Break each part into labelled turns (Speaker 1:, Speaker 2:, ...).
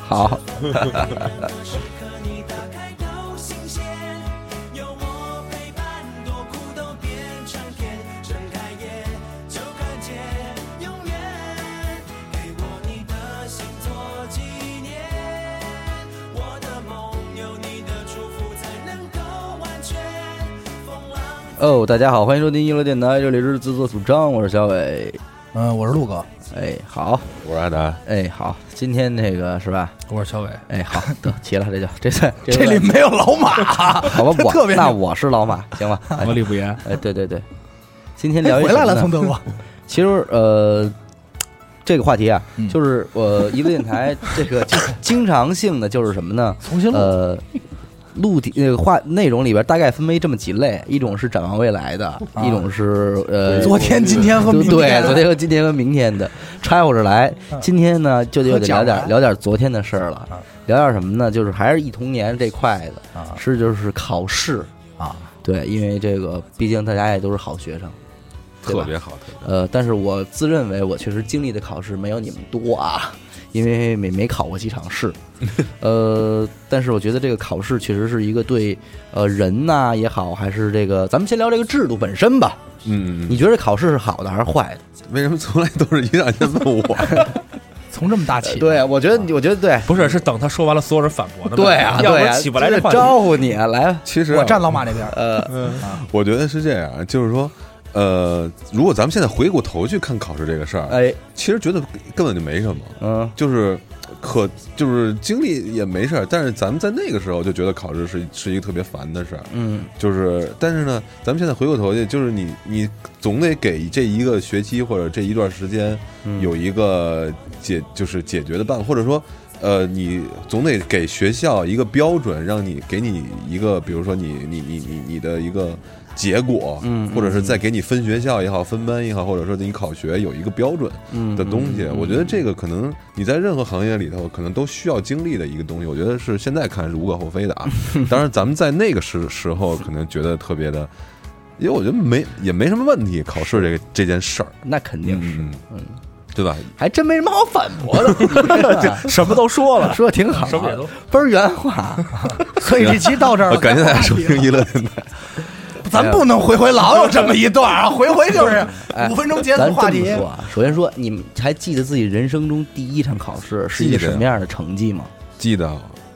Speaker 1: 好，哦，大家好，欢迎收听一乐电台，这里是自作主张，我是小伟。
Speaker 2: 嗯，我是陆哥，
Speaker 1: 哎，好，
Speaker 3: 我是阿达，
Speaker 1: 哎，好，今天这个是吧？
Speaker 2: 我是小伟。
Speaker 1: 哎， 好，得齐了，这就这算
Speaker 2: 这里没有老马，
Speaker 1: 好吧，
Speaker 2: 特
Speaker 1: 我
Speaker 2: 别
Speaker 1: 那我是老马， 行吧？哎
Speaker 4: 我李不言，
Speaker 1: 哎，对对对，今天
Speaker 2: 哎
Speaker 1: 聊一
Speaker 2: 回来
Speaker 1: 什么
Speaker 2: 了，
Speaker 1: 呢
Speaker 2: 从德国。
Speaker 1: 其实呃，这个话题啊，
Speaker 2: 嗯
Speaker 1: 就是我一个电 台这个经经常性的就是什么呢？
Speaker 2: 重新录
Speaker 1: 呃，录题那个话内容里边大概分为这么几类，一种是展望未来的，一种是呃。
Speaker 2: 啊昨天、今天和
Speaker 1: 对
Speaker 2: 明
Speaker 1: 对，
Speaker 2: 天，
Speaker 1: 昨天和今天和明天的掺和着来。今天呢，就得
Speaker 2: 喝
Speaker 1: 得
Speaker 2: 酒
Speaker 1: 聊点
Speaker 2: 了
Speaker 1: 聊点昨天的事儿了
Speaker 2: 啊，
Speaker 1: 聊点什么呢？就是还是忆童年这块的，
Speaker 2: 啊
Speaker 1: 是就是考试。
Speaker 2: 啊，
Speaker 1: 对，因为这个毕竟大家也都是好学生，对吧
Speaker 3: 特别好，特别好
Speaker 1: 呃，但是我自认为我确实经历的考试没有你们多啊， 因为没没考过几场 试。呃，但是我觉得这个考试确实是一个对呃人呐、也好，还是这个咱们先聊这个制度本身吧。
Speaker 3: 嗯，嗯
Speaker 1: 你觉得考试是好的还是坏的？
Speaker 3: 嗯为什么从来都是一让先 问我？
Speaker 2: 从这么大起，
Speaker 1: 对，我觉得你，我觉得对，
Speaker 4: 不是，是等他说完了，所有人反驳他。
Speaker 1: 对啊，
Speaker 4: 要不
Speaker 1: 对啊，
Speaker 4: 然起不来
Speaker 1: 就
Speaker 4: 这
Speaker 1: 是
Speaker 4: 话题。
Speaker 1: 招呼你啊来，
Speaker 3: 其实啊
Speaker 2: 我站老马那边。
Speaker 1: 呃，
Speaker 3: 我觉得是这样，啊就是说，呃，如果咱们现在回过头去看考试这个事儿，
Speaker 1: 哎，
Speaker 3: 其实觉得根本就没什么，
Speaker 1: 嗯，
Speaker 3: 就是可就是经历也没事儿，但是咱们在那个时候就觉得考试是是一个特别烦的事儿，
Speaker 1: 嗯，
Speaker 3: 就是，但是呢，咱们现在回过头去，就是你你总得给这一个学期或者这一段时间
Speaker 1: 嗯
Speaker 3: 有一个解，就是解决的办法，或者说，呃，你总得给学校一个标准，让你给你一个，比如说你你你你你的一个结果，
Speaker 1: 嗯
Speaker 3: 或者是再给你分学校也好，分班也好，或者说你考学有一个标准
Speaker 1: 嗯
Speaker 3: 的东西。我觉得这个可能你在任何行业里头，可能都需要经历的一个东西。我觉得是现在看是无可厚非的 啊。当然，咱们在那个时时候可能觉得特别的，因为我觉得没也没什么问题，考试这个这件事儿，
Speaker 1: 那肯定是，
Speaker 3: 嗯，
Speaker 1: 嗯，
Speaker 3: 对吧？
Speaker 1: 还真没什么好反驳 的，
Speaker 4: 什么都说了，
Speaker 1: 说得挺好，啊
Speaker 4: 什么也都
Speaker 1: 倍儿原 话。
Speaker 2: 所以这期到这儿
Speaker 3: 呃
Speaker 2: 了，
Speaker 3: 感谢大家收听娱乐电台。
Speaker 2: 咱不能回回老有这么一段啊，回回就是
Speaker 1: 哎
Speaker 2: 五分钟结
Speaker 1: 咱
Speaker 2: 束话
Speaker 1: 这
Speaker 2: 题
Speaker 1: 么。说啊，首先说，你们还记得自己人生中第一场考试是一个
Speaker 3: 记得呀
Speaker 1: 什么样的成绩吗？
Speaker 3: 记得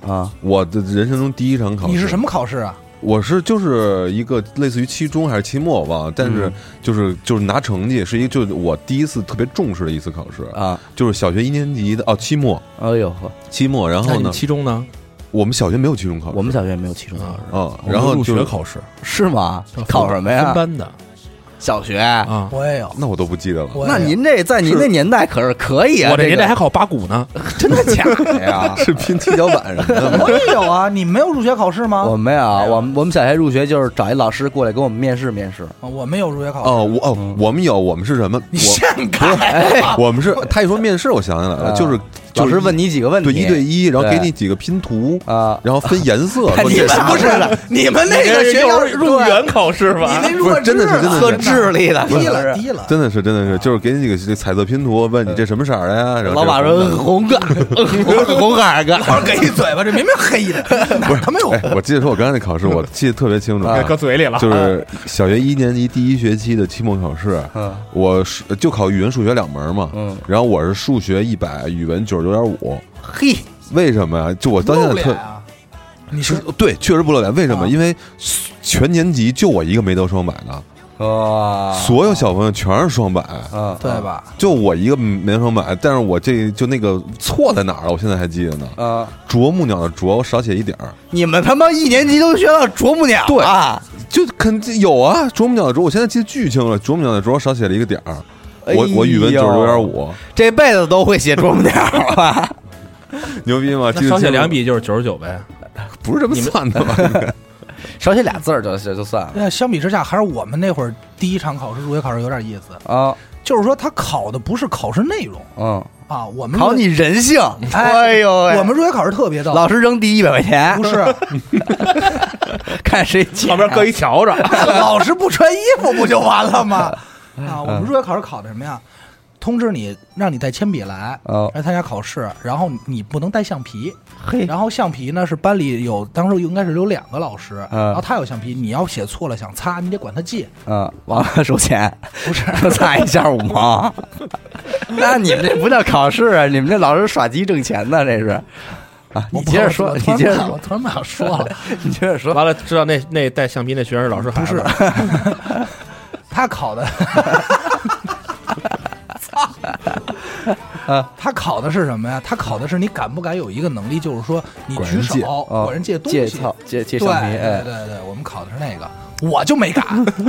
Speaker 1: 啊，
Speaker 3: 我的人生中第一场考试，
Speaker 2: 你是什
Speaker 3: 么？
Speaker 2: 么考试啊？
Speaker 3: 我是就是一个类似于期中还是期末，我忘了。但是
Speaker 1: 嗯
Speaker 3: 就是就是拿成绩，是一个就是我第一次特别重视的一次考试，
Speaker 1: 啊，
Speaker 3: 就是小学一年级的哦，期末
Speaker 1: 哎呦呵，
Speaker 3: 期末。然
Speaker 4: 那
Speaker 3: 后
Speaker 4: 你
Speaker 3: 呢，
Speaker 4: 期中呢？
Speaker 3: 我们小学没有期中考试，
Speaker 1: 我们小学没有期中考试，
Speaker 3: 啊
Speaker 4: 我，们
Speaker 3: 然后
Speaker 4: 入
Speaker 3: 就
Speaker 4: 学
Speaker 3: 是
Speaker 4: 考试，
Speaker 1: 是吗？考什么
Speaker 4: 分
Speaker 1: 呀？
Speaker 4: 班的
Speaker 1: 小学。
Speaker 4: 啊。
Speaker 2: 我也有，
Speaker 3: 那我都不记得了。？
Speaker 2: 我也有
Speaker 1: 那您这在您那年代啊可是可以啊，
Speaker 4: 我这
Speaker 1: 个
Speaker 4: 年代还考八股 呢，
Speaker 1: 真的假的 呀
Speaker 3: 是拼踢脚板什么的吗
Speaker 2: 我也有啊，你没有入学考试吗？
Speaker 1: 我没有，我们我们小学入学就是找一老师过来给我们面试面试。
Speaker 2: 啊我没有入学考试。
Speaker 3: 哦，我
Speaker 1: 嗯
Speaker 3: 哦，我们有，我们是什么？
Speaker 2: 你
Speaker 3: 我
Speaker 2: 现改啊
Speaker 3: 我们是他一说面试，我想起来
Speaker 1: 哎啊
Speaker 3: 了，就是
Speaker 1: 老
Speaker 3: 就是
Speaker 1: 师问你几个问题，
Speaker 3: 对一对一，然后给
Speaker 1: 对
Speaker 3: 你几个拼图，
Speaker 1: 啊，
Speaker 3: 然后分颜色，
Speaker 1: 看 哎
Speaker 3: 说
Speaker 1: 你
Speaker 3: 这
Speaker 1: 们
Speaker 3: 是
Speaker 1: 不是
Speaker 2: 你们
Speaker 4: 哎
Speaker 2: 那个学校
Speaker 4: 幼儿入园考试吧？
Speaker 2: 你那
Speaker 3: 不
Speaker 2: 弱
Speaker 3: 是真的是真
Speaker 2: 智
Speaker 3: 的
Speaker 2: 啊
Speaker 3: 是
Speaker 1: 特智力的，
Speaker 2: 低
Speaker 1: 是
Speaker 2: 了
Speaker 1: 不是
Speaker 2: 低了。哎呃
Speaker 3: 真的是真的是，就是给你几个彩色拼图，问你这什么色儿的呀？然
Speaker 1: 老
Speaker 3: 后这
Speaker 1: 马
Speaker 3: 是
Speaker 1: 说红个 红个二个，
Speaker 2: 我说给一嘴巴，这明明黑的，哪儿他妈有
Speaker 3: 哎，我记得说我刚才那考试，我记得特别清楚，
Speaker 1: 啊
Speaker 4: 搁嘴里了，
Speaker 3: 就是小学一年级第一学期的期末考试，
Speaker 1: 嗯
Speaker 3: 我是就考语文、数学两门嘛，
Speaker 1: 嗯
Speaker 3: 然后我是数学一百，语文九十九点五，
Speaker 1: 嘿，
Speaker 3: 为什么呀？就我到现
Speaker 2: 露
Speaker 3: 在
Speaker 2: 脸
Speaker 3: 特。
Speaker 2: 啊！你是
Speaker 3: 对，确实不露脸。为什么？
Speaker 2: 啊
Speaker 3: 因为全年级就我一个没得双百的，
Speaker 1: 哇，
Speaker 3: 所有小朋友全是双百，
Speaker 1: 啊，
Speaker 2: 对吧？
Speaker 3: 就我一个没得双百。但是我这就那个错在哪儿了？我现在还记得呢。
Speaker 1: 啊，
Speaker 3: 啄木鸟的啄，我少写一点儿，
Speaker 1: 你们他妈一年级都学到啄木鸟啊？
Speaker 3: 就肯定有啊。啄木鸟的啄，我现在记得巨清了。啄木鸟的啄，我少写了一个点儿。我我语文
Speaker 1: 哎
Speaker 3: 九
Speaker 1: 呦
Speaker 3: 十六点五，
Speaker 1: 这辈子都会写啄木鸟啊？
Speaker 3: 牛逼吗？
Speaker 4: 那
Speaker 3: 记得
Speaker 4: 少写
Speaker 3: 清
Speaker 4: 两
Speaker 3: 楚
Speaker 4: 笔就是九十九呗。
Speaker 3: 不是这么算的吧？
Speaker 1: 少写俩字儿就就就算了
Speaker 2: 那哎相比之下，还是我们那会儿第一场考试入学考试有点意思。
Speaker 1: 啊，
Speaker 2: 就是说，他考的不是考试内容
Speaker 1: 嗯，
Speaker 2: 啊，我们
Speaker 1: 考你人性，
Speaker 2: 哎
Speaker 1: 哎呦喂，
Speaker 2: 我们入学考试特别 逗，
Speaker 1: 老师扔第一百块钱
Speaker 2: 不，是
Speaker 1: 看谁捡啊
Speaker 4: 旁边搁一笤帚，
Speaker 2: 嗯老师不穿衣服不就完了吗？啊，我们入学考试考的什么呀？通知你，让你带铅笔来
Speaker 1: 哦
Speaker 2: 来参加考试，然后你不能带橡皮。
Speaker 1: 嘿
Speaker 2: 然后橡皮呢是班里有，当时应该是有两个老师，
Speaker 1: 嗯
Speaker 2: 然后他有橡皮，你要写错了想擦，你得管他 借，
Speaker 1: 嗯，完了收钱，
Speaker 2: 不是？
Speaker 1: 擦一下五 毛。那你们这不叫考试啊，你们这老是耍鸡挣钱呢，这是。啊，你
Speaker 2: 我不
Speaker 1: 接着
Speaker 2: 好
Speaker 1: 说，你
Speaker 2: 突然
Speaker 1: 接
Speaker 2: 不
Speaker 1: 着
Speaker 2: 想
Speaker 1: 说，
Speaker 2: 我突然不想说了。
Speaker 1: 你接 着说。
Speaker 4: 完了，知道那那带橡皮那学生是老师孩
Speaker 2: 不
Speaker 4: 子
Speaker 2: 是，他考的，操！他考的是什么呀？他考的是你敢不敢有一个能力，就是说你
Speaker 3: 管
Speaker 2: 举
Speaker 3: 人借
Speaker 2: 手
Speaker 1: 啊
Speaker 2: 管人借东
Speaker 1: 借
Speaker 2: 西，
Speaker 1: 操借借
Speaker 2: 对
Speaker 1: 橡皮，
Speaker 2: 对
Speaker 1: 哎，啊
Speaker 2: 对对，我们考的是那个，我就没敢，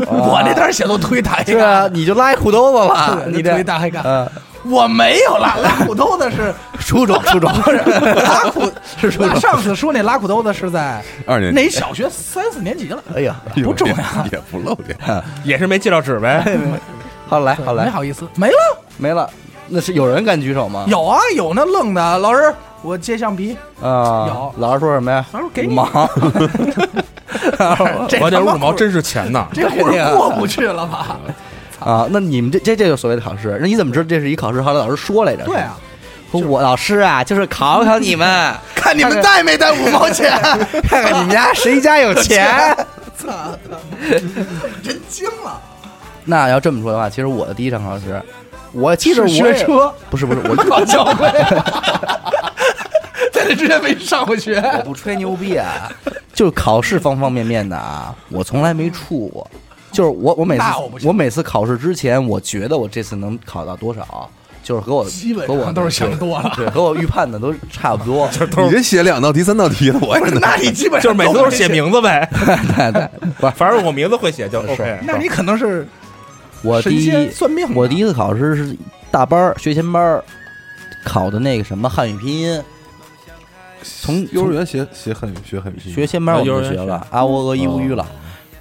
Speaker 2: 我那单写都推抬
Speaker 1: 是啊，
Speaker 2: 杠，
Speaker 1: 你就拉一裤兜子了，
Speaker 2: 对
Speaker 1: 你
Speaker 2: 推
Speaker 1: 这
Speaker 2: 啊大黑杠
Speaker 1: 嗯，
Speaker 2: 我没有拉拉裤兜子是
Speaker 1: 初中初中
Speaker 2: 拉裤
Speaker 1: 是初
Speaker 2: 拉
Speaker 1: 中，嗯
Speaker 2: 上次说那拉裤兜子是在
Speaker 3: 二年级
Speaker 2: 哪小学三四年级了，
Speaker 1: 哎呀，
Speaker 2: 不重要，
Speaker 3: 也也不露脸。
Speaker 4: 也是没借到纸呗。
Speaker 1: 好来好
Speaker 2: 没
Speaker 1: 来，
Speaker 2: 好意思，没了。
Speaker 1: 没了，那是有人敢举手吗？
Speaker 2: 有啊，有那愣的老师，我借橡皮，
Speaker 1: 啊，
Speaker 2: 有
Speaker 1: 老师说什么呀？
Speaker 2: 老师给
Speaker 1: 五
Speaker 2: 你
Speaker 1: 毛， 然后
Speaker 2: 这
Speaker 4: 我
Speaker 2: 他
Speaker 4: 这
Speaker 2: 妈
Speaker 4: 五毛真是钱呐！
Speaker 2: 这会儿过不去了吧？
Speaker 1: 啊，那你们这这这就所谓的考试，那你怎么知道这是一考试？后来老师说来着，
Speaker 2: 对啊，
Speaker 1: 说我老师啊，就是考考你们，
Speaker 2: 看你们带没带五毛钱？
Speaker 1: 看看你们家谁家有钱。
Speaker 2: 操， 真惊了！
Speaker 1: 那要这么说的话，其实我的第一场考试，我记着我
Speaker 2: 是学
Speaker 1: 也
Speaker 2: 车，
Speaker 1: 不是不是，我
Speaker 2: 搞教会， 在这之前没上过学。
Speaker 1: 我不吹牛逼啊，就是考试方方面面的啊，我从来没怵过。就是我我每次
Speaker 2: 那我不信
Speaker 1: 我每次考试之前，我觉得我这次能考到多少，就是和我
Speaker 2: 基本
Speaker 1: 和我
Speaker 2: 上都是想多了，
Speaker 1: 对和我预判的都差不多。
Speaker 3: 你这写两道题、三道题的，我也能。
Speaker 2: 那你基本
Speaker 4: 就是
Speaker 2: 上
Speaker 4: 每次都是写名字呗，
Speaker 1: 对对，不是
Speaker 4: 反正我名字会写就 OK。
Speaker 2: 那你可能是
Speaker 1: 我第
Speaker 2: 神
Speaker 1: 一
Speaker 2: 仙算命啊
Speaker 1: 我第一次考试是大班儿学前班儿考的那个什么汉语拼音，从
Speaker 3: 幼儿园写写汉语，学汉语拼音
Speaker 1: 学前班儿我
Speaker 4: 嗯幼
Speaker 1: 们
Speaker 4: 儿
Speaker 1: 就
Speaker 4: 园
Speaker 1: 学
Speaker 4: 学
Speaker 1: 了啊喔俄一乌语了，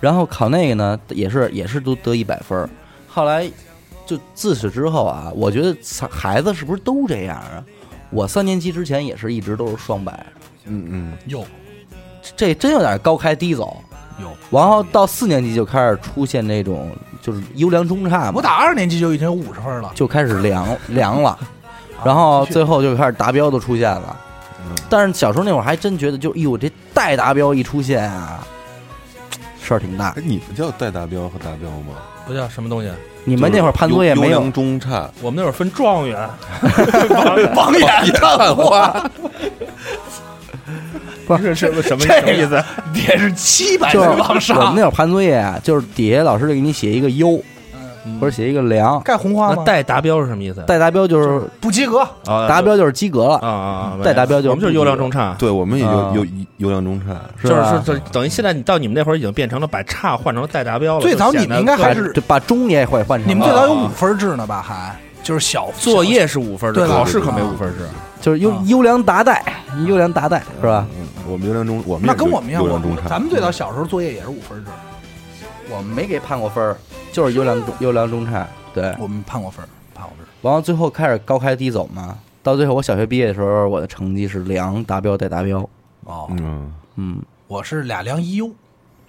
Speaker 1: 然后考那个呢也是也是都得一百分儿，后来就自此之后啊，我觉得孩子是不是都这样啊？我三年级之前也是一直都是双百，
Speaker 3: 嗯
Speaker 2: 有
Speaker 1: 这真有点高开低走。
Speaker 2: 有，
Speaker 1: 然后到四年级就开始出现那种就是优良中差嘛，
Speaker 2: 我打二年级就已经有五十分了，
Speaker 1: 就开始凉凉了，然后最后就开始达标都出现了。但是小时候那会儿还真觉得就，哟，这带达标一出现啊，事儿挺大
Speaker 3: 嗯。。哎，你们叫带达标和达标吗？
Speaker 4: 不叫什么东西，
Speaker 1: 你们那会儿判作业没
Speaker 3: 优
Speaker 1: 有
Speaker 3: 良？中差，
Speaker 4: 我们那会儿分状元，
Speaker 2: 榜眼探花，
Speaker 4: 是是什么
Speaker 2: 这
Speaker 4: 什
Speaker 2: 个
Speaker 4: 么意思？
Speaker 2: 也是七百
Speaker 1: 就是
Speaker 2: 分往
Speaker 1: 我们
Speaker 2: 上
Speaker 1: 那。会儿判作业啊，就是底下老师就给你写一个优，
Speaker 4: 嗯
Speaker 1: 或者写一个良。
Speaker 2: 盖红花
Speaker 4: 那
Speaker 2: 吗？
Speaker 4: 带达标是什么意思？
Speaker 1: 带达标就是
Speaker 2: 不及格，
Speaker 4: 啊
Speaker 1: 达标就是及格
Speaker 4: 啊
Speaker 1: 了，
Speaker 4: 啊！啊
Speaker 1: 带达标就是
Speaker 4: 我们就是优良中差，
Speaker 3: 对我们也
Speaker 1: 啊
Speaker 3: 有有优良中差。
Speaker 4: 就是
Speaker 1: 吧？
Speaker 4: 就是等于现在你到你们那会儿已经变成了把差换成了带达标了。
Speaker 2: 最早
Speaker 4: 就
Speaker 2: 你
Speaker 4: 显得
Speaker 2: 们应该
Speaker 1: 把
Speaker 2: 还是
Speaker 1: 就把中也换换成
Speaker 2: 你们最
Speaker 1: 了
Speaker 2: 早有五分制呢吧？还就是小
Speaker 4: 作业是五分制，
Speaker 2: 对了
Speaker 4: 考试可没五分制。
Speaker 1: 就是优
Speaker 2: 啊
Speaker 1: 优良达代，优良达代是吧？
Speaker 3: 嗯，我们优良中，我们
Speaker 2: 那
Speaker 3: 也
Speaker 2: 跟
Speaker 3: 是
Speaker 2: 我们一样，
Speaker 3: 优
Speaker 2: 我
Speaker 3: 良中差。嗯
Speaker 2: 咱们最早小时候作业也是五分制，
Speaker 1: 我们没给判过分儿，就是优良中优良中差。对，
Speaker 2: 我们判过分儿，判过分儿。
Speaker 1: 完了最后开始高开低走嘛。到最后我小学毕业的时候，我的成绩是良达标带达标。
Speaker 2: 哦，
Speaker 3: 嗯，
Speaker 1: 嗯，
Speaker 2: 我是俩良一优，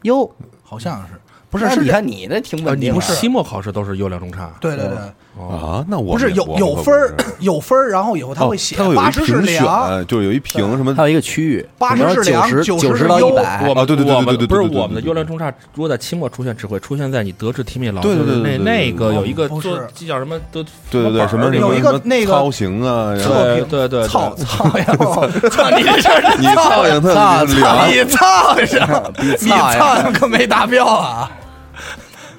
Speaker 1: 哟，
Speaker 2: 好像是，
Speaker 1: 不
Speaker 2: 不是是
Speaker 1: 你看你这挺
Speaker 4: 啊
Speaker 1: 稳
Speaker 4: 你
Speaker 1: 定
Speaker 4: 们
Speaker 1: 啊，
Speaker 4: 期末考试都是优良中差，
Speaker 2: 对对对，
Speaker 3: 啊，那我
Speaker 2: 不是
Speaker 3: 们
Speaker 2: 有
Speaker 3: 我们
Speaker 2: 有
Speaker 3: 会
Speaker 2: 分儿
Speaker 3: 不是
Speaker 2: 有分儿，然后以后他会写
Speaker 3: 它会有
Speaker 2: 八
Speaker 3: 一
Speaker 2: 十是
Speaker 3: 评
Speaker 2: 良，
Speaker 3: 选，就是有一评什么
Speaker 1: 还有一个区域，
Speaker 2: 80是
Speaker 1: 九
Speaker 2: 良
Speaker 1: 十
Speaker 2: 90
Speaker 1: 九
Speaker 2: 是
Speaker 1: 到一
Speaker 2: 优
Speaker 1: 百
Speaker 4: 我，们
Speaker 3: 啊对对对
Speaker 4: 我们
Speaker 3: 对对对
Speaker 4: 不是
Speaker 3: 对对对
Speaker 4: 我们的优良中差，如果在期末出现，只会出现在你德智体美劳。
Speaker 3: 对对对
Speaker 4: 就是
Speaker 3: 对对
Speaker 4: 那那
Speaker 3: 对对
Speaker 4: 个有一个
Speaker 2: 不
Speaker 4: 做
Speaker 2: 是
Speaker 4: 这叫什么德，
Speaker 3: 对对对，
Speaker 4: 什
Speaker 3: 什
Speaker 4: 么
Speaker 3: 么
Speaker 4: 本儿
Speaker 2: 有一个
Speaker 3: 什么
Speaker 2: 那个
Speaker 3: 操行啊，然后
Speaker 2: 测
Speaker 4: 对
Speaker 2: 评
Speaker 4: 对对，
Speaker 2: 操
Speaker 4: 对
Speaker 2: 操呀！操你这事儿，
Speaker 3: 你操行他就是凉，
Speaker 2: 你操呀！
Speaker 1: 比
Speaker 2: 你
Speaker 1: 操呀，
Speaker 2: 操可没达标啊！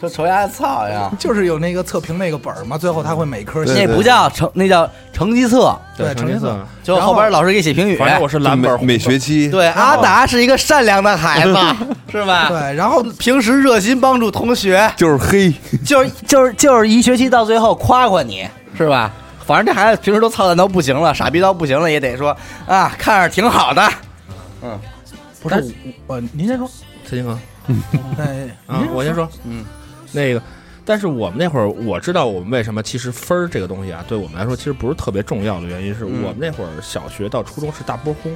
Speaker 1: 就瞅丫操呀，
Speaker 2: 就是有那个测评那个本儿嘛，最后他会每科
Speaker 3: 对
Speaker 1: 那
Speaker 2: 写
Speaker 1: 不叫成，那叫成绩册，
Speaker 2: 对
Speaker 4: 成
Speaker 2: 成绩
Speaker 4: 绩
Speaker 2: 册
Speaker 1: 就后边老师给写评语。
Speaker 4: 反正我是蓝本儿
Speaker 3: 每每学期
Speaker 1: 对，阿达是一个善良的孩子， 是吧？
Speaker 2: 对，然后
Speaker 1: 平时热心帮助同学，
Speaker 3: 就是黑，
Speaker 1: 就是就是就是一学期到最后夸夸你是吧？反正这孩子平时都操蛋到不行了，傻逼到不行了，也得说啊，看着挺好的。
Speaker 2: 不是我，我您先说，
Speaker 4: 蔡金恒
Speaker 2: 哎，
Speaker 4: 啊
Speaker 2: 您，
Speaker 4: 我先说，
Speaker 1: 嗯，
Speaker 4: 那个。但是我们那会儿，我知道我们为什么其实分儿这个东西啊，对我们来说其实不是特别重要的原因是
Speaker 1: 嗯
Speaker 4: 我们那会儿小学到初中是大波轰，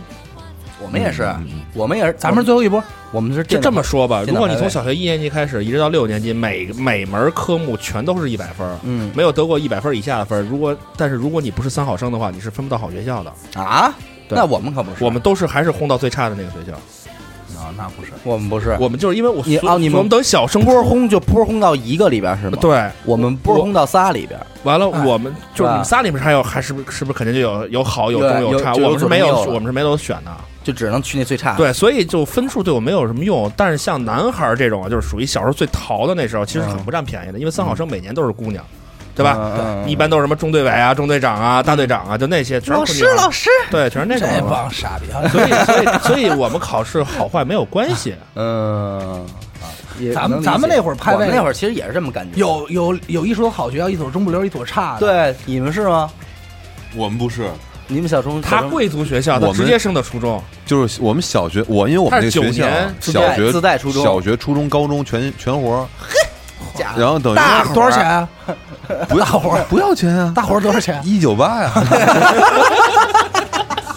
Speaker 1: 我们也是，
Speaker 4: 嗯
Speaker 1: 我们也是，
Speaker 2: 咱们最后一波，
Speaker 1: 我们是
Speaker 4: 就这么说吧，
Speaker 1: 电脑
Speaker 4: 如果你
Speaker 1: 排位
Speaker 4: 从小学一年级开始一直到六年级，每每门科目全都是一百分儿，
Speaker 1: 嗯
Speaker 4: 没有得过一百分儿以下的分儿。如果但是如果你不是三好生的话，你是分不到好学校的。
Speaker 1: 啊，
Speaker 4: 对
Speaker 1: 那我们可不是，
Speaker 4: 我们都是还是轰到最差的那个学校。
Speaker 2: 啊，那不是，
Speaker 1: 我们不是，
Speaker 4: 我们就是因为我
Speaker 1: 你
Speaker 4: 所
Speaker 1: 哦你们
Speaker 4: 我们等小升
Speaker 1: 波
Speaker 4: 波
Speaker 1: 轰就波轰到一个里边是吗？，
Speaker 4: 对，
Speaker 1: 我们波轰到仨里边，
Speaker 4: 完了
Speaker 2: 哎
Speaker 4: 我们就是
Speaker 1: 吧
Speaker 4: 你们仨里面还有还是不是不是肯定就有有好有中
Speaker 1: 对有
Speaker 4: 差，
Speaker 1: 就有
Speaker 4: 我们是
Speaker 1: 左
Speaker 4: 没
Speaker 1: 中
Speaker 4: 有哎
Speaker 1: 右了
Speaker 4: 我们是没有选的。
Speaker 1: 就只能去那最差。，
Speaker 4: 对，所以就分数对我没有什么用，但是像男孩儿这种啊，就是属于小时候最淘的那时候，其实很不占便宜的，因为三好生每年都是姑娘，对吧？
Speaker 1: 嗯嗯嗯
Speaker 4: 一般都是什么中队委啊、中队长啊、大队长啊，就那些全是
Speaker 1: 老
Speaker 4: 姑
Speaker 1: 师
Speaker 4: 娘
Speaker 1: 老师，
Speaker 4: 对，全是那
Speaker 2: 这
Speaker 4: 种的嘛。
Speaker 2: 帮傻逼啊，
Speaker 4: 所 以，所以，所以我们考试好坏没有关系。
Speaker 1: 嗯，也
Speaker 2: 咱们
Speaker 1: 能理解
Speaker 2: 咱们那会儿拍
Speaker 1: 我们
Speaker 2: 那个
Speaker 1: 那会儿其实也是这么感觉。
Speaker 2: 有有有一所好学校，一所中不溜，一所差的。，
Speaker 1: 对你们是吗？
Speaker 3: 我们不是，
Speaker 1: 你们小中
Speaker 4: 他贵族学校，他
Speaker 3: 我们
Speaker 4: 直接升的初中，
Speaker 3: 就是我们小学，我因为我们那个学校啊
Speaker 4: 他
Speaker 1: 是九年
Speaker 3: 小学
Speaker 1: 自带自带初中
Speaker 3: 小学、初中、高中全全活儿，
Speaker 1: 假
Speaker 3: 然后等于
Speaker 1: 大伙儿
Speaker 2: 多少钱啊？
Speaker 3: 不要活不要钱啊，
Speaker 2: 大伙儿多 少钱？
Speaker 3: 一九八呀，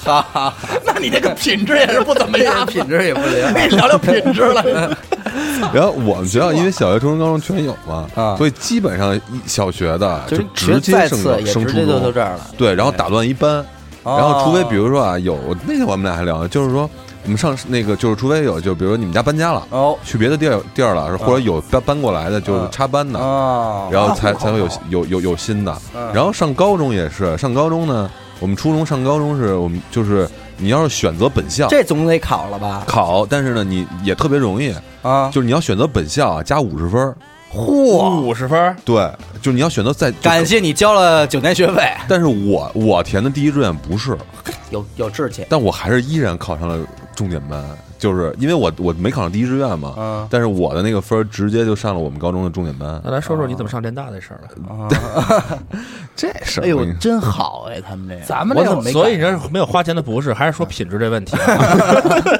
Speaker 1: 哈，
Speaker 2: 那你这个品质也是不怎么
Speaker 1: 这 品质也不 行。
Speaker 2: 聊聊品质 了。
Speaker 3: 然后我们学校因为小学、初中、高中全有嘛，
Speaker 1: 啊
Speaker 3: 所以基本上一小学的
Speaker 1: 就是
Speaker 3: 直接
Speaker 1: 再
Speaker 3: 升
Speaker 1: 次
Speaker 3: 到
Speaker 1: 也直
Speaker 3: 升初
Speaker 1: 接就到
Speaker 3: 中
Speaker 1: 这，儿了。
Speaker 3: 对，然后打乱一班，
Speaker 1: 哦
Speaker 3: 然后除非比如说啊，有那天我们俩还聊呢，就是说我们上那个就是除非有，就比如说你们家搬家了，
Speaker 1: 哦嗯
Speaker 3: 去别的地儿地儿了，或者有搬搬过来的，就是插班的，
Speaker 1: 哦，
Speaker 3: 然后才
Speaker 2: 啊户口
Speaker 3: 才会有
Speaker 2: 口
Speaker 3: 有有有新的
Speaker 1: 嗯。
Speaker 3: 然后上高中也是，上高中呢，我们初中上高中是我们就是你要是选择本校
Speaker 1: 这总得考了吧？
Speaker 3: 考，但是呢你也特别容易，
Speaker 1: 啊，
Speaker 3: 就是你要选择本校啊加五十分儿，
Speaker 1: 嚯！
Speaker 4: 五十分儿，
Speaker 3: 对，就是你要选择在
Speaker 1: 感。谢你交了九年学费，
Speaker 3: 但是我我填的第一志愿不是，
Speaker 1: 有有志气。
Speaker 3: 但我还是依然考上了重点班，就是因为我我没考上第一志愿嘛，
Speaker 1: 嗯
Speaker 3: 但是我的那个分儿直接就上了我们高中的重点班。
Speaker 4: 那来说说你怎么上电大的事儿了。
Speaker 3: 这事儿
Speaker 1: 哎呦
Speaker 3: 我跟，你
Speaker 1: 真好哎，他们这
Speaker 2: 咱们
Speaker 1: 我
Speaker 2: 那
Speaker 1: 怎
Speaker 2: 会
Speaker 1: 么没感
Speaker 2: 儿，
Speaker 4: 所以你这没有花钱的不是，还是说品质这问题啊、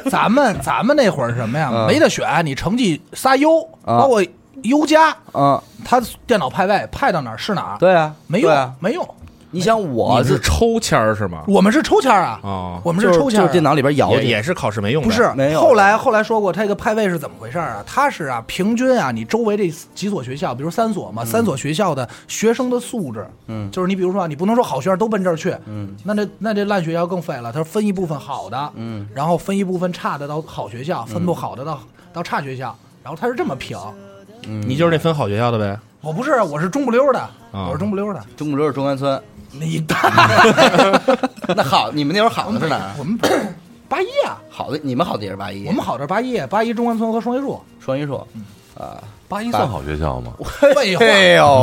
Speaker 2: 咱们咱们那会儿是什么呀？没得选，你成绩仨优，
Speaker 1: 嗯啊
Speaker 2: 包括优加，
Speaker 1: 嗯，
Speaker 2: 他电脑派位派到哪儿是哪儿，
Speaker 1: 对啊，
Speaker 2: 没
Speaker 1: 对
Speaker 2: 用
Speaker 1: 啊。
Speaker 2: 没用。
Speaker 1: 你想我
Speaker 4: 你是抽签儿是吗？
Speaker 2: 我们是抽签儿啊，
Speaker 4: 哦
Speaker 2: 我们
Speaker 1: 就是
Speaker 2: 抽签儿
Speaker 1: 就
Speaker 2: 啊，
Speaker 1: 是电脑里边摇
Speaker 4: 也
Speaker 1: 去
Speaker 4: 也是考试没用的，
Speaker 2: 不是
Speaker 1: 没有
Speaker 2: 后来后来说过，他这个派位是怎么回事儿啊？他是啊，平均啊，你周围这几所学校，比如三所嘛，三所学校的学生的素质，嗯，就是你比如说啊，你不能说好学生都奔这儿去，嗯，那这那这烂学校更废了。他分一部分好的，嗯，然后分一部分差的到好学校，分不好的到到差学校，然后他是这么评。
Speaker 4: 你就是那分好学校的呗。
Speaker 2: 我不是，我是中不溜儿的，我是中不溜儿的。
Speaker 1: 中不溜是中关 村。
Speaker 2: 你大，
Speaker 1: 那好，你们那会儿好的是哪儿？啊
Speaker 2: 我们八一啊，
Speaker 1: 好的，你们好的也是八一，
Speaker 2: 我们好这八一，八一中关村和双榆树。
Speaker 1: 双榆树。
Speaker 3: 八一算好学校吗？
Speaker 2: 废话，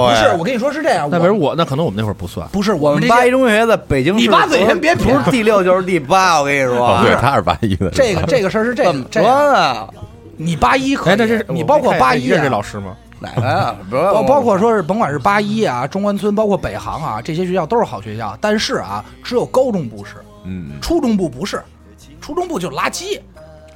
Speaker 2: 不是，我跟你说是这样，
Speaker 4: 那比
Speaker 2: 我
Speaker 4: 如我，那可能我们那会儿不算。
Speaker 2: 不是
Speaker 1: 我
Speaker 2: 我们
Speaker 1: 们
Speaker 2: 这
Speaker 1: 八
Speaker 2: 些
Speaker 1: 一中学在北京市，
Speaker 2: 你八嘴先别
Speaker 1: 不
Speaker 2: 撇
Speaker 1: 是第六就是第八，我跟你说，啊
Speaker 3: 哦， 对，他是八一的。
Speaker 2: 这个这个事儿是这
Speaker 1: 怎
Speaker 2: 个
Speaker 1: 么
Speaker 2: 这
Speaker 1: 着
Speaker 2: 个，
Speaker 1: 呢？
Speaker 2: 你八一可
Speaker 4: 哎，
Speaker 2: 以
Speaker 4: 那这是
Speaker 2: 你包括八一
Speaker 4: 认识
Speaker 2: 啊
Speaker 4: 老师吗？
Speaker 1: 哪个 呀？不是，
Speaker 2: 包
Speaker 1: 我
Speaker 2: 包括说是甭管是八一啊、中关村，包括北航啊，这些学校都是好学校，但是啊，只有高中部是，
Speaker 3: 嗯，
Speaker 2: 初中部不是，初中部就垃圾。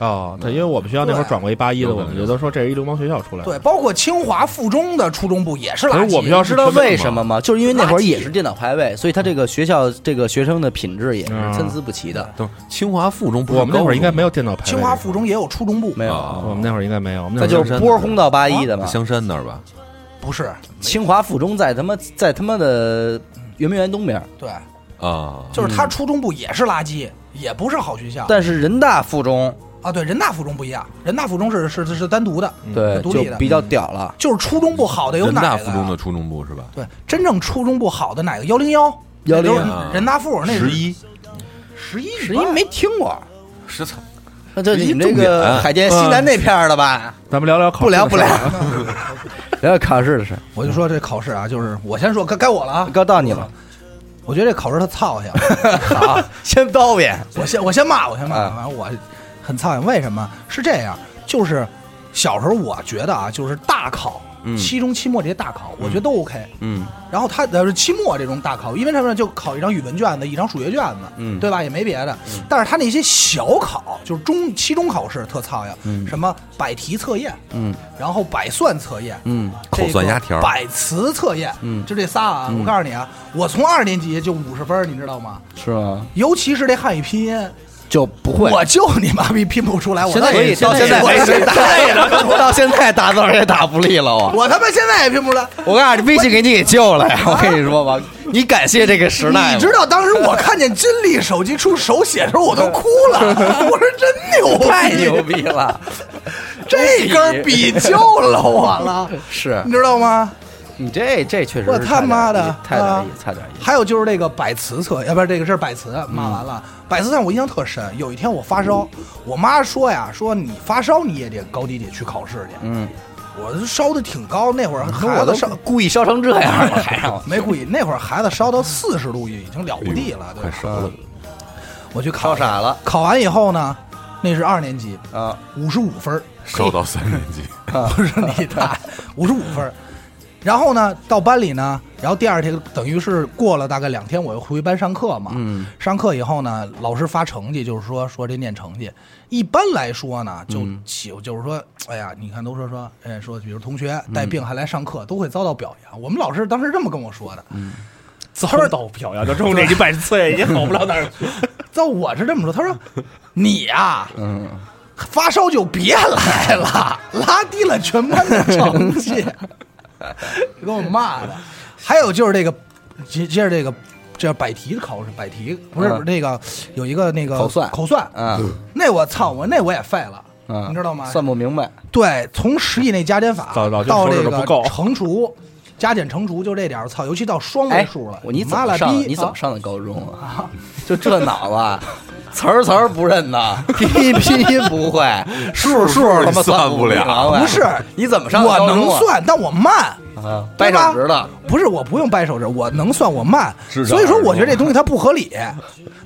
Speaker 4: 哦，对，因为我们学校那会儿
Speaker 2: 嗯对
Speaker 4: 转过一八一的，
Speaker 3: 有可
Speaker 4: 我
Speaker 3: 能
Speaker 4: 们就都说这是一流氓学校出来的。
Speaker 2: 对，包括清华附中的初中部也是
Speaker 4: 可
Speaker 2: 垃圾。
Speaker 4: 是我们学校
Speaker 1: 知
Speaker 4: 是
Speaker 1: 道
Speaker 4: 纯民
Speaker 1: 为
Speaker 4: 嘛
Speaker 1: 什么吗？就是因为那会儿也是电脑排位，所以他这个学校这个学生的品质也是参差不齐的。
Speaker 2: 嗯
Speaker 3: 等会儿清华附中不是
Speaker 4: 我们那会儿应该没
Speaker 3: 有
Speaker 4: 有电脑排位。
Speaker 2: 清华附中也有初中部，
Speaker 1: 没有，
Speaker 2: 哦
Speaker 3: 啊，
Speaker 4: 我们那会儿应该没有，我们
Speaker 1: 那
Speaker 4: 那会
Speaker 1: 就
Speaker 4: 儿
Speaker 1: 是波轰到八一的嘛。
Speaker 3: 香山那儿吧？
Speaker 2: 不是
Speaker 1: 清华附中在他妈在他妈的圆明园东边，
Speaker 2: 对，
Speaker 3: 啊，
Speaker 2: 就是他初中部也是垃圾，也不是好学校。
Speaker 1: 但是人大附中
Speaker 2: 啊，对，人大附中不一样，人大附中是是是单独的，
Speaker 1: 对
Speaker 2: 是嗯独
Speaker 1: 就
Speaker 2: 立的，嗯
Speaker 1: 比较屌了。
Speaker 2: 就是初中部好的有
Speaker 3: 人
Speaker 2: 哪个
Speaker 3: 大
Speaker 2: 呀？
Speaker 3: 附中的初中部是吧？
Speaker 2: 对，真正初中部好的哪个幺零幺？
Speaker 1: 101
Speaker 2: 都是人大附那
Speaker 3: 十一
Speaker 2: 十一
Speaker 1: 十一没听过，
Speaker 3: 十三，
Speaker 1: 那就你们
Speaker 3: 重
Speaker 1: 这个
Speaker 3: 点
Speaker 1: 海淀西南那片儿的吧？
Speaker 4: 咱们聊聊考试
Speaker 1: 不聊
Speaker 4: 的
Speaker 1: 不
Speaker 4: 事
Speaker 1: 聊
Speaker 4: 儿，
Speaker 1: 聊聊考试的事儿，
Speaker 2: 我就说这考试啊，就是我先说，该该我了啊，
Speaker 1: 该到你了。
Speaker 2: 我觉得这考试它操啊性，
Speaker 1: 好，先叨呗。
Speaker 2: 我先我先骂，我先骂，
Speaker 1: 啊
Speaker 2: 反正我很操心。为什么是这样？就是小时候我觉得啊，就是大考，
Speaker 1: 嗯
Speaker 2: 期中、期末这些大考，我觉得都 OK。
Speaker 1: 嗯
Speaker 2: 然后他呃期末这种大考，因为他们就考一张语文卷子，一张数学卷子，
Speaker 1: 嗯
Speaker 2: 对吧？也没别的。但是他那些小考，就是中期中考试特操呀，
Speaker 1: 嗯
Speaker 2: 什么百题测验，
Speaker 1: 嗯
Speaker 2: 然后百算测验，
Speaker 1: 嗯，
Speaker 2: 这
Speaker 3: 口算
Speaker 2: 个
Speaker 3: 押条
Speaker 2: 百词测验，
Speaker 1: 嗯
Speaker 2: 就这仨啊。我告诉你啊，我从二年级就五十分儿，你知道吗？
Speaker 1: 是吗？
Speaker 2: 尤其是这汉语拼音，
Speaker 1: 就不会。
Speaker 2: 我就你妈逼拼不出来，我
Speaker 1: 现在
Speaker 2: 到
Speaker 1: 也
Speaker 2: 底
Speaker 1: 到现在
Speaker 2: 我
Speaker 1: 也
Speaker 2: 谁打呀？
Speaker 1: 到现在打字儿也打不利了，我
Speaker 2: 我他妈现在也拼不出来。
Speaker 1: 我告诉你，微信给你给救了呀！我 跟你说吧，你感谢这个时代吧。
Speaker 2: 你知道当时我看见金立手机出手写的时候，我都哭 了。我说真牛逼，
Speaker 1: 太牛逼了，
Speaker 2: 这根笔救了我了，
Speaker 1: 是
Speaker 2: 你知道吗？
Speaker 1: 啊你这这确实是
Speaker 2: 我他妈的
Speaker 1: 差点
Speaker 2: 啊
Speaker 1: 意思差点意思，差点意思。
Speaker 2: 还有就是这个百词测，要不然这个事儿百词骂完了。百词测我印象特深，有一天我发烧，我妈说呀，说你发烧你也得高低得去考试去。嗯，我烧的挺高，那会儿孩
Speaker 1: 嗯我都
Speaker 2: 子烧
Speaker 1: 故意烧成这样 了，还让我
Speaker 2: 没故意，那会儿孩子烧到四十度已经了不地
Speaker 1: 哎
Speaker 2: 了，对吧？
Speaker 1: 了
Speaker 2: 我去考
Speaker 1: 傻了
Speaker 2: 考完以后呢，那是二年级，
Speaker 1: 啊！
Speaker 2: 五十五分儿，
Speaker 3: 烧到三年 级，
Speaker 2: 不是你大五十五分儿。然后呢，到班里呢，然后第二天等于是过了大概两天，我又回班上课嘛。
Speaker 1: 嗯，
Speaker 2: 上课以后呢，老师发成绩，就是说说这念成绩。一般来说呢，就
Speaker 1: 嗯
Speaker 2: 起、就是说，哎呀，你看都说说，哎说，比如同学带
Speaker 1: 嗯
Speaker 2: 病还来上课，都会遭到表扬。我们老师当时这么跟我说的。
Speaker 4: 遭到表扬，就冲这一百岁也好不了哪儿 去。
Speaker 2: 到我是这么说，他说 你呀、嗯，发烧就别来了， 拉低了全班的成绩， 给我骂的。还有就是这个，接接着这个，这百题的考试，百题不是
Speaker 1: 嗯
Speaker 2: 那个有一个那个
Speaker 1: 口算
Speaker 2: 口算，
Speaker 1: 啊
Speaker 2: 那我操，我那我也废了，
Speaker 1: 啊！
Speaker 2: 你知道吗？
Speaker 1: 算不明白，
Speaker 2: 对，从十以内加减法
Speaker 4: 早早就
Speaker 2: 到
Speaker 4: 说
Speaker 2: 这
Speaker 4: 这个
Speaker 2: 个
Speaker 4: 不够
Speaker 2: 乘除。加减乘除就这点儿，操，尤其到双位
Speaker 1: 哎
Speaker 2: 数了，，
Speaker 1: 我你怎
Speaker 2: 妈
Speaker 1: 么
Speaker 2: 了
Speaker 1: 上的？
Speaker 2: 逼
Speaker 1: 你怎
Speaker 2: 啊
Speaker 1: 么上的高中啊？ 就这脑子，词儿词儿不认呐， 拼音拼音不会，数数
Speaker 3: 数
Speaker 1: 他妈
Speaker 3: 你算
Speaker 1: 不
Speaker 3: 不了
Speaker 1: 明白
Speaker 2: 啊不是
Speaker 1: 你怎么上的
Speaker 2: 我
Speaker 1: 高中啊？
Speaker 2: 能算，但我慢，
Speaker 1: 啊，掰
Speaker 2: 对吧
Speaker 1: 手指头。
Speaker 2: 不是，我不用掰手指，我能算，我慢。
Speaker 3: 智障
Speaker 2: 所以说，我觉得这东西它不合理。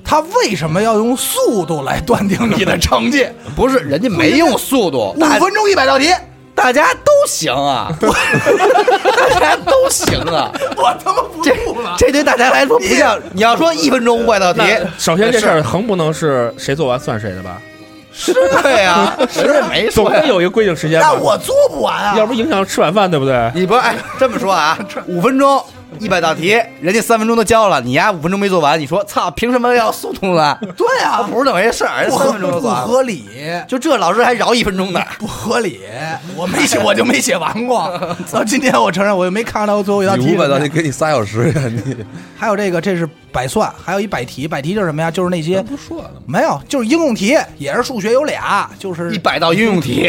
Speaker 2: 它为什么要用速度来断定你的成绩？
Speaker 1: 不是，人家没用速度，
Speaker 2: 五
Speaker 1: 大
Speaker 2: 分钟一百道题，
Speaker 1: 大家都行 啊，大家都行啊。
Speaker 2: 我他妈不
Speaker 1: 这
Speaker 2: 用了。
Speaker 1: 这对大家来说不像，你要说一分钟五百道题，
Speaker 4: 首先这事
Speaker 1: 是
Speaker 4: 儿横不能是谁做完算谁的 吧，
Speaker 1: 对呀，人家没
Speaker 4: 总
Speaker 1: 说呀
Speaker 4: 得。有一个规定时间吧
Speaker 2: 那。我做不完啊！
Speaker 4: 要不影响吃晚饭，对不对？
Speaker 1: 你不是哎这么说啊？五分钟一百道题，人家三分钟都交了，你呀五分钟没做完，你说操，凭什么要速度呢？
Speaker 2: 对啊，
Speaker 1: 不是那么回事儿，人
Speaker 2: 不
Speaker 1: 家
Speaker 2: 合
Speaker 1: 三分钟就
Speaker 2: 不
Speaker 1: 做完了，
Speaker 2: 合理，
Speaker 1: 就这老师还饶一分钟呢。
Speaker 2: 不合理。 我没写，我就没写完过。 到今天我承认，我又没看到最后一道题。
Speaker 3: 你五百道题给你仨小时呀，你
Speaker 2: 还有这个，这是百算，还有一百题。百题就是什么呀？就是那些
Speaker 3: 不说了吗？
Speaker 2: 没有，就是应用题，也是数学有俩，就是
Speaker 1: 一百道应用题，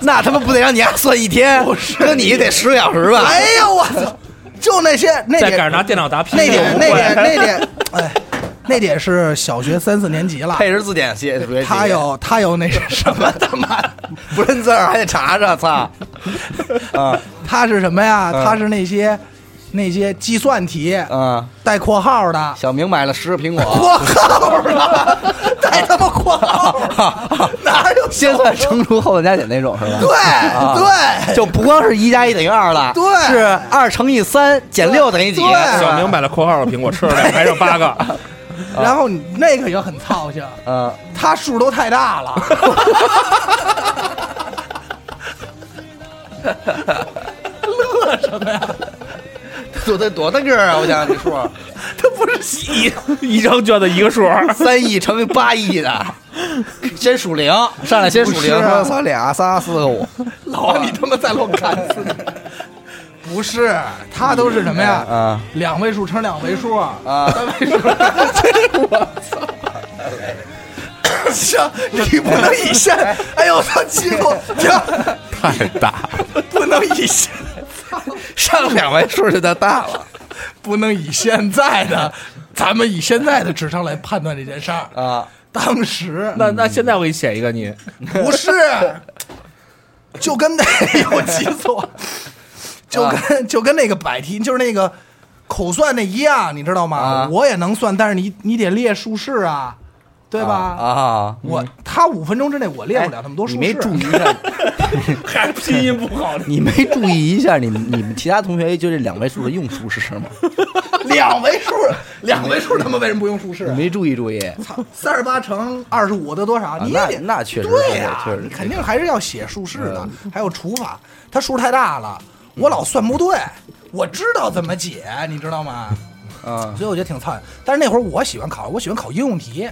Speaker 1: 那他妈不得让你丫算一天？那你得十个小时吧？
Speaker 2: 哎呦我操！就那些那
Speaker 4: 再赶上
Speaker 2: 点
Speaker 4: 拿电脑答拼，
Speaker 2: 那点 那点那点， 哎，那点是小学三四年级了。
Speaker 1: 配着字典写，数学题
Speaker 2: 他有他有那是什么 他妈？
Speaker 1: 不认字儿还得查查，操！啊
Speaker 2: 他是什么呀？
Speaker 3: 嗯
Speaker 2: 他是那些那些计算题
Speaker 1: 啊！
Speaker 2: 带括号的，
Speaker 1: 小明买了十个苹果，
Speaker 2: 括号的，带他妈括号的，哪有
Speaker 1: 先算乘除后算加减那种是吧？
Speaker 2: 对
Speaker 1: 啊
Speaker 2: 对
Speaker 1: 就不光是一加一等于二了，
Speaker 2: 对
Speaker 1: 是二乘以三减六等于几？啊
Speaker 2: 对
Speaker 1: 是吧
Speaker 4: 小明，买了括号的苹果吃了两个，还剩八个，
Speaker 2: 然后你那个也很操心，
Speaker 1: 嗯，
Speaker 2: 他数都太大 了。
Speaker 1: 多得多大个儿啊？我想想这数，
Speaker 2: 他不是一
Speaker 4: 一张卷子一个数。
Speaker 1: 三亿乘以八亿的， 先数零，上来先数零，
Speaker 2: 不是啊
Speaker 1: 说算俩仨四个五，
Speaker 2: 老王，你他妈在乱看字。不是，他都是什么呀？
Speaker 1: 啊
Speaker 2: 两位数乘两位数啊
Speaker 1: 啊
Speaker 2: 三位数。我操！行，你不能以下，哎呦，我操，欺负 行，
Speaker 3: 太大了，
Speaker 2: 不能以现，
Speaker 1: 上两位数就叫大了
Speaker 2: 不能以现在的，咱们以现在的智商来判断这件事儿。
Speaker 1: 啊！
Speaker 2: 当时
Speaker 4: 那那现在我给你写一个你，
Speaker 2: 不是，就跟那 有急死我，就
Speaker 1: 啊
Speaker 2: 跟就跟那个摆题，就是那个口算那一样，你知道吗？
Speaker 1: 啊
Speaker 2: 我也能算，但是你你得列竖式啊，对吧？
Speaker 1: 啊，哎
Speaker 2: 我他五分钟之内我列不了那么多
Speaker 1: 你
Speaker 2: 竖
Speaker 1: 没
Speaker 2: 式，
Speaker 1: 注意一下，
Speaker 4: 还是拼音不好。
Speaker 1: 你没注意一下你们你们其他同学就这两位数的用处是什么？
Speaker 2: 两位数，两位数他们为什么不用竖式
Speaker 1: 你
Speaker 2: 啊？
Speaker 1: 没注意注意，
Speaker 2: 操，三十八乘二十五得多少？你也
Speaker 1: 啊那
Speaker 2: 得
Speaker 1: 那确实
Speaker 2: 对
Speaker 1: 是
Speaker 2: 呀、
Speaker 1: 确实嗯
Speaker 2: 你
Speaker 1: 是
Speaker 2: 肯定还是要写竖式的，还有除法。它数太大了，我老算不对，我知道怎么解，你知道吗？
Speaker 1: 啊
Speaker 2: 所以我觉得挺操蛋。但是那会儿我喜欢考，我喜欢考应用题，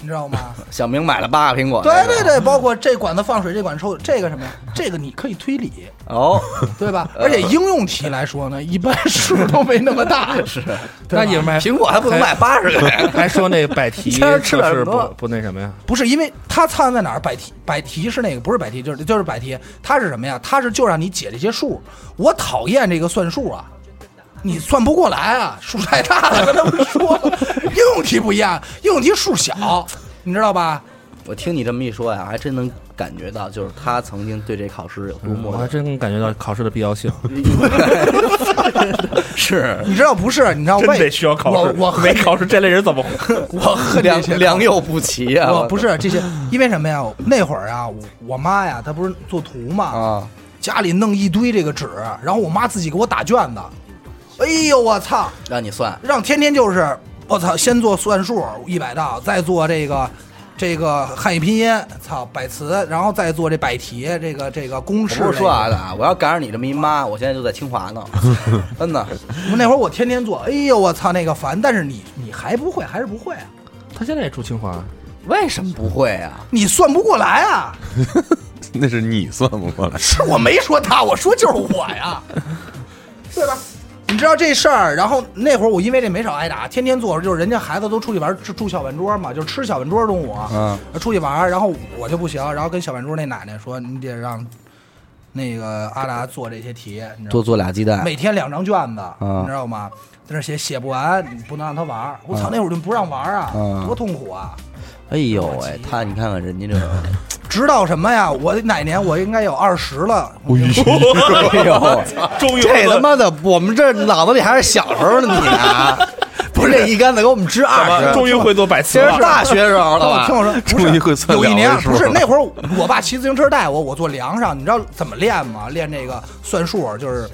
Speaker 2: 你知 道吗？
Speaker 1: 小明买了八个苹果，
Speaker 2: 对对，对，包括这管子放水，这管子抽这个什么呀？这个你可以推理，
Speaker 1: 哦，
Speaker 2: 对吧？而且应用题来说呢，一般数都没那 么大，是
Speaker 4: 那你们还
Speaker 1: 苹果还不能卖八十个呀？
Speaker 4: 还说那摆题
Speaker 1: 一天吃了
Speaker 4: 测试
Speaker 1: 很多
Speaker 4: 不不那什么呀？
Speaker 2: 不是因为它参在哪儿摆题，摆题是那个不是摆题，就是就是摆题，它是什么呀？它是就让你解这些数。我讨厌这个算数啊，你算不过来啊，数太大了。跟他们说了，应用题不一样，应用题数小，你知道吧？
Speaker 1: 我听你这么一说呀，还真能感觉到，就是他曾经对这考试有多
Speaker 4: 我
Speaker 1: 么
Speaker 4: 还
Speaker 1: 的
Speaker 4: 真感觉到考试的必要性。
Speaker 1: 是
Speaker 2: 你知道不是？你知道哦为我我
Speaker 4: 没考试这类人怎么活？
Speaker 2: 我恨这
Speaker 1: 良
Speaker 2: 些
Speaker 1: 良莠不齐啊呀！
Speaker 2: 我不是这些，因为什么呀？那会儿啊，我我妈呀，她不是做图嘛，
Speaker 1: 啊，
Speaker 2: 家里弄一堆这个纸，然后我妈自己给我打卷子。哎呦我操！
Speaker 1: 让啊你算
Speaker 2: 让天天就是我操，先做算术一百道，再做这个这个汉语拼音，操百词，然后再做这百题，这个这个公式。
Speaker 1: 我不是说完了啊，我要赶上你这么一妈，我现在就在清华 呢，真的。
Speaker 2: 那会儿我天天做，哎呦我操那个烦，但是你你还不会，还是不会啊，
Speaker 4: 他现在也住清华，
Speaker 1: 为什么不会啊？
Speaker 2: 你算不过来啊！
Speaker 3: 那是你算不过来。
Speaker 2: 是我没说他，我说就是我呀， 对吧？你知道这事儿，然后那会儿我因为这没少挨打，天天做，就是人家孩子都出去玩，住住小饭桌嘛，就是吃小饭桌中午，啊
Speaker 1: 嗯，
Speaker 2: 出去玩儿，然后我就不行，然后跟小饭桌那奶奶说，你得让那个阿达做这些题，你知道
Speaker 1: 多
Speaker 2: 吗？
Speaker 1: 做俩鸡蛋，
Speaker 2: 每天两张卷子，
Speaker 1: 嗯
Speaker 2: 你知道吗？在那写写不完，你不能让他玩儿。我操，
Speaker 1: 嗯
Speaker 2: 那会儿就不让玩儿啊，
Speaker 1: 嗯
Speaker 2: 多痛苦啊！
Speaker 1: 哎呦喂，他你看看人家这 个，
Speaker 2: 直到什么呀？我哪年我应该有二十了，我就
Speaker 1: 哎呦，
Speaker 4: 终于
Speaker 1: 这他妈的，我们这脑子里还是小时候呢，你 啊，不是这一竿子给我们支二十，
Speaker 4: 终于会做百
Speaker 1: 其
Speaker 4: 词
Speaker 1: 实哦
Speaker 4: 了。
Speaker 1: 大学时候了吧？
Speaker 2: 听我 说，不
Speaker 3: 终于
Speaker 2: 是
Speaker 3: 会算
Speaker 2: 有一
Speaker 3: 两
Speaker 2: 年
Speaker 3: 位数
Speaker 2: 不是
Speaker 3: 了
Speaker 2: 那会儿，我爸骑自行车带我，我坐梁上，你知道怎么练吗？练这个算数，就是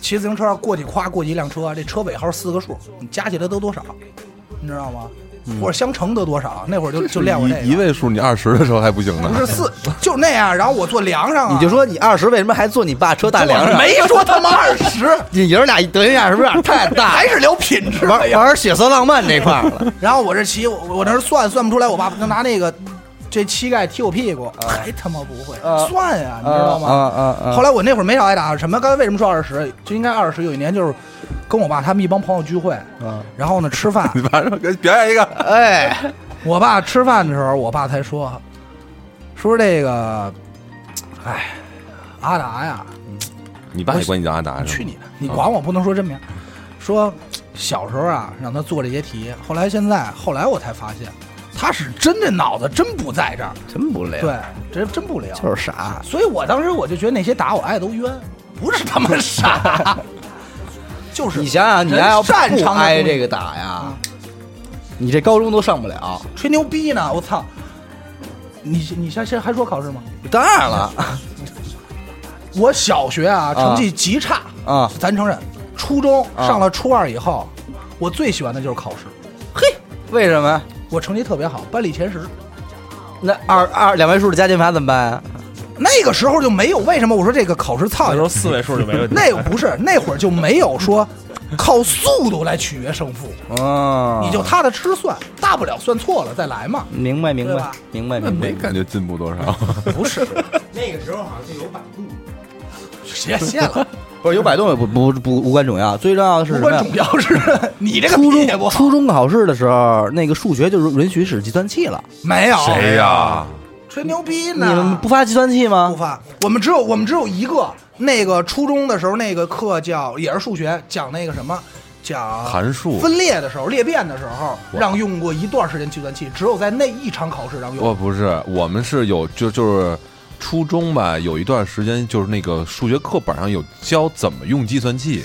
Speaker 2: 骑自行车过去，夸过去一辆车，这车尾号四个数，你加起来得多少？你知道吗？或者相乘得多少？那会
Speaker 1: 嗯
Speaker 2: 儿就就练过这
Speaker 3: 一一
Speaker 2: 个，
Speaker 3: 位数，你二十的时候还不行
Speaker 2: 不
Speaker 3: 呢
Speaker 2: 是。四，就那样。然后我坐梁上啊，
Speaker 1: 你就说你二十为什么还坐你爸车大梁上？
Speaker 2: 没说他妈二十，
Speaker 1: 你爷儿俩德行俩是不是有点太大？
Speaker 2: 还是聊品质。
Speaker 1: 玩玩血色浪漫这块儿了？
Speaker 2: 然后我这骑，我我那儿算算不出来，我爸就拿那个这膝盖踢我屁股，还他妈不会
Speaker 1: 啊
Speaker 2: 算呀，你知道吗？
Speaker 1: 啊啊
Speaker 2: 后来我那会儿没少挨打，什么？刚才为什么说二十？就应该二十。有一年就是跟我爸他们一帮朋友聚会，
Speaker 1: 啊！
Speaker 2: 然后呢吃饭，
Speaker 3: 你马上给表演一个，
Speaker 1: 哎，
Speaker 2: 我爸吃饭的时候，我爸才说，说这个，哎，阿达呀，
Speaker 3: 你爸也管你叫阿达是
Speaker 2: 去
Speaker 3: 吗？
Speaker 2: 你的，你管我不能说真名，说小时候啊让他做这些题，后来现在后来我才发现，他是真的脑子真不在这儿，
Speaker 1: 真不累，
Speaker 2: 对，真真不灵，
Speaker 1: 就是傻。
Speaker 2: 所以我当时我就觉得那些打我爱都冤，不是他妈傻，就是
Speaker 1: 你想想，你要
Speaker 2: 人擅
Speaker 1: 不
Speaker 2: 长的
Speaker 1: 挨
Speaker 2: 东西
Speaker 1: 这个打呀，你这高中都上不了。
Speaker 2: 吹牛逼呢，我操！你你现在还说考试吗？
Speaker 1: 当然了，
Speaker 2: 我小学啊成绩极差
Speaker 1: 啊
Speaker 2: 咱承认。初中
Speaker 1: 啊
Speaker 2: 上了初二以后，我最喜欢的就是考试，
Speaker 1: 嘿，为什么？
Speaker 2: 我成绩特别好，班里前十。
Speaker 1: 那二二两位数的加减法怎么办啊？
Speaker 2: 那个时候就没有为什么我说这个考试
Speaker 4: 那
Speaker 2: 操
Speaker 4: 时候四位数就没问题。
Speaker 2: 那不是那会儿就没有说靠速度来取悦胜负，
Speaker 1: 哦，
Speaker 2: 你就踏踏实实算，大不了算错了再来嘛。
Speaker 1: 明白明
Speaker 2: 对
Speaker 1: 白
Speaker 2: 吧
Speaker 1: 明白
Speaker 3: 那
Speaker 1: 明
Speaker 3: 没
Speaker 1: 白。
Speaker 3: 感觉进步多少。
Speaker 2: 不是，
Speaker 5: 那个时候好像就有百度，
Speaker 2: 谢谢了。
Speaker 1: 不是有摆动也不不不无关重要，最重要的是
Speaker 2: 无
Speaker 1: 什么
Speaker 2: 关
Speaker 1: 呀？
Speaker 2: 重要是 你这个
Speaker 1: 初
Speaker 2: 毕业不
Speaker 1: 中
Speaker 2: 好
Speaker 1: 初中考试的时候，那个数学就是允许使计算器了。
Speaker 2: 没有
Speaker 3: 谁哎呀？
Speaker 2: 吹牛逼
Speaker 1: 你
Speaker 2: 呢？
Speaker 1: 们不发计算器
Speaker 2: 不
Speaker 1: 吗？
Speaker 2: 发，我们只有我们只有一个。那个初中的时候，那个课叫也是数学，讲那个什么，讲
Speaker 3: 函数
Speaker 2: 分裂的时候、裂变的时候，让用过一段时间计算器，只有在那一场考试上用。
Speaker 3: 我不是，我们是有就就是初中吧，有一段时间就是那个数学课本上有教怎么用计算器。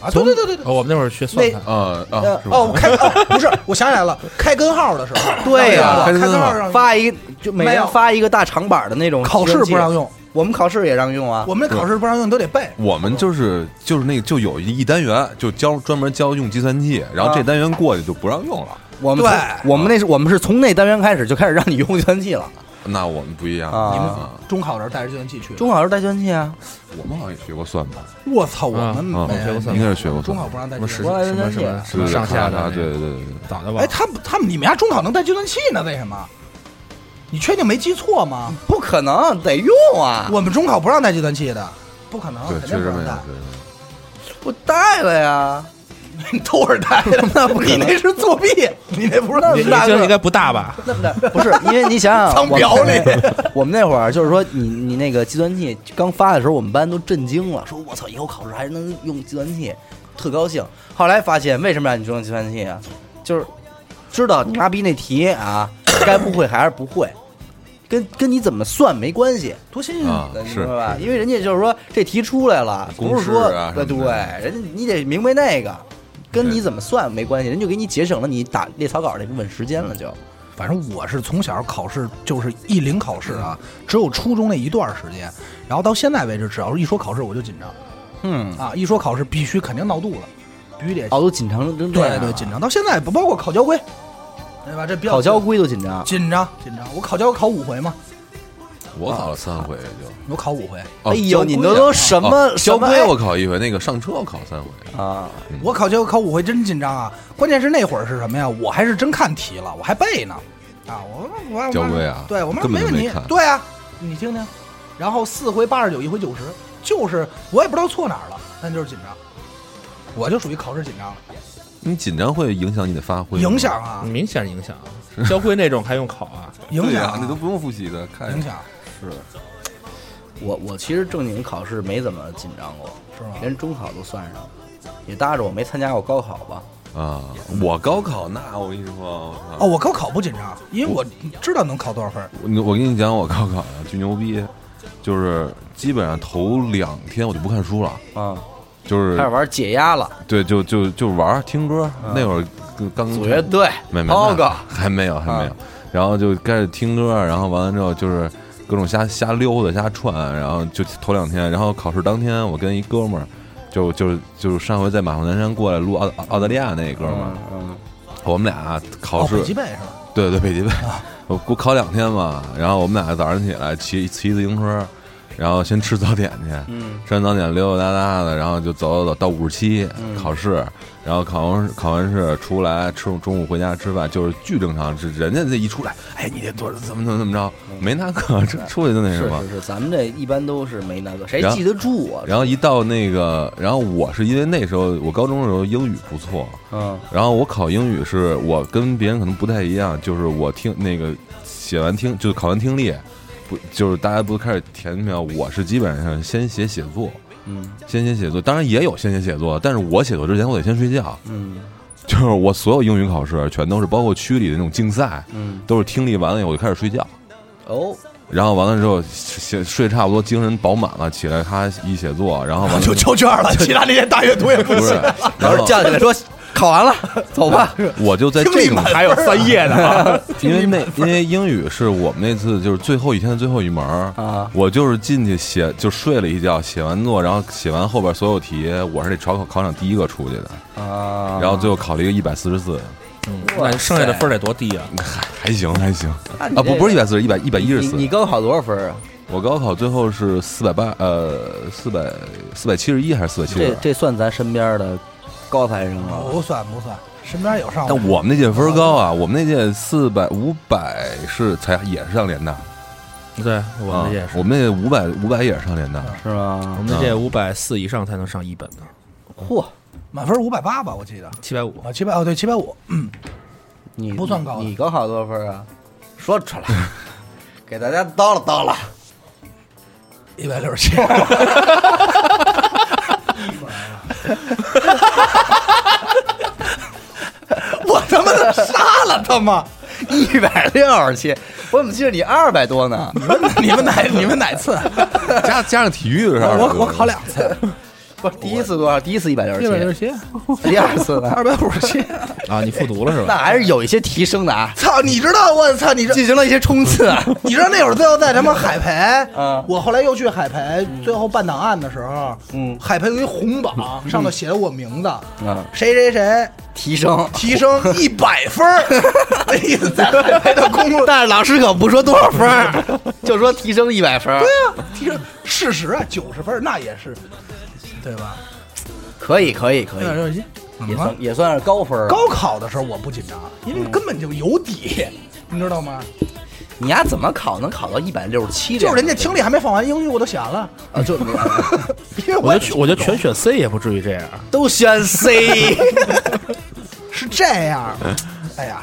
Speaker 2: 啊，对对对对对。
Speaker 4: 哦我们那会儿学算盘，
Speaker 3: 呃啊
Speaker 1: 呃
Speaker 3: 是吧
Speaker 2: 哦，开哦不是，我想起来了，开根号的时候，
Speaker 1: 对呀
Speaker 2: 让用
Speaker 3: 开
Speaker 2: 过
Speaker 3: 根号
Speaker 2: 开根号让
Speaker 1: 发一个就每
Speaker 2: 没
Speaker 1: 人
Speaker 2: 有
Speaker 1: 发一个大长板的那种。
Speaker 2: 考试不让，用，
Speaker 1: 我们考试也让用啊。
Speaker 2: 我们那考试不让用，都得背。
Speaker 3: 我们就是就是那个就有一单元就教专门教用计算器，然后这
Speaker 1: 啊
Speaker 3: 单元
Speaker 2: 啊
Speaker 3: 过去就不让用了。
Speaker 1: 我们
Speaker 2: 对
Speaker 1: 从我们那是我们是从那单元开始就开始让你用计算器了。
Speaker 3: 那我们不一样
Speaker 1: 啊
Speaker 2: 你们中考的时候带着计算器去的？
Speaker 1: 中考是带计算器啊，
Speaker 3: 我们好像也学过算吧，
Speaker 2: 我操，我
Speaker 4: 啊
Speaker 2: 们
Speaker 3: 啊
Speaker 2: 嗯没
Speaker 4: 学过算
Speaker 3: 应该是学过
Speaker 2: 中
Speaker 3: 算
Speaker 2: 考，不让带
Speaker 4: 什
Speaker 2: 计
Speaker 4: 么十
Speaker 2: 算
Speaker 1: 我
Speaker 4: 几
Speaker 2: 器。
Speaker 1: 来
Speaker 4: 什么
Speaker 1: 人
Speaker 4: 什
Speaker 1: 家
Speaker 4: 么什
Speaker 3: 是
Speaker 4: 么上下
Speaker 3: 咔咔
Speaker 4: 的，
Speaker 3: 对对，对对，
Speaker 4: 早就忘
Speaker 2: 哎，
Speaker 4: 了。
Speaker 2: 他们他们你们家中考能带计算器呢？为什么？你确定没记错吗？
Speaker 1: 不可能得用啊，
Speaker 2: 我们中考不让带计算器的，不可能，
Speaker 3: 对，
Speaker 2: 哦肯
Speaker 3: 确
Speaker 2: 定不
Speaker 3: 实没有，
Speaker 2: 让带。
Speaker 3: 确实没有
Speaker 1: 我带了呀，
Speaker 2: 你偷着带的，
Speaker 1: 那不可
Speaker 2: 你
Speaker 1: 能
Speaker 2: 那是作弊，你那不是
Speaker 1: 那
Speaker 4: 你
Speaker 1: 大
Speaker 4: 你劲
Speaker 1: 个
Speaker 4: 儿应该不大吧？
Speaker 1: 那那不是因为你想 想，
Speaker 2: 藏表里
Speaker 1: 我们那我们那会儿就是说你，你那个计算器刚发的时候，我们班都震惊了，说我操，以后考试还能用计算器，特高兴。后来发现为什么让你用计算器啊？就是知道你妈逼那题啊，该不会还是不会，跟跟你怎么算没关系。
Speaker 2: 多新鲜
Speaker 3: 啊
Speaker 1: 你
Speaker 3: 是
Speaker 1: 明白吧？
Speaker 3: 是
Speaker 1: 因为人家就是说这题出来了，
Speaker 3: 公
Speaker 1: 不是说
Speaker 3: 式啊
Speaker 1: 对
Speaker 3: 什
Speaker 1: 对，
Speaker 3: 么的
Speaker 1: 人家你得明白那个，跟你
Speaker 3: 对
Speaker 1: 怎么算没关系，人就给你节省了你打列草稿那部分时间了就。
Speaker 2: 反正我是从小考试就是一零考试啊，只有初中那一段时间，然后到现在为止，只要是一说考试我就紧张
Speaker 1: 嗯，
Speaker 2: 啊，一说考试必须肯定闹肚子，必须得
Speaker 1: 哦，都紧张成这
Speaker 2: 对
Speaker 1: 样
Speaker 2: 对紧张。到现在不包括考交规，对吧？这比较
Speaker 1: 考交规都紧张。
Speaker 2: 紧张紧张，我考交考五回嘛，
Speaker 3: 我
Speaker 2: 哦
Speaker 3: 考了三回就，
Speaker 2: 我考五回，
Speaker 3: 哦
Speaker 1: 哎呦，你
Speaker 3: 交
Speaker 1: 都
Speaker 3: 规
Speaker 1: 都
Speaker 3: 啊
Speaker 1: 什
Speaker 3: 哦
Speaker 1: 么什
Speaker 3: 交
Speaker 1: 么
Speaker 3: 规我考一回，那个上车我考三回，
Speaker 1: 啊？
Speaker 3: 嗯
Speaker 2: 我考交考五回真紧张啊！关键是那会儿是什么呀？我还是真看题了，我还背呢，啊，我我我
Speaker 3: 交规啊
Speaker 2: 对我妈
Speaker 3: 根本
Speaker 2: 没
Speaker 3: 就
Speaker 2: 问
Speaker 3: 没
Speaker 2: 题
Speaker 3: 看，
Speaker 2: 对啊，你听听，然后四回八十九，一回九十，就是我也不知道错哪儿了，但就是紧张，我就属于考试紧张，
Speaker 3: 你紧张会影响你的发挥吗，
Speaker 2: 影响啊，
Speaker 4: 明显影响啊。交规那种还用考啊？
Speaker 2: 影
Speaker 3: 嗯对
Speaker 2: 响
Speaker 3: 呀
Speaker 2: 啊，
Speaker 3: 那都不啊用复习的，看
Speaker 2: 影响
Speaker 3: 是
Speaker 1: 我我其实正经考试没怎么紧张过，
Speaker 2: 是吗？
Speaker 1: 连中考都算上了，也搭着我没参加过高考吧？
Speaker 3: 啊。我高考那我跟你说，我
Speaker 2: 哦，
Speaker 3: 靠
Speaker 2: 我高考不紧张，因为我知道能考多少分儿，
Speaker 3: 我我跟你讲，我高考啊巨牛逼，就是基本上头两天我就不看书了，
Speaker 1: 嗯，
Speaker 3: 就是
Speaker 1: 开始玩解压了，
Speaker 3: 对，就就就玩儿听歌儿，那会儿刚刚
Speaker 1: 组乐队
Speaker 3: 没没
Speaker 2: 哦
Speaker 1: 报告，
Speaker 3: 还没
Speaker 2: 啊
Speaker 3: 有还没有，然后就开始听歌儿，然后完了之后就是各种瞎瞎溜达瞎串，然后就头两天，然后考试当天，我跟一哥们儿，就就就是上回在马路南山过来录澳澳大利亚那哥们儿，
Speaker 1: 嗯
Speaker 3: 我们俩考
Speaker 2: 哦，
Speaker 3: 试
Speaker 2: 北极背是吧？
Speaker 3: 对对，北极贝，
Speaker 1: 啊
Speaker 3: 我我考两天嘛，然后我们俩早上起来骑骑自行车，然后先吃早点去，
Speaker 1: 嗯
Speaker 3: 吃完早点溜溜达达的，然后就走走走到五十七
Speaker 1: 嗯
Speaker 3: 考试，然后考完考完试出来吃中午回家吃饭，就是巨正常，是人家这一出来，哎，你这多怎么怎么怎么着，没那个，这出去就那
Speaker 1: 嗯
Speaker 3: 什
Speaker 1: 是
Speaker 3: 么
Speaker 1: 是。是，咱们这一般都是没那个，谁
Speaker 3: 然后
Speaker 1: 记得住啊？
Speaker 3: 然后一到那个，然后我是因为那时候我高中的时候英语不错，
Speaker 1: 嗯
Speaker 3: 然后我考英语是我跟别人可能不太一样，就是我听那个写完听就是考完听力，不就是大家不是开始填表，我是基本上先写写作，
Speaker 1: 嗯
Speaker 3: 先写写作，当然也有先写写作，但是我写作之前我得先睡觉，
Speaker 1: 嗯
Speaker 3: 就是我所有英语考试全都是包括区里的那种竞赛，
Speaker 1: 嗯，
Speaker 3: 都是听力完了以后我就开始睡觉。
Speaker 1: 哦，
Speaker 3: 然后完了之后，写睡差不多，精神饱满了，起来咔一写作，然后 完了
Speaker 2: 就交卷了，其他那些大阅读也不
Speaker 3: 不是
Speaker 2: 行。，
Speaker 1: 老
Speaker 3: 然
Speaker 1: 师
Speaker 3: 后
Speaker 1: 叫起来说考完了，走吧。
Speaker 3: 我就在这种
Speaker 4: 还有三页呢 啊，
Speaker 3: 因为那因为英语是我们那次就是最后一天的最后一门儿
Speaker 1: 啊
Speaker 3: 我就是进去写就睡了一觉，写完作，然后写完后边所有题，我是那考考考场第一个出去的，
Speaker 1: 啊，
Speaker 3: 然后最后考了一个一百四十四，
Speaker 4: 那剩下的分儿得多低啊？
Speaker 3: 还行还行
Speaker 1: 那
Speaker 3: 啊
Speaker 1: 你，这
Speaker 3: 不不是一
Speaker 1: 个
Speaker 3: 百四十，一百一百一十
Speaker 1: 你
Speaker 3: 四，
Speaker 1: 你高考多少分啊？
Speaker 3: 我高考最后是四百八呃四百四百七十一还是四百七
Speaker 1: 这
Speaker 3: 十？
Speaker 1: 这算咱身边的高材生了。
Speaker 2: 哦不算不算，身边有上
Speaker 3: 但我们那届分儿高啊，我们那届四百五百是才也是上联的，
Speaker 4: 对，我们
Speaker 3: 啊
Speaker 4: 啊这也是，
Speaker 3: 我们那五百五百也是上联的，
Speaker 1: 是
Speaker 4: 我
Speaker 1: 吗？
Speaker 4: 们这五百四以上才能上一本呢，
Speaker 1: 嚯，
Speaker 2: 满分五百八吧，我记得
Speaker 4: 七百五。
Speaker 2: 啊，七百哦对，七百五，
Speaker 1: 你
Speaker 2: 不算高啊
Speaker 1: 你高考多少分啊？ 说出来， 给大家叨了叨了。
Speaker 2: 一百 六十七，
Speaker 1: 我他妈的杀了他妈！一百六十七，我怎么记得你二百多呢？
Speaker 2: 你们你们哪你们哪次？
Speaker 3: 加加上体育是吧
Speaker 2: 我我考两次，
Speaker 1: 不是第一次多少？第一次一百六
Speaker 2: 一百六
Speaker 1: 十
Speaker 2: 十七，
Speaker 1: 七，第二次呢？
Speaker 2: 二百五十七。
Speaker 4: 啊，你复读了是
Speaker 1: 那
Speaker 4: 吧？
Speaker 1: 还是有一些提升的啊，
Speaker 2: 操，你知道我操，你知
Speaker 1: 进行了一些冲刺啊。
Speaker 2: 你知道那会儿最后在他妈海培，
Speaker 1: 嗯
Speaker 2: 我后来又去海培，最后办档案的时候，
Speaker 1: 嗯
Speaker 2: 海培有一红榜，上头写了我名字，
Speaker 1: 嗯，
Speaker 2: 谁谁谁
Speaker 1: 提 升。
Speaker 2: 提升一百分儿，那意思在海培的公路，
Speaker 1: 但是老师可不说多少分儿，就说提升一百分儿。
Speaker 2: 对啊，提升事实啊，九十分儿那也是，对吧？
Speaker 1: 可以，可以，可
Speaker 2: 一百
Speaker 1: 以，
Speaker 2: 六十七，
Speaker 1: 哎也算也算是高分儿。啊
Speaker 2: 高考的时候我不紧张，因为根本就有底，你知道吗？
Speaker 1: 你丫怎么考能考到一百六十七？
Speaker 2: 就是人家听力还没放完，英语我都写完了，
Speaker 1: 啊，就
Speaker 2: 因为
Speaker 4: 我
Speaker 2: 也
Speaker 4: 觉得我觉得全选 C 也不至于这样。
Speaker 1: 都选 C。
Speaker 2: 是这样。
Speaker 1: 嗯
Speaker 2: 哎呀，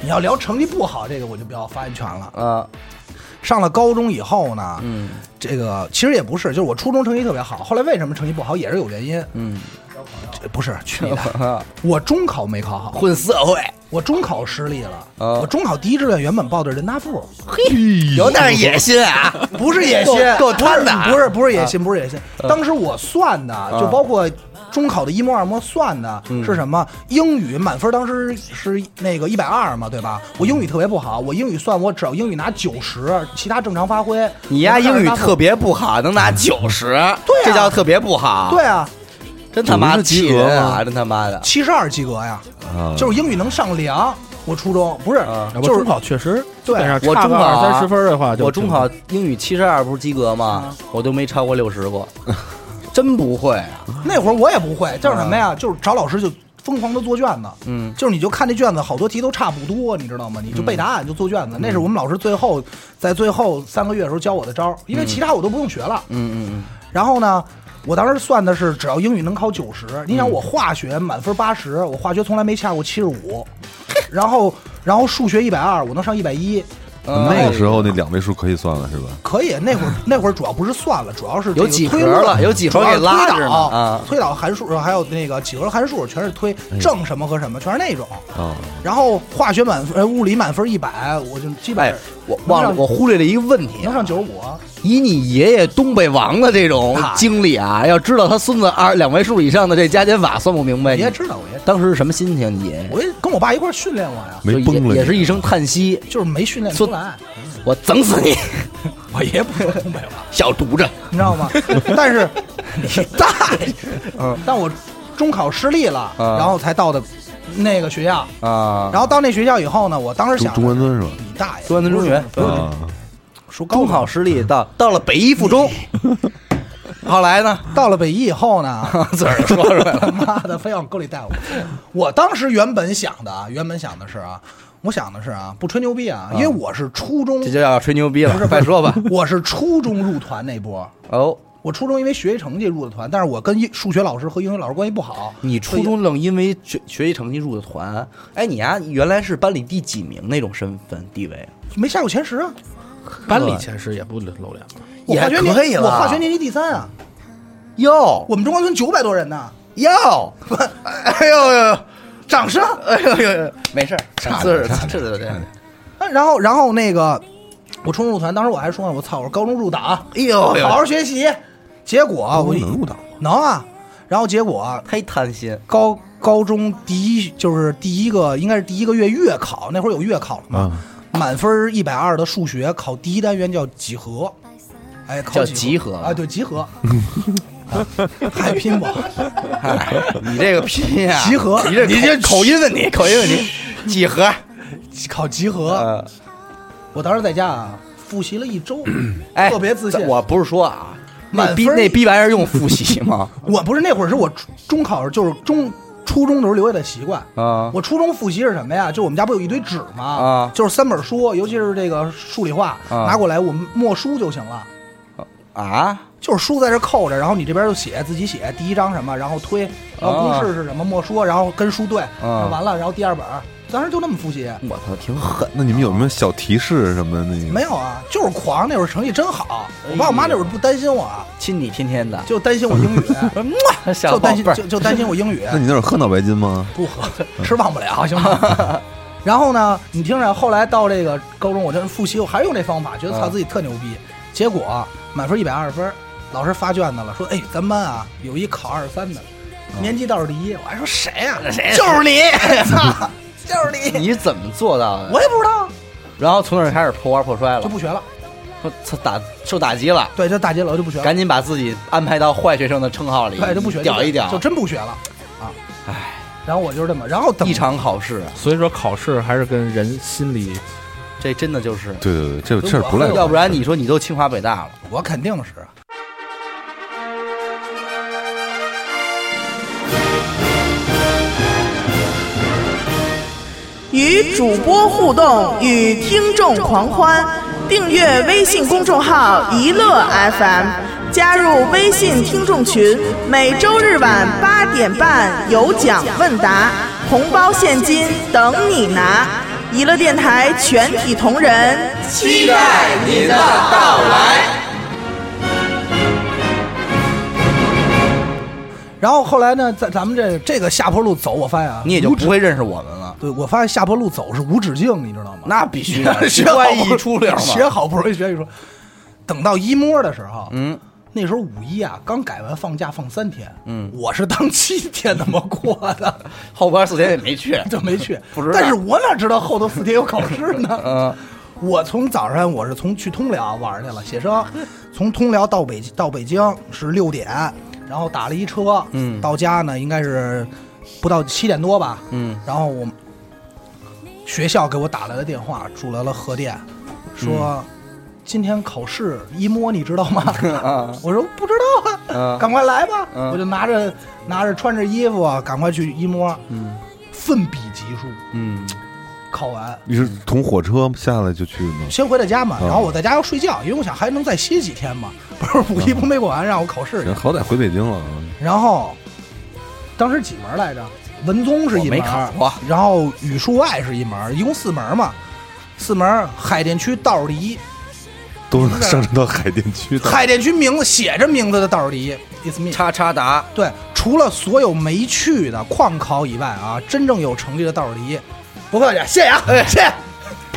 Speaker 2: 你要聊成绩不好这个，我就不要发言权了。
Speaker 1: 啊，
Speaker 2: 上了高中以后呢，
Speaker 1: 嗯
Speaker 2: 这个其实也不是，就是我初中成绩特别好，后来为什么成绩不好也是有原因，
Speaker 1: 嗯，
Speaker 2: 这不是去 你的！我中考没考好，
Speaker 1: 混社会，
Speaker 3: 哎
Speaker 2: 我中考失利了。
Speaker 1: 啊
Speaker 2: 我中考第一志愿原本报的是人大附，
Speaker 1: 有点野心啊！
Speaker 2: 哎不是野心，
Speaker 1: 够够贪的啊嗯
Speaker 2: 不是不是野心，不是野心。当时我算的，就包括中考的一模二模算的
Speaker 1: 嗯
Speaker 2: 是什么？英语满分当时是那个一百二嘛，对吧？我英语特别不好，我英语算我只要英语拿九十，其他正常发挥。
Speaker 1: 你丫英语
Speaker 2: 我看着
Speaker 1: 特别不好，能拿九十，这叫特别不好。
Speaker 2: 大啊附，对啊，
Speaker 1: 真他妈
Speaker 3: 90
Speaker 1: 气
Speaker 3: 及格
Speaker 1: 人
Speaker 3: 吗
Speaker 1: 啊！真他妈的，
Speaker 2: 七十二及格呀，
Speaker 3: 啊，
Speaker 2: 就是英语能上梁。我初中不是
Speaker 1: 啊
Speaker 4: 要，不
Speaker 2: 就是
Speaker 4: 中考确实，
Speaker 2: 对
Speaker 4: 基本上
Speaker 1: 我
Speaker 4: 差
Speaker 1: 中
Speaker 4: 个
Speaker 1: 考啊
Speaker 4: 二三十分的话就，
Speaker 1: 我中考英语七十二不是及格吗？
Speaker 2: 嗯
Speaker 1: 我都没超过六十 过，真不会啊！
Speaker 2: 那会儿我也不会，叫什么呀？就是找老师就疯狂的做卷子，
Speaker 1: 嗯，
Speaker 2: 就是你就看这卷子，好多题都差不多，你知道吗？你就背答案就做
Speaker 1: 嗯
Speaker 2: 卷子，那是我们老师最后在最后三个月的时候教我的招儿，因为其他我都不用学了。
Speaker 1: 嗯嗯
Speaker 2: 然后呢，我当时算的是只要英语能考九十，你
Speaker 1: 嗯
Speaker 2: 想我化学满分八十，我化学从来没下过七十五，然后然后数学一百二，我能上一百一。
Speaker 1: 嗯，
Speaker 3: 那个时候那两位数可以算了是吧？
Speaker 2: 可以，那会儿那会儿主要不是算了，主要是这个
Speaker 1: 有几何
Speaker 2: 推论
Speaker 1: 了有几何
Speaker 2: 主要是
Speaker 1: 给拉
Speaker 2: 推
Speaker 1: 着呢
Speaker 2: 导
Speaker 1: 啊哎
Speaker 2: 推导函数还有那个几何函数全是推正什么和什么，全是那种。
Speaker 3: 啊，
Speaker 2: 然后化学满分、呃物理满分一百，我就基本
Speaker 1: 哎
Speaker 2: 上，
Speaker 1: 我忘了，
Speaker 2: 能上
Speaker 1: 我忽略了一个问题
Speaker 2: 能
Speaker 1: 啊。
Speaker 2: 上九十五。
Speaker 1: 以你爷爷东北王的这种经历啊，要知道他孙子二两位数以上的这加减法算不明白。
Speaker 2: 我
Speaker 1: 哎你
Speaker 2: 爷知道，我爷知道
Speaker 1: 当时是什么心情？你爷爷
Speaker 2: 我也跟我爸一块儿训练我呀，
Speaker 3: 没
Speaker 1: 就
Speaker 3: 崩了
Speaker 1: 也也是
Speaker 3: 你
Speaker 1: 一声叹息，
Speaker 2: 就是没训练出来。
Speaker 1: 我整死你，
Speaker 2: 我爷不说东北话，
Speaker 1: 小犊子！
Speaker 2: 你知道吗？但是你 大爷，但我中考失利了，
Speaker 1: 嗯
Speaker 2: 然后才到的那个学校。
Speaker 1: 啊，
Speaker 2: 然后到那学校以后呢，我当时
Speaker 3: 中
Speaker 2: 想
Speaker 3: 中关村是吧？
Speaker 2: 你大爷，
Speaker 1: 中关村中学嗯
Speaker 2: 不是
Speaker 3: 啊，
Speaker 2: 说高
Speaker 1: 中考失利，到到了北一附中，后来呢，
Speaker 2: 到了北医以后呢，
Speaker 1: 自个儿 说出来了。
Speaker 2: 他 妈的非要往沟里带我。我当时原本想的啊，原本想的是啊，我想的是啊，不吹牛逼啊，因为我是初中
Speaker 1: 这，就要吹牛逼
Speaker 2: 不是
Speaker 1: 了，快说吧。
Speaker 2: 我是初中入团那波。
Speaker 1: 哦，
Speaker 2: 我初中因为学习成绩入的团，但是我跟英数学老师和英语老师关系不好。
Speaker 1: 你初中愣因为学学习成绩入的团，哎，你呀、原来是班里第几名那种身份地位？
Speaker 2: 没下过前十啊？
Speaker 4: 班里前十也不露脸吧？
Speaker 2: 我化学
Speaker 1: 也
Speaker 2: 年
Speaker 1: 可以了
Speaker 2: 我化学年级第三啊！
Speaker 1: 哟
Speaker 2: 我们中关村九百多人呢，
Speaker 1: 哟，哎呦呦，
Speaker 2: 掌声。
Speaker 1: 哎呦呦，没事儿，
Speaker 3: 差
Speaker 1: 自个
Speaker 3: 点
Speaker 1: 儿
Speaker 3: 差点
Speaker 1: 自个儿这样。
Speaker 2: 嗯然后，然后那个我初中入团，当时我还说呢，我操，我高中入党，
Speaker 1: 哎呦
Speaker 2: 好
Speaker 1: 呦，
Speaker 2: 好学习。结果啊我一
Speaker 3: 能入党吗？
Speaker 2: 能啊，然后结果啊
Speaker 1: 太贪心。
Speaker 2: 高高中第一就是第一个应该是第一个月月考，那会儿有月考了
Speaker 3: 啊
Speaker 2: 嘛，满分一百二的数学考第一单元叫几何，哎，考
Speaker 1: 叫
Speaker 2: 几
Speaker 1: 集合
Speaker 2: 啊，对，集合，啊还拼不？
Speaker 1: 哎，你这个拼音啊，
Speaker 2: 集合
Speaker 1: 你这
Speaker 2: 你
Speaker 1: 这口音问题，口音问题，几何？
Speaker 2: 考集合，
Speaker 1: 呃，
Speaker 2: 我当时在家啊复习了一周，
Speaker 1: 哎，
Speaker 2: 特别自信。
Speaker 1: 我不是说啊，那
Speaker 2: 满
Speaker 1: 逼
Speaker 2: 分
Speaker 1: 那逼玩意儿用复习吗？
Speaker 2: 我不是那会儿是我初中考就是中初中的时候留下的习惯。
Speaker 1: 啊，
Speaker 2: 我初中复习是什么呀？就我们家不有一堆纸吗？
Speaker 1: 啊
Speaker 2: 就是三本书，尤其是这个数理化，
Speaker 1: 啊
Speaker 2: 拿过来我默书就行了。
Speaker 1: 啊，
Speaker 2: 就是书在这扣着，然后你这边就写自己写第一章什么，然后推，然后公式是什么，默说，然后跟书对，
Speaker 1: 啊
Speaker 2: 完了，然后第二本，当时就那么复习。
Speaker 1: 我操，挺狠。
Speaker 3: 那你们有没有小提示什么的？那个
Speaker 2: 没有啊，就是狂。那会儿成绩真好，我爸我妈那会儿不担心我，啊
Speaker 1: 亲你天天的，
Speaker 2: 就担心我英语，
Speaker 1: 小
Speaker 2: 就
Speaker 1: 宝
Speaker 2: 担心
Speaker 1: 贝儿
Speaker 2: 就就担心我英语
Speaker 3: 那你那会儿喝脑白金吗？
Speaker 2: 不喝，吃忘不
Speaker 1: 嗯
Speaker 2: 了，行吗？ 然后呢，你听着，后来到这个高中，我这复习，我还用这方法，觉得
Speaker 1: 啊
Speaker 2: 啊操自己特牛逼，结果满分一百二十分，老师发卷子了，说哎，咱班啊有一考二十三的，
Speaker 1: 嗯
Speaker 2: 年级倒数第一。我还说谁呀、谁？就是你，操，就是你，
Speaker 1: 你是怎么做到的？
Speaker 2: 我也不知道，
Speaker 1: 然后从那儿开始破罐破摔
Speaker 2: 就
Speaker 1: 了，
Speaker 2: 不学了。
Speaker 1: 说操打受打击了，
Speaker 2: 对，就大街老就不学了，
Speaker 1: 赶紧把自己安排到坏学生的称号里，
Speaker 2: 对，就哎不学，
Speaker 1: 屌一
Speaker 2: 就
Speaker 1: 屌，
Speaker 2: 真不学了啊。唉，然后我就是这么，然后等
Speaker 1: 一场考试啊，
Speaker 4: 所以说考试还是跟人心理
Speaker 1: 这真的就是，
Speaker 3: 对对对，这这不
Speaker 2: 哎
Speaker 3: 赖我，
Speaker 1: 要不然你说你都清华北大了，
Speaker 2: 我肯定是。
Speaker 6: 与主播互动，与听众狂欢。订阅微信公众号“一乐 FM”，加入微信听众群，每周日晚八点半有奖问答，红包现金等你拿。一乐电台全体同仁期待您的到来。
Speaker 2: 然后后来呢，在咱们这这个下坡路走，我发现啊，
Speaker 1: 你也就不会认识我们了。
Speaker 2: 对我发现下坡路走是无止境，你知道吗？
Speaker 1: 那必须的，
Speaker 2: 学好
Speaker 1: 乖
Speaker 2: 不
Speaker 1: 一出溜嘛。
Speaker 2: 学好不容易学一出。等到一摸的时候，
Speaker 1: 嗯，
Speaker 2: 那时候五一啊，刚改完放假放三天，嗯，我是当七天那么过 的，
Speaker 1: 后边四天也没 去，
Speaker 2: 就没去
Speaker 1: 不知。道
Speaker 2: 但是我哪知道后头四天有考试 呢？
Speaker 1: 嗯，
Speaker 2: 我从早上我是从去通辽玩去了，写生，从通辽到北到北京是六点，然后打了一车，
Speaker 1: 嗯
Speaker 2: 到家呢应该是不到七点多吧，
Speaker 1: 嗯，
Speaker 2: 然后我学校给我打来了电话，住来了贺电，
Speaker 1: 嗯
Speaker 2: 说、今天考试一摸你知道 吗？
Speaker 1: 啊
Speaker 2: 我说不知道啊，
Speaker 1: 嗯
Speaker 2: 赶快来吧，
Speaker 1: 嗯
Speaker 2: 我就拿着拿着穿着衣服啊，赶快去一摸，
Speaker 1: 嗯
Speaker 2: 奋笔疾书，
Speaker 1: 嗯，
Speaker 2: 考完。
Speaker 3: 你是从火车下来就去吗？
Speaker 2: 先回到家嘛，
Speaker 1: 哦
Speaker 3: 嗯
Speaker 2: 然后我在家要睡觉，因为我想还能再歇几天嘛。不是五一
Speaker 1: 嗯
Speaker 2: 不没过完，让我考试去
Speaker 3: 行，。好歹回北京了啊，
Speaker 2: 然后当时几门来着？文综是一门，
Speaker 1: 我没考过
Speaker 2: 然后语数外是一门，一共四门嘛。四门，海淀区倒数第一，
Speaker 3: 都能上升到海淀区的。
Speaker 2: 海淀区名字写着名字的倒数第一，It's me。
Speaker 1: 叉叉答，
Speaker 2: 对，除了所有没去的旷考以外啊，真正有成绩的倒数第一，不客气，谢谢啊，
Speaker 1: 哎
Speaker 2: 谢谢。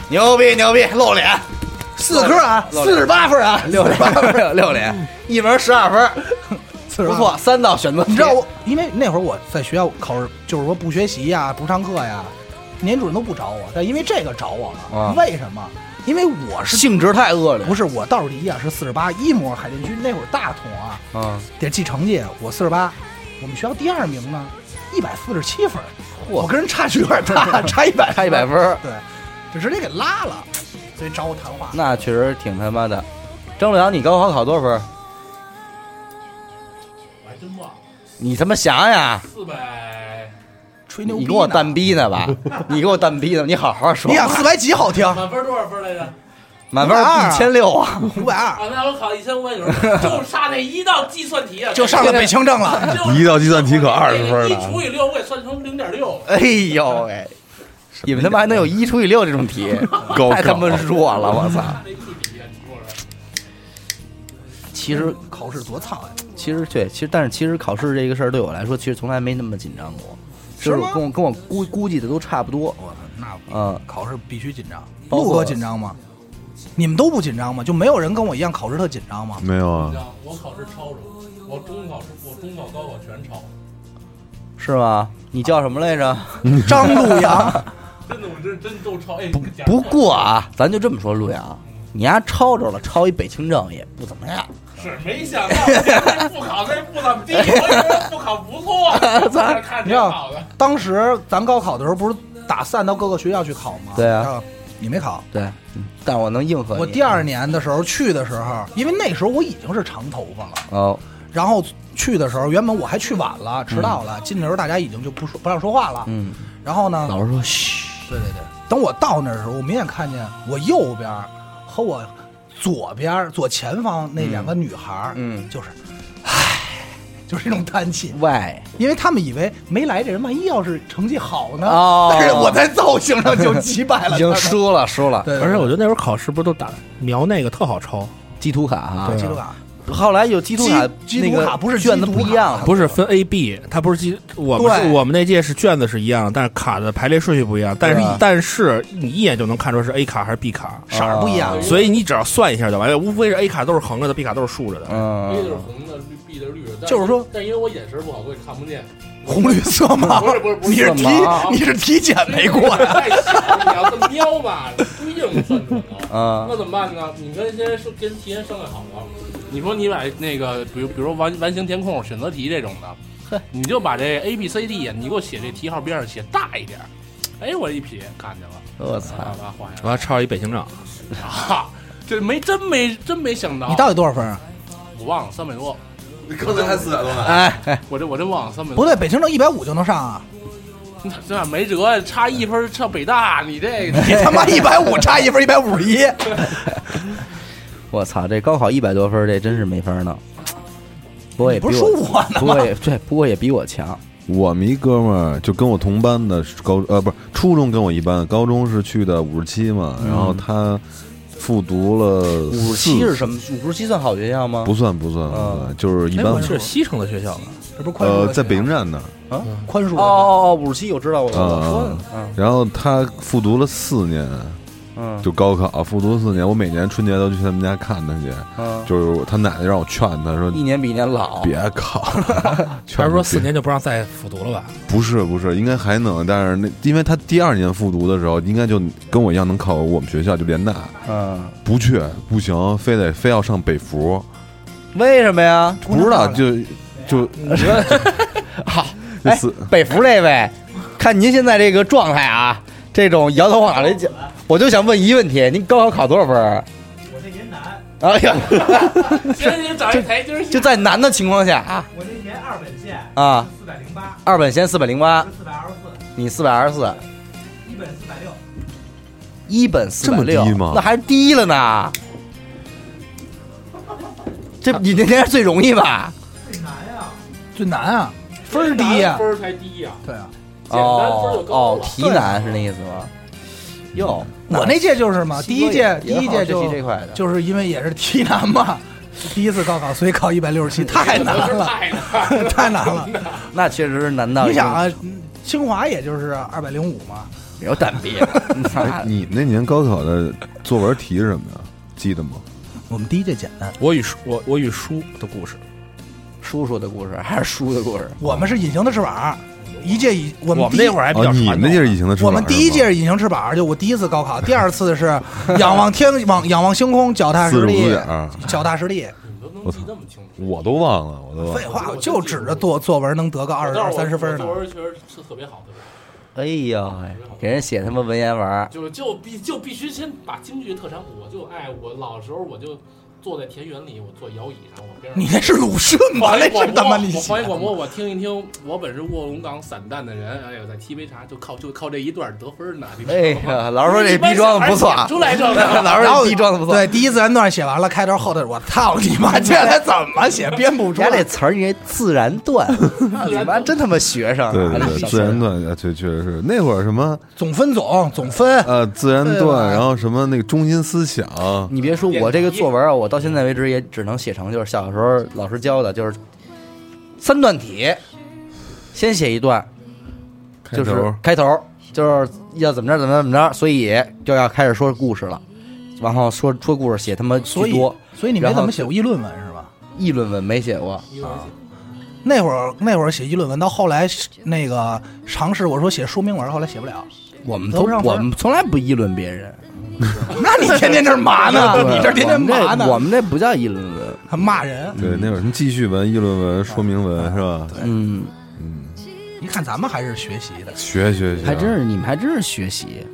Speaker 1: 牛逼牛逼，露脸，
Speaker 2: 四科啊，
Speaker 1: 老
Speaker 2: 四十八分啊，
Speaker 1: 六脸， 六脸，一门十二分，
Speaker 2: 四十
Speaker 1: 不
Speaker 2: 八
Speaker 1: 错，三道选择题，
Speaker 2: 你知道我，因为那会儿我在学校考试，就是说不学习呀、不上课呀，年主任都不找我，但因为这个找我了。
Speaker 1: 啊
Speaker 2: 为什么？因为我是
Speaker 1: 性质太恶劣，
Speaker 2: 不是我倒数第一啊？是四十八，一模海淀区那会儿大同啊，
Speaker 1: 啊，
Speaker 2: 得记成绩，我四十八，我们学校第二名呢，一百四十七分，我跟人差距有点 大，差一百，
Speaker 1: 差一百，分，
Speaker 2: 对，就直接给拉了，所以找我谈话。
Speaker 1: 那确实挺他妈的。张洛阳，你高考考多少分？
Speaker 5: 我还真忘了，
Speaker 1: 你他妈想啊想，
Speaker 5: 四百
Speaker 2: 吹牛逼
Speaker 1: 你
Speaker 2: 呢
Speaker 1: 给我蛋逼呢吧？ 你给我蛋逼呢？你好好说
Speaker 2: 你，想四百 几好听，
Speaker 5: 满分多少分来着？啊，
Speaker 1: 满分一千六 啊！
Speaker 2: 五百二
Speaker 5: 那我考一千五百九 十分，就差那一道计算题啊，
Speaker 2: 就上了北清政了。
Speaker 5: 就
Speaker 3: 一道计算题可20分
Speaker 2: 啊
Speaker 3: 了
Speaker 5: 一除以六，我给算成零点六。
Speaker 1: 哎呦喂，你们他妈还能有一除以六这种 题？
Speaker 3: 高
Speaker 1: 太他妈
Speaker 3: 考
Speaker 1: 弱了，我操！
Speaker 5: 那一比啊，你说说，
Speaker 1: 其实
Speaker 2: 考试多操呀！
Speaker 1: 其实对，其实但是其实考试这个事儿对我来说，其实从来没那么紧张过，
Speaker 2: 是
Speaker 1: 就是
Speaker 2: 吗
Speaker 1: 跟我跟我估估计的都差不多。
Speaker 2: 我操，那
Speaker 1: 嗯，
Speaker 2: 考试必须紧张。
Speaker 1: 包括
Speaker 2: 陆哥紧张吗？你们都不紧张吗？就没有人跟我一样考试特紧张吗？
Speaker 3: 没有啊
Speaker 5: 你知？道我考试超着，我中考我中考高考全超，
Speaker 1: 是吗？你叫什么来 着？
Speaker 2: 张陆阳，
Speaker 5: 真的我真真都超。哎，讲
Speaker 1: 不过啊，咱就这么说，陆阳，你丫抄着了，抄一北清政也不怎么样。
Speaker 5: 是没想到那不考那不怎么地，我以为不考不错， 我这看挺好的。
Speaker 2: 当时咱高考的时候不是打散到各个学校去考吗？
Speaker 1: 对啊
Speaker 2: 然后你没考。
Speaker 1: 对，嗯但我能应和你。
Speaker 2: 我第二年的时候去的时候，因为那时候我已经是长头发了，
Speaker 1: 哦，
Speaker 2: 然后去的时候原本我还去晚了，迟到了，进的时候大家已经就不说不让说话了。
Speaker 1: 嗯，
Speaker 2: 然后呢，
Speaker 1: 老师说嘘，
Speaker 2: 对对对，等我到那儿的时候，我明显看见我右边儿和我左边儿左前方那两个女孩儿，
Speaker 1: 嗯
Speaker 2: 就是，唉，就是这种叹气，
Speaker 1: 喂，
Speaker 2: 因为他们以为没来这人，万一要是成绩好呢？
Speaker 1: 哦
Speaker 2: 但是 我在造型上就击败了，
Speaker 1: 已经输了输了，
Speaker 4: 呃
Speaker 2: 对，对，
Speaker 4: 而且我觉
Speaker 2: 对
Speaker 4: 得那会儿考试不是都打描那个特好抄，
Speaker 1: 基图卡哈啊
Speaker 2: 对，记录卡，啊
Speaker 1: 后来有基础卡，
Speaker 2: 基
Speaker 1: 那
Speaker 2: 基
Speaker 1: 个
Speaker 2: 础卡不是
Speaker 1: 卷子
Speaker 2: 基
Speaker 1: 不
Speaker 2: 础
Speaker 1: 一样
Speaker 2: 卡
Speaker 1: 了，
Speaker 4: 啊不是分 A B，它不是基我们是
Speaker 2: 对
Speaker 4: 我们那届是卷子是一样，但是卡的排列顺序不一样。但是
Speaker 1: 对
Speaker 4: 但是你一眼就能看出是 A 卡还是 B 卡，啊
Speaker 2: 色儿不一样，
Speaker 4: 所以你只要算一下就完了。无非是 A 卡都是横着的，B 卡都是竖着的。
Speaker 5: ，A 就是
Speaker 1: 嗯，
Speaker 5: 红的，绿 B 的是绿的，但
Speaker 2: 就是说，
Speaker 5: 但因为我眼神不好，我也看不见。
Speaker 2: 红绿色 盲
Speaker 5: 不，是不是啊不
Speaker 2: 你
Speaker 5: 是
Speaker 2: 是体
Speaker 1: 色盲
Speaker 2: 你是体检没过 呀？
Speaker 5: 太小，你要这么瞄吧，不一定能算准啊。
Speaker 1: 啊
Speaker 5: 那怎么办呢？你跟先说跟提前商量好了，你说你把那个，比如比如说完完形填空、选择题这种的，你就把这 A B C D 呀，你给我写这题号边上写大一点儿。哎，我一瞥看见了，
Speaker 1: 我
Speaker 5: 啊
Speaker 1: 操，，
Speaker 5: 把它画下
Speaker 4: 我要抄一北京账，
Speaker 5: 来啊！这没真没真没想到，
Speaker 2: 你到底多少分啊？
Speaker 1: 嗯
Speaker 5: 我忘了三百多，
Speaker 3: 你刚才还四百多呢，
Speaker 1: 哎哎，
Speaker 5: 我这我真忘了三百多。
Speaker 2: 不对，北京证一百五就能上啊！
Speaker 5: 这没辙呀，差一分儿上北大，你这个
Speaker 2: 你他妈一百五差一分，一百五十一，
Speaker 1: 我操，这高考一百多分儿，这真是没法儿弄。不过也
Speaker 2: 你不
Speaker 1: 比
Speaker 2: 是说
Speaker 1: 我，
Speaker 2: 我呢
Speaker 1: 不
Speaker 2: 吗
Speaker 1: 过？也对，不过也比我强。
Speaker 3: 我们一哥们儿就跟我同班的高呃不是初中跟我一班，高中是去的五十七嘛，然后他复读了
Speaker 1: 五十七
Speaker 3: 四
Speaker 1: 是什么？五十七算好学校吗？
Speaker 3: 不算不算不
Speaker 1: 啊
Speaker 3: 算，就是一
Speaker 4: 哎，
Speaker 3: 般
Speaker 4: 我是西城的学校吧？
Speaker 2: 这不是宽恕
Speaker 3: 呃
Speaker 2: 的
Speaker 3: 在北
Speaker 2: 学
Speaker 3: 京
Speaker 2: 校
Speaker 3: 站那儿，
Speaker 2: 宽 恕的
Speaker 1: 哦哦哦，五十七我知道，我我说的
Speaker 3: 啊，然后他复读了四年，
Speaker 1: 嗯
Speaker 3: 就高考复读四年，我每年春节都去他们家看他去，
Speaker 1: 嗯，
Speaker 3: 就是他奶奶让我劝他说
Speaker 1: 一年比一年老。
Speaker 3: 别考了，
Speaker 4: 还
Speaker 3: 劝
Speaker 4: 是
Speaker 3: 他
Speaker 4: 说四
Speaker 3: 别
Speaker 4: 年就不让再复读了吧？
Speaker 3: 不是不是，应该还能，但是那因为他第二年复读的时候，应该就跟我一样能考我们学校就联大，
Speaker 1: 嗯，
Speaker 3: 不去不行，非得非要上北服，
Speaker 1: 为什么呀？
Speaker 3: 不知道就就
Speaker 1: 好，
Speaker 3: 就
Speaker 1: 哎
Speaker 3: 死，
Speaker 1: 北服这位，看您现在这个状态啊，这种摇头晃脑的讲，我就想问一问题：您高考考多少分儿？
Speaker 7: 我这年难，
Speaker 1: 哎呀，
Speaker 5: 先你找一台阶儿下
Speaker 1: 就在难的情况下啊
Speaker 7: 我这年二本线
Speaker 1: 啊，
Speaker 7: 四百零八，
Speaker 1: 二本先四百零八，
Speaker 7: 四百二十四，
Speaker 1: 你四百二十四，
Speaker 7: 一本四百六，
Speaker 1: 一本四
Speaker 3: 这
Speaker 1: 百
Speaker 3: 么低
Speaker 1: 六，
Speaker 3: 吗
Speaker 1: 那还是低了呢。这
Speaker 3: 啊
Speaker 1: 你那天是最容易吧？
Speaker 7: 最难呀、
Speaker 2: 最难啊，分儿低呀。
Speaker 5: 分儿才低呀，
Speaker 2: 对啊，
Speaker 5: 简单分儿就
Speaker 1: 哦
Speaker 5: 高
Speaker 1: 哦
Speaker 5: 了，。
Speaker 1: 题难是那意思吗？哟，
Speaker 2: 我那届就是嘛，第一届第
Speaker 1: 也好
Speaker 2: 一届
Speaker 1: 学习
Speaker 2: 就
Speaker 1: 这块的
Speaker 2: 就是因为也是题难嘛，第一次高考，所以考一百六十七，太难
Speaker 5: 真是
Speaker 2: 了，
Speaker 5: 太难了，
Speaker 2: 太难了。
Speaker 1: 那确实是难到
Speaker 2: 你想啊，嗯清华也就是二百零五嘛，
Speaker 1: 有胆别，
Speaker 3: 哎你那年高考的作文题是什么呀？记得吗？
Speaker 2: 我们第一届简单，
Speaker 4: 我与书我我与书的故事，
Speaker 1: 叔叔的故事还是叔的故事？
Speaker 2: 我们是隐形的翅膀，一届一我们
Speaker 4: 我们
Speaker 2: 第一
Speaker 4: 那会儿还比
Speaker 3: 哦，
Speaker 4: 较
Speaker 3: 你们
Speaker 4: 传
Speaker 3: 那
Speaker 4: 统
Speaker 3: 届是疫情的翅
Speaker 2: 我
Speaker 3: 膀
Speaker 2: 们第一届
Speaker 3: 是
Speaker 2: 是隐形翅膀，就我第一次高考，第二次是仰望天望仰望星空，脚踏
Speaker 3: 吗四
Speaker 2: 实
Speaker 3: 十五
Speaker 2: 地
Speaker 3: 度，角儿，
Speaker 2: 脚踏实地。
Speaker 5: 你都能记那么清楚。
Speaker 3: 我都忘了，我都忘了
Speaker 2: 废话，我就指着作作文能得个二
Speaker 5: 但
Speaker 2: 十
Speaker 5: 是我
Speaker 2: 二三十分呢
Speaker 5: 我。作文确实是特别好，特别好。
Speaker 1: 哎呦喂，给人写他妈文言文儿，
Speaker 5: 就就必就必须先把京剧特长，我就爱我老时候我就坐在田园里，我坐摇椅上，我边 上
Speaker 2: 你那是鲁迅吧？
Speaker 5: 放
Speaker 2: 那
Speaker 5: 一广
Speaker 2: 是
Speaker 5: 播，
Speaker 2: 他妈
Speaker 5: 我
Speaker 2: 你
Speaker 5: 放
Speaker 2: 写
Speaker 5: 一
Speaker 2: 的
Speaker 5: 广播，我听一听。我本是卧龙岗散淡的人，哎呦，在沏杯茶，就靠就靠这一段得分呢。你知道
Speaker 1: 哎
Speaker 5: 吗
Speaker 1: 呀，老师说这逼装的不错啊
Speaker 5: 一，般小孩写不出来这个。
Speaker 1: 老师
Speaker 2: 然
Speaker 1: 说
Speaker 2: 后
Speaker 1: 这逼装的不错，
Speaker 2: 对，第一自然段写完了，开头后头我操 你妈，这他怎么写编不出
Speaker 1: 人家这
Speaker 2: 来？
Speaker 1: 词儿你这自然 段，你妈真他妈学生啊，
Speaker 3: 对对
Speaker 1: 这小
Speaker 3: 对，自然段，啊确确实是那会儿什么
Speaker 2: 总分总总分，
Speaker 1: 嗯
Speaker 3: 呃自然
Speaker 2: 对
Speaker 3: 段，
Speaker 2: 吧
Speaker 3: 然后什么那个中心思想，
Speaker 2: 嗯
Speaker 1: 你别说我这个作文啊，我到现在为止也只能写成就是小时候老师教的，就是三段体，先写一段，
Speaker 3: 开
Speaker 1: 就是
Speaker 3: 头
Speaker 1: 开头就是要怎么着怎么着怎么着，所以就要开始说故事了，然后说说故事写他妈
Speaker 2: 所
Speaker 1: 居
Speaker 2: 以
Speaker 1: 多，
Speaker 2: 所以你没怎么写过议论文是吧？
Speaker 1: 议论文没写过，
Speaker 2: 那会儿那会儿写议论文，到后来那个尝试我说写说明文，后来写不了。
Speaker 1: 我们
Speaker 2: 都
Speaker 1: 都
Speaker 2: 不让分
Speaker 1: 我们从来不议论别人，
Speaker 2: 那 你天天这儿嘛呢？
Speaker 1: 对
Speaker 2: 你这儿天天嘛呢？
Speaker 1: 我们这我们这不叫议论文，
Speaker 2: 还骂人。
Speaker 3: 对那会儿什么记叙文、议论文、说明文是吧？
Speaker 1: 嗯，
Speaker 3: 嗯，
Speaker 2: 你看咱们还是学习的，
Speaker 3: 学学学，
Speaker 1: 嗯还真是你们还真是学习，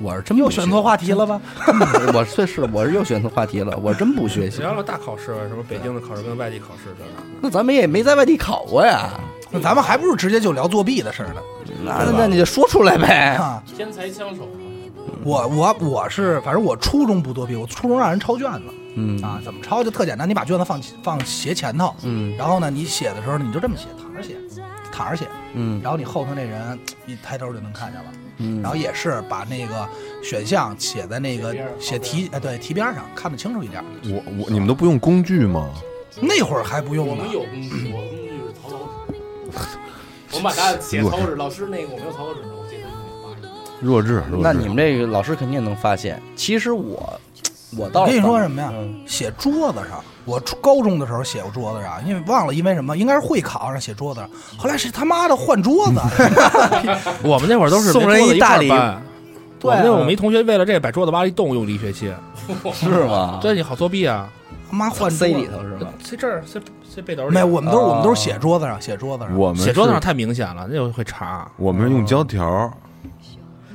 Speaker 1: 我是真
Speaker 2: 又
Speaker 1: 不
Speaker 2: 选 错话题了吧？
Speaker 1: 学，我确实我是又选错话题了，我真不学习
Speaker 4: 只。要大考试，啊什么北京的考试跟外地考试这那
Speaker 1: 那咱们也没在外地考过呀，
Speaker 2: 那咱们还不如直接就聊作弊的事儿呢。
Speaker 1: 那那你就说出来呗。
Speaker 2: 啊，
Speaker 5: 天才枪手，啊
Speaker 2: 我我我是，反正我初中不作弊，我初中让人抄卷子。
Speaker 1: 嗯
Speaker 2: 啊，怎么抄就特简单，你把卷子放放斜前头，
Speaker 1: 嗯
Speaker 2: 然后呢，你写的时候你就这么写，躺着写，躺着写，
Speaker 1: 嗯
Speaker 2: 然后你后头那人一抬头就能看见了，然
Speaker 1: 嗯，
Speaker 2: 后也是把那个选项写在那个写题哎对题边上，看得清楚一点。
Speaker 3: 我我你们都不用工具吗？
Speaker 2: 那会儿还不
Speaker 5: 我
Speaker 2: 用呢
Speaker 5: 们。有工具，我的工具是草 稿纸。我们把答案写草稿纸，老师那个我没有草稿纸，我借他一个。
Speaker 3: 弱智，弱智
Speaker 1: 那你们这个老师肯定能发现。其实我，我倒
Speaker 2: 我
Speaker 1: 是
Speaker 2: 跟你说什么呀
Speaker 1: 嗯？
Speaker 2: 写桌子上，我初高中的时候写过桌子上，因为忘了因为什么，应该是会考上写桌子上。后来是他妈的换桌 子，
Speaker 4: 我们那会儿都是
Speaker 1: 送人
Speaker 4: 连桌子
Speaker 1: 一
Speaker 4: 一
Speaker 1: 大
Speaker 4: 块儿
Speaker 1: 礼
Speaker 4: 搬我
Speaker 1: 对啊
Speaker 4: 们那会儿我们一同学为了这把桌子挖了一洞用了一学
Speaker 2: 啊
Speaker 4: 期，
Speaker 1: 是吗？
Speaker 4: 这你好作弊啊！
Speaker 2: 他妈换桌
Speaker 1: 塞里
Speaker 2: 子。
Speaker 1: 头是吧？
Speaker 4: 塞这儿，塞塞背兜里。
Speaker 2: 没有，我们都是
Speaker 1: 哦
Speaker 2: 我们都是写桌子上，写桌子上。
Speaker 3: 我们
Speaker 4: 写桌子上
Speaker 3: 是，
Speaker 4: 太明显了，那就会查。
Speaker 3: 我们是用胶条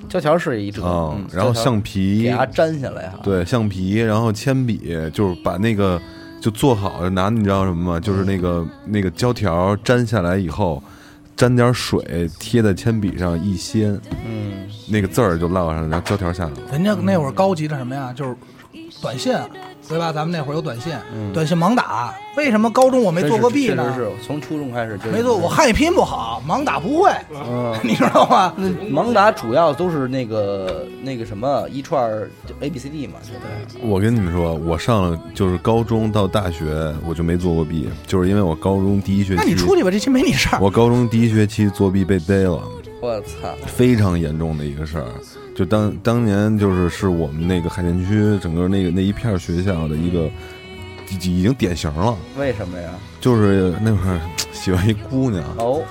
Speaker 1: 胶条是一折，
Speaker 3: 啊
Speaker 1: 嗯，
Speaker 3: 然后
Speaker 1: 胶条
Speaker 3: 橡皮
Speaker 1: 给，它粘下来哈。
Speaker 3: 对，橡皮，然后铅笔，就是把那个就做好，拿你知道什么吗？就是那个那个胶条粘下来以后，沾点水贴在铅笔上一掀，
Speaker 1: 嗯，
Speaker 3: 那个字儿就落上，然后胶条下来了。
Speaker 2: 人家那
Speaker 3: 嗯
Speaker 2: 会儿高级的什么呀，就是短信，对吧？咱们那会儿有短信，
Speaker 3: 嗯
Speaker 2: 短信盲打。为什么高中我没
Speaker 1: 真
Speaker 2: 做过
Speaker 1: 是
Speaker 2: 弊
Speaker 1: 确
Speaker 2: 呢
Speaker 1: 实？是从初中开始就
Speaker 2: 没做，我汉语拼音不好，盲打不会，
Speaker 1: 嗯。
Speaker 2: 你知道吗？
Speaker 1: 那盲打主要都是那个那个什么一串儿就 A B C D 嘛，现在
Speaker 3: 我跟你们说，我上了就是高中到大学，我就没做过弊，就是因为我高中第一学期，
Speaker 2: 那你出去吧，这期没你事儿。
Speaker 3: 我高中第一学期作弊被逮了，
Speaker 1: 我操，
Speaker 3: 非常严重的一个事儿。就当当年就是是我们那个海淀区整个那个那一片儿学校的一个已已经典型了，
Speaker 1: 为什么呀？
Speaker 3: 就是那会儿喜欢一姑娘，
Speaker 1: 哦，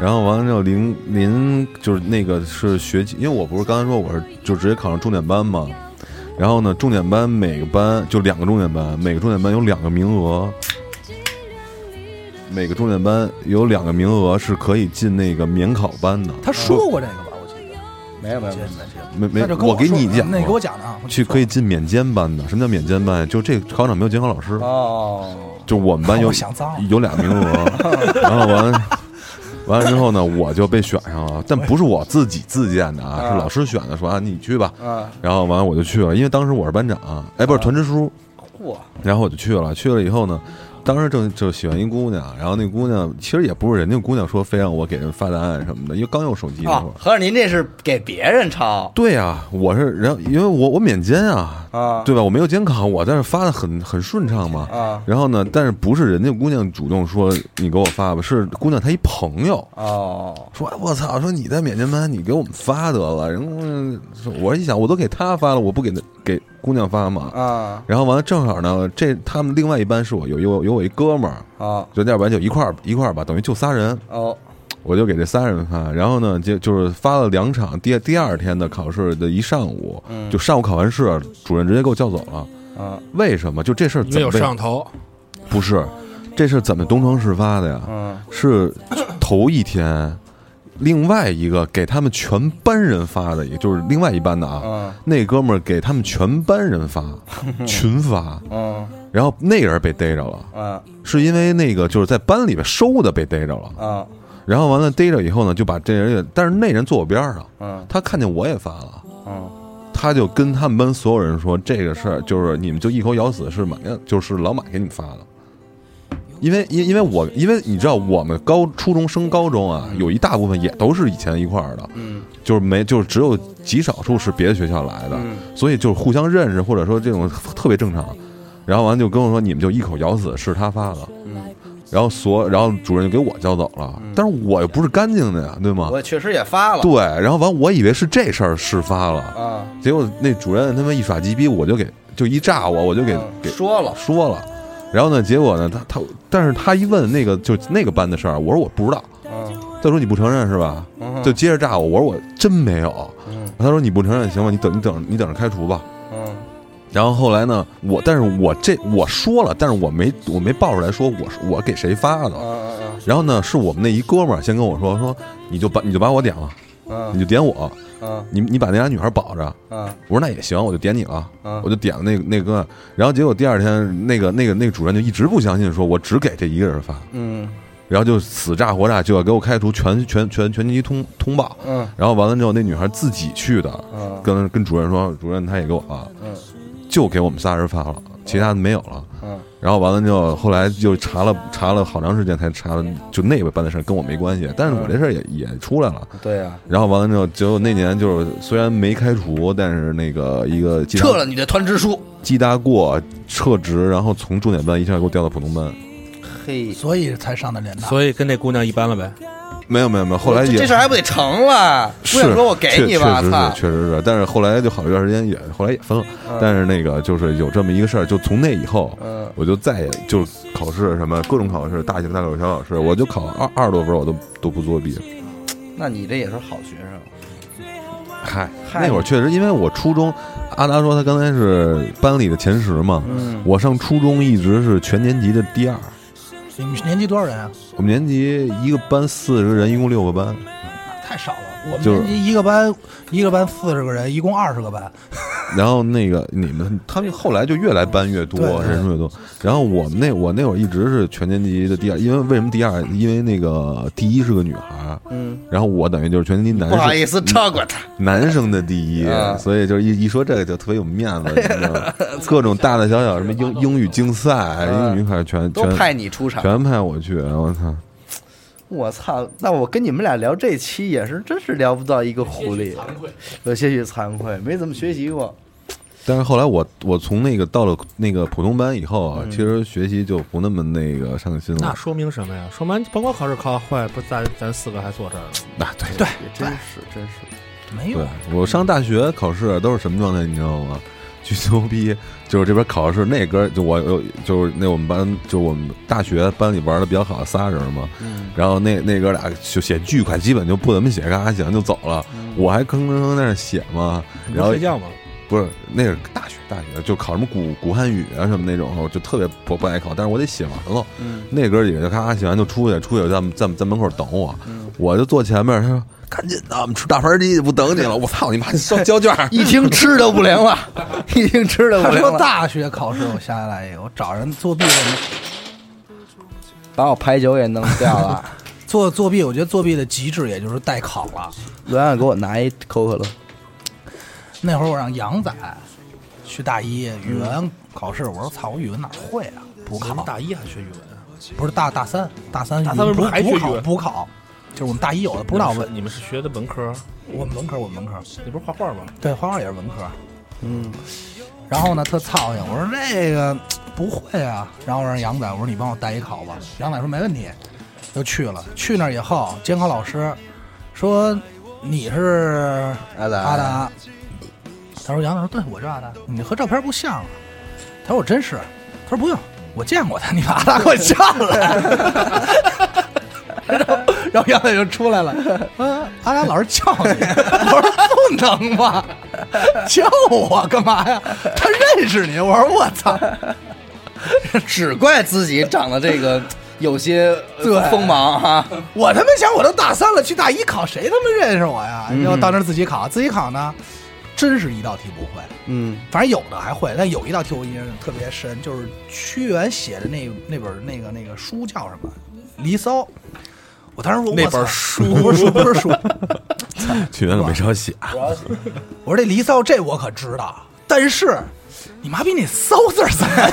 Speaker 3: 然后完了之后临临就是那个是学期，因为我不是刚才说我是就直接考上重点班嘛，然后呢重点班每个班就两个重点班，每个重点班有两个名额，每个重点班有两个名额是可以进那个免考班的。呃
Speaker 2: 他说过这个吧？我记得，
Speaker 1: 没有没有，没有
Speaker 3: 没嗯没
Speaker 2: 那就，跟
Speaker 3: 我给
Speaker 2: 说
Speaker 3: 你
Speaker 2: 的
Speaker 3: 讲
Speaker 2: 那你给
Speaker 3: 过
Speaker 2: 我讲的啊，我
Speaker 3: 去可以进免监班的。什么叫免监班？就这考场没有监考老师，
Speaker 1: 哦，
Speaker 3: 就我们班有
Speaker 2: 啊我想脏了
Speaker 3: 有俩名 额，然后完完了之后呢，我就被选上了，但不是我自己自荐的啊，
Speaker 1: 啊
Speaker 3: 是老师选的，说啊你去吧。
Speaker 1: 啊，
Speaker 3: 然后完了我就去了，因为当时我是班
Speaker 2: 啊
Speaker 3: 长，哎不是团支书，
Speaker 1: 嚯，
Speaker 3: 然后我就去了。去了以后呢，当时正就喜欢一姑娘，然后那姑娘其实也不是人家姑娘说非让我给人发答案什么的，因为刚用手机那会
Speaker 1: 哦
Speaker 3: 儿，。
Speaker 1: 合着您这是给别人抄
Speaker 3: 对呀、我是然后因为我我免监啊，
Speaker 1: 啊？
Speaker 3: 对吧？我没有监考，我在这发的很很顺畅嘛。
Speaker 1: 啊
Speaker 3: 然后呢，但是不是人家姑娘主动说你给我发吧，是姑娘她一朋友
Speaker 1: 哦，
Speaker 3: 说，哎我操，说你在免监班，你给我们发得了。然后嗯说我一想，我都给她发了，我不给那给姑娘发嘛。
Speaker 1: 啊
Speaker 3: 然后完了，正好呢，这他们另外一班是我有有有我一哥们儿，
Speaker 1: 哦
Speaker 3: 就要不然就一块儿一块儿吧，等于就仨人，
Speaker 1: 哦，
Speaker 3: 我就给这仨人发。然后呢，就就是发了两场，第第二天的考试的一上午，
Speaker 1: 嗯
Speaker 3: 就上午考完试，主任直接给我叫走了。
Speaker 1: 嗯
Speaker 3: 为什么？就这事儿
Speaker 4: 因为
Speaker 3: 怎
Speaker 4: 有
Speaker 3: 么
Speaker 4: 摄
Speaker 3: 被
Speaker 4: 像头，
Speaker 3: 不是？这事儿怎么东窗事发的呀？
Speaker 1: 嗯，
Speaker 3: 是头一天，另外一个给他们全班人发的，也就是另外一班的啊。
Speaker 1: 嗯
Speaker 3: 那哥们儿给他们全班 人发，群发，
Speaker 1: 嗯
Speaker 3: 然后那人被逮着了，
Speaker 1: 嗯
Speaker 3: 是因为那个就是在班里边收的被逮着了，
Speaker 1: 嗯
Speaker 3: 然后完了逮着以后呢，就把这人给，但是那人坐我边上，
Speaker 1: 嗯
Speaker 3: 他看见我也发了，
Speaker 1: 嗯，
Speaker 3: 他就跟他们班所有人说这个事儿，就是你们就一口咬死是马，就是老马给你们发的。因为因因为我因为你知道我们高初中升高中啊，有一大部分也都是以前一块儿的，
Speaker 1: 嗯
Speaker 3: 就是没就是只有极少数是别的学校来的，
Speaker 1: 嗯
Speaker 3: 所以就是互相认识或者说这种特别正常。然后完了就跟我说你们就一口咬死是他发的，
Speaker 1: 嗯，
Speaker 3: 然后所然后主任就给我叫走了，但是我又不是干净的呀，对吗
Speaker 1: 我？确实也发了，
Speaker 3: 对，然后完我以为是这事儿事发了，
Speaker 1: 啊，
Speaker 3: 结果那主任他妈一耍鸡逼，我就给就一炸我，我就给
Speaker 1: 嗯
Speaker 3: 给
Speaker 1: 说了，
Speaker 3: 说了。然后呢，结果呢，他他，但是他一问那个就那个班的事儿，啊我说我不知道。
Speaker 1: 嗯
Speaker 3: 他说你不承认是吧？
Speaker 1: 嗯，
Speaker 3: 就接着炸我，我说我真没有。
Speaker 1: 嗯
Speaker 3: 他说你不承认行吧？你等你等你等着开除吧。
Speaker 1: 嗯
Speaker 3: 然后后来呢，我但是我这我说了，但是我没我没爆出来说我是我给谁发的。
Speaker 1: 嗯
Speaker 3: 然后呢，是我们那一哥们儿先跟我说说，你就把你就把我点了，你
Speaker 1: 嗯
Speaker 3: 就点我，
Speaker 1: 嗯
Speaker 3: 你你把那俩女孩保着。
Speaker 1: 嗯
Speaker 3: 我说那也行，我就点你了，
Speaker 1: 嗯
Speaker 3: 我就点了那个那个，然后结果第二天那个那个那个主任就一直不相信，说我只给这一个人发，
Speaker 1: 嗯
Speaker 3: 然后就死炸活炸就要给我开除全全全全级通通报，
Speaker 1: 嗯
Speaker 3: 然后完了之后那女孩自己去的，
Speaker 1: 嗯
Speaker 3: 跟跟主任说，主任他也给我发，
Speaker 1: 嗯哦
Speaker 3: 就给我们仨人发了，其他的没有了。
Speaker 1: 嗯
Speaker 3: 然后完了之后，后来就查了查了好长时间才查了，就那个班的事儿跟我没关系，但是我
Speaker 1: 嗯
Speaker 3: 这事儿也也出来了。
Speaker 1: 对啊呀，
Speaker 3: 然后完了之后，结果那年就是虽然没开除，但是那个一个鸡蛋
Speaker 1: 撤了你的团支书，
Speaker 3: 记大过撤职，然后从重点班一下给我调到普通班，
Speaker 1: 嘿，
Speaker 2: 所以才上的联大。
Speaker 4: 所以跟这姑娘一般了呗。
Speaker 3: 没有没有没有，后来
Speaker 1: 这
Speaker 3: 也
Speaker 1: 这事儿还不得成了？
Speaker 3: 是
Speaker 1: 姑娘说我给你吧，
Speaker 3: 确确实
Speaker 1: 操
Speaker 3: 是，！确实是，但是后来就好一段时间也后来也分了，但是那个就是有这么一个事儿，就从那以后，
Speaker 1: 嗯
Speaker 3: 我就再也就是考试什么各种考试，大型大考小考试，我就考二二十多分，我都都不作弊。
Speaker 1: 那你这也是好学生，
Speaker 3: 嗨，
Speaker 1: 嗨
Speaker 3: 那会儿确实，因为我初中，阿达说他刚才是班里的前十嘛，
Speaker 1: 嗯，
Speaker 3: 我上初中一直是全年级的第二。
Speaker 2: 你们年级多少人啊？
Speaker 3: 我们年级一个班四十个人，一共六个班，
Speaker 2: 太少了。我们
Speaker 3: 就是
Speaker 2: 年级一个班一个班四十个人，一共二十个班。
Speaker 3: 然后那个你们他们后来就越来班越多
Speaker 2: 对，对
Speaker 3: 人数越多。然后我们那我那会儿一直是全年级的第二，因为为什么第二？因为那个第一是个女孩儿，
Speaker 1: 嗯，
Speaker 3: 然后我等于就是全年级男
Speaker 1: 不好
Speaker 3: 生
Speaker 1: 意思超过他，
Speaker 3: 男生的第一
Speaker 1: 啊，
Speaker 3: 所以就是一一说这个就特别有面 子，你知道吗？各种大大小小什么英英语竞赛、英语考全
Speaker 1: 都
Speaker 3: 全
Speaker 1: 派你出场。
Speaker 3: 全派我去，我操！
Speaker 1: 我操！那我跟你们俩聊这期也是，真是聊不到一个狐狸，
Speaker 5: 惭愧，
Speaker 1: 有些许惭愧，没怎么学习过。
Speaker 3: 但是后来我我从那个到了那个普通班以后
Speaker 1: 嗯
Speaker 3: 啊，其实学习就不那么那个上心
Speaker 4: 那
Speaker 3: 了。
Speaker 4: 说明什么呀？说明甭管考试考坏，不咱咱四个还坐这儿呢。
Speaker 3: 那啊对
Speaker 2: 对
Speaker 1: 也真是，真是，
Speaker 4: 哎
Speaker 2: 没有
Speaker 3: 对，我上大学考试都是什么状态，你知道吗？ 巨牛逼！就是这边考试那哥，就我有就是那我们班，就我们大学班里玩的比较好的仨人嘛。
Speaker 1: 嗯，
Speaker 3: 然后那那哥俩就写巨快，基本就不怎么写，嘎嘎写完就走了。我还吭吭吭在那写嘛，
Speaker 4: 嗯你
Speaker 3: 然
Speaker 4: 不
Speaker 3: 后
Speaker 4: 睡觉吗？
Speaker 3: 不是那是大学大学就考什么古古汉语啊什么那种，我就特别不不爱考，但是我得写完了。
Speaker 1: 嗯
Speaker 3: 那哥几个就咔咔写完就出去，出去在在在门口等我，
Speaker 1: 嗯
Speaker 3: 我就坐前面，他说赶紧的，我们吃大盘鸡不等你了，我操你妈，交交卷 儿。
Speaker 1: 一听吃的不灵了， 一听吃的
Speaker 2: 他
Speaker 1: 不灵
Speaker 2: 说
Speaker 1: 了，
Speaker 2: 大学考试，我想起来一个，我找人作弊的，
Speaker 1: 把我牌九给弄掉了。
Speaker 2: 作作弊，我觉得作弊的极致也就是代考了。
Speaker 1: 罗阳给我拿一可口可乐，
Speaker 2: 那会儿我让杨仔去大一语文考试，我说操，我语文哪会啊？补
Speaker 4: 嗯咱
Speaker 2: 考
Speaker 4: 们大一还学语文啊？
Speaker 2: 不是大大三，大三
Speaker 4: 大三
Speaker 2: 语文
Speaker 4: 不是还
Speaker 2: 补
Speaker 4: 学语
Speaker 2: 考
Speaker 4: 文
Speaker 2: 补考，就是我们大一有的不知道
Speaker 4: 你们是
Speaker 2: 文，
Speaker 4: 你们是学的文科，
Speaker 2: 我们文科我们文科，
Speaker 4: 你不是画画吗？
Speaker 2: 对，画画也是文科，嗯。然后呢，特操心，我说这个不会啊。然后我让杨仔，我说你帮我代一考吧。杨仔说没问题，就去了。去那儿以后，监考老师说你是
Speaker 1: 阿达，
Speaker 2: 阿，达。他说杨导说对，我是阿达，你和照片不像啊。他说我真是，他说不用，我见过他，你把阿达给我叫来。 然后，然后杨仔就出来了，嗯、阿达老师叫你， 我说不能吧， 叫我干嘛呀？他认识你，我说我操，
Speaker 1: 只怪自己长得这个有些呃
Speaker 2: 对
Speaker 1: 锋芒哈、
Speaker 2: 我他妈想我都大三了，去大一考，谁他妈认识我呀？要到那儿自己考，自己考呢，真是一道题不会。
Speaker 1: 嗯
Speaker 2: 反正有的还会，但有一道题我印象特别深，就是屈原写的那那本那个那个书叫什么《离骚》。我当时说
Speaker 4: 那本
Speaker 2: 书不是书不是书，
Speaker 3: 去年可没少 写，
Speaker 2: 我说这《离骚》这我可知道，但是你妈逼那“骚”字儿怎么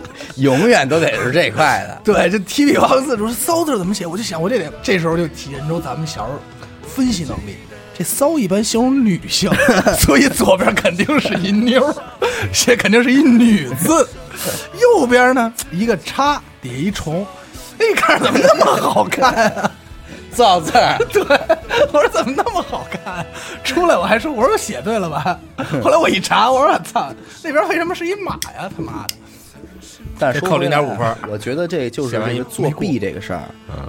Speaker 2: 写？
Speaker 1: 永远都得是这块的。
Speaker 2: 对，这提笔忘字，说“骚”字儿怎么写？我就想，我这得这时候就体现出咱们小时候分析能力。这“骚”一般形容女性， 所以左边肯定是一妞儿，这肯定是一女字，右边呢一个叉，底下一虫。哎，看着怎么那么好看啊？
Speaker 1: 造字儿，
Speaker 2: 对， 我说怎么那么好看？啊出来我还说，我说我写对了吧？后来我一查，我说我操，那边为什么是一马呀？他妈的！
Speaker 1: 但是
Speaker 4: 得
Speaker 1: 说
Speaker 4: 扣
Speaker 1: 回来
Speaker 4: 0.5分儿
Speaker 1: 我觉得这就是
Speaker 4: 写完
Speaker 1: 这
Speaker 4: 一
Speaker 1: 个作
Speaker 4: 没过
Speaker 1: 弊这个事儿，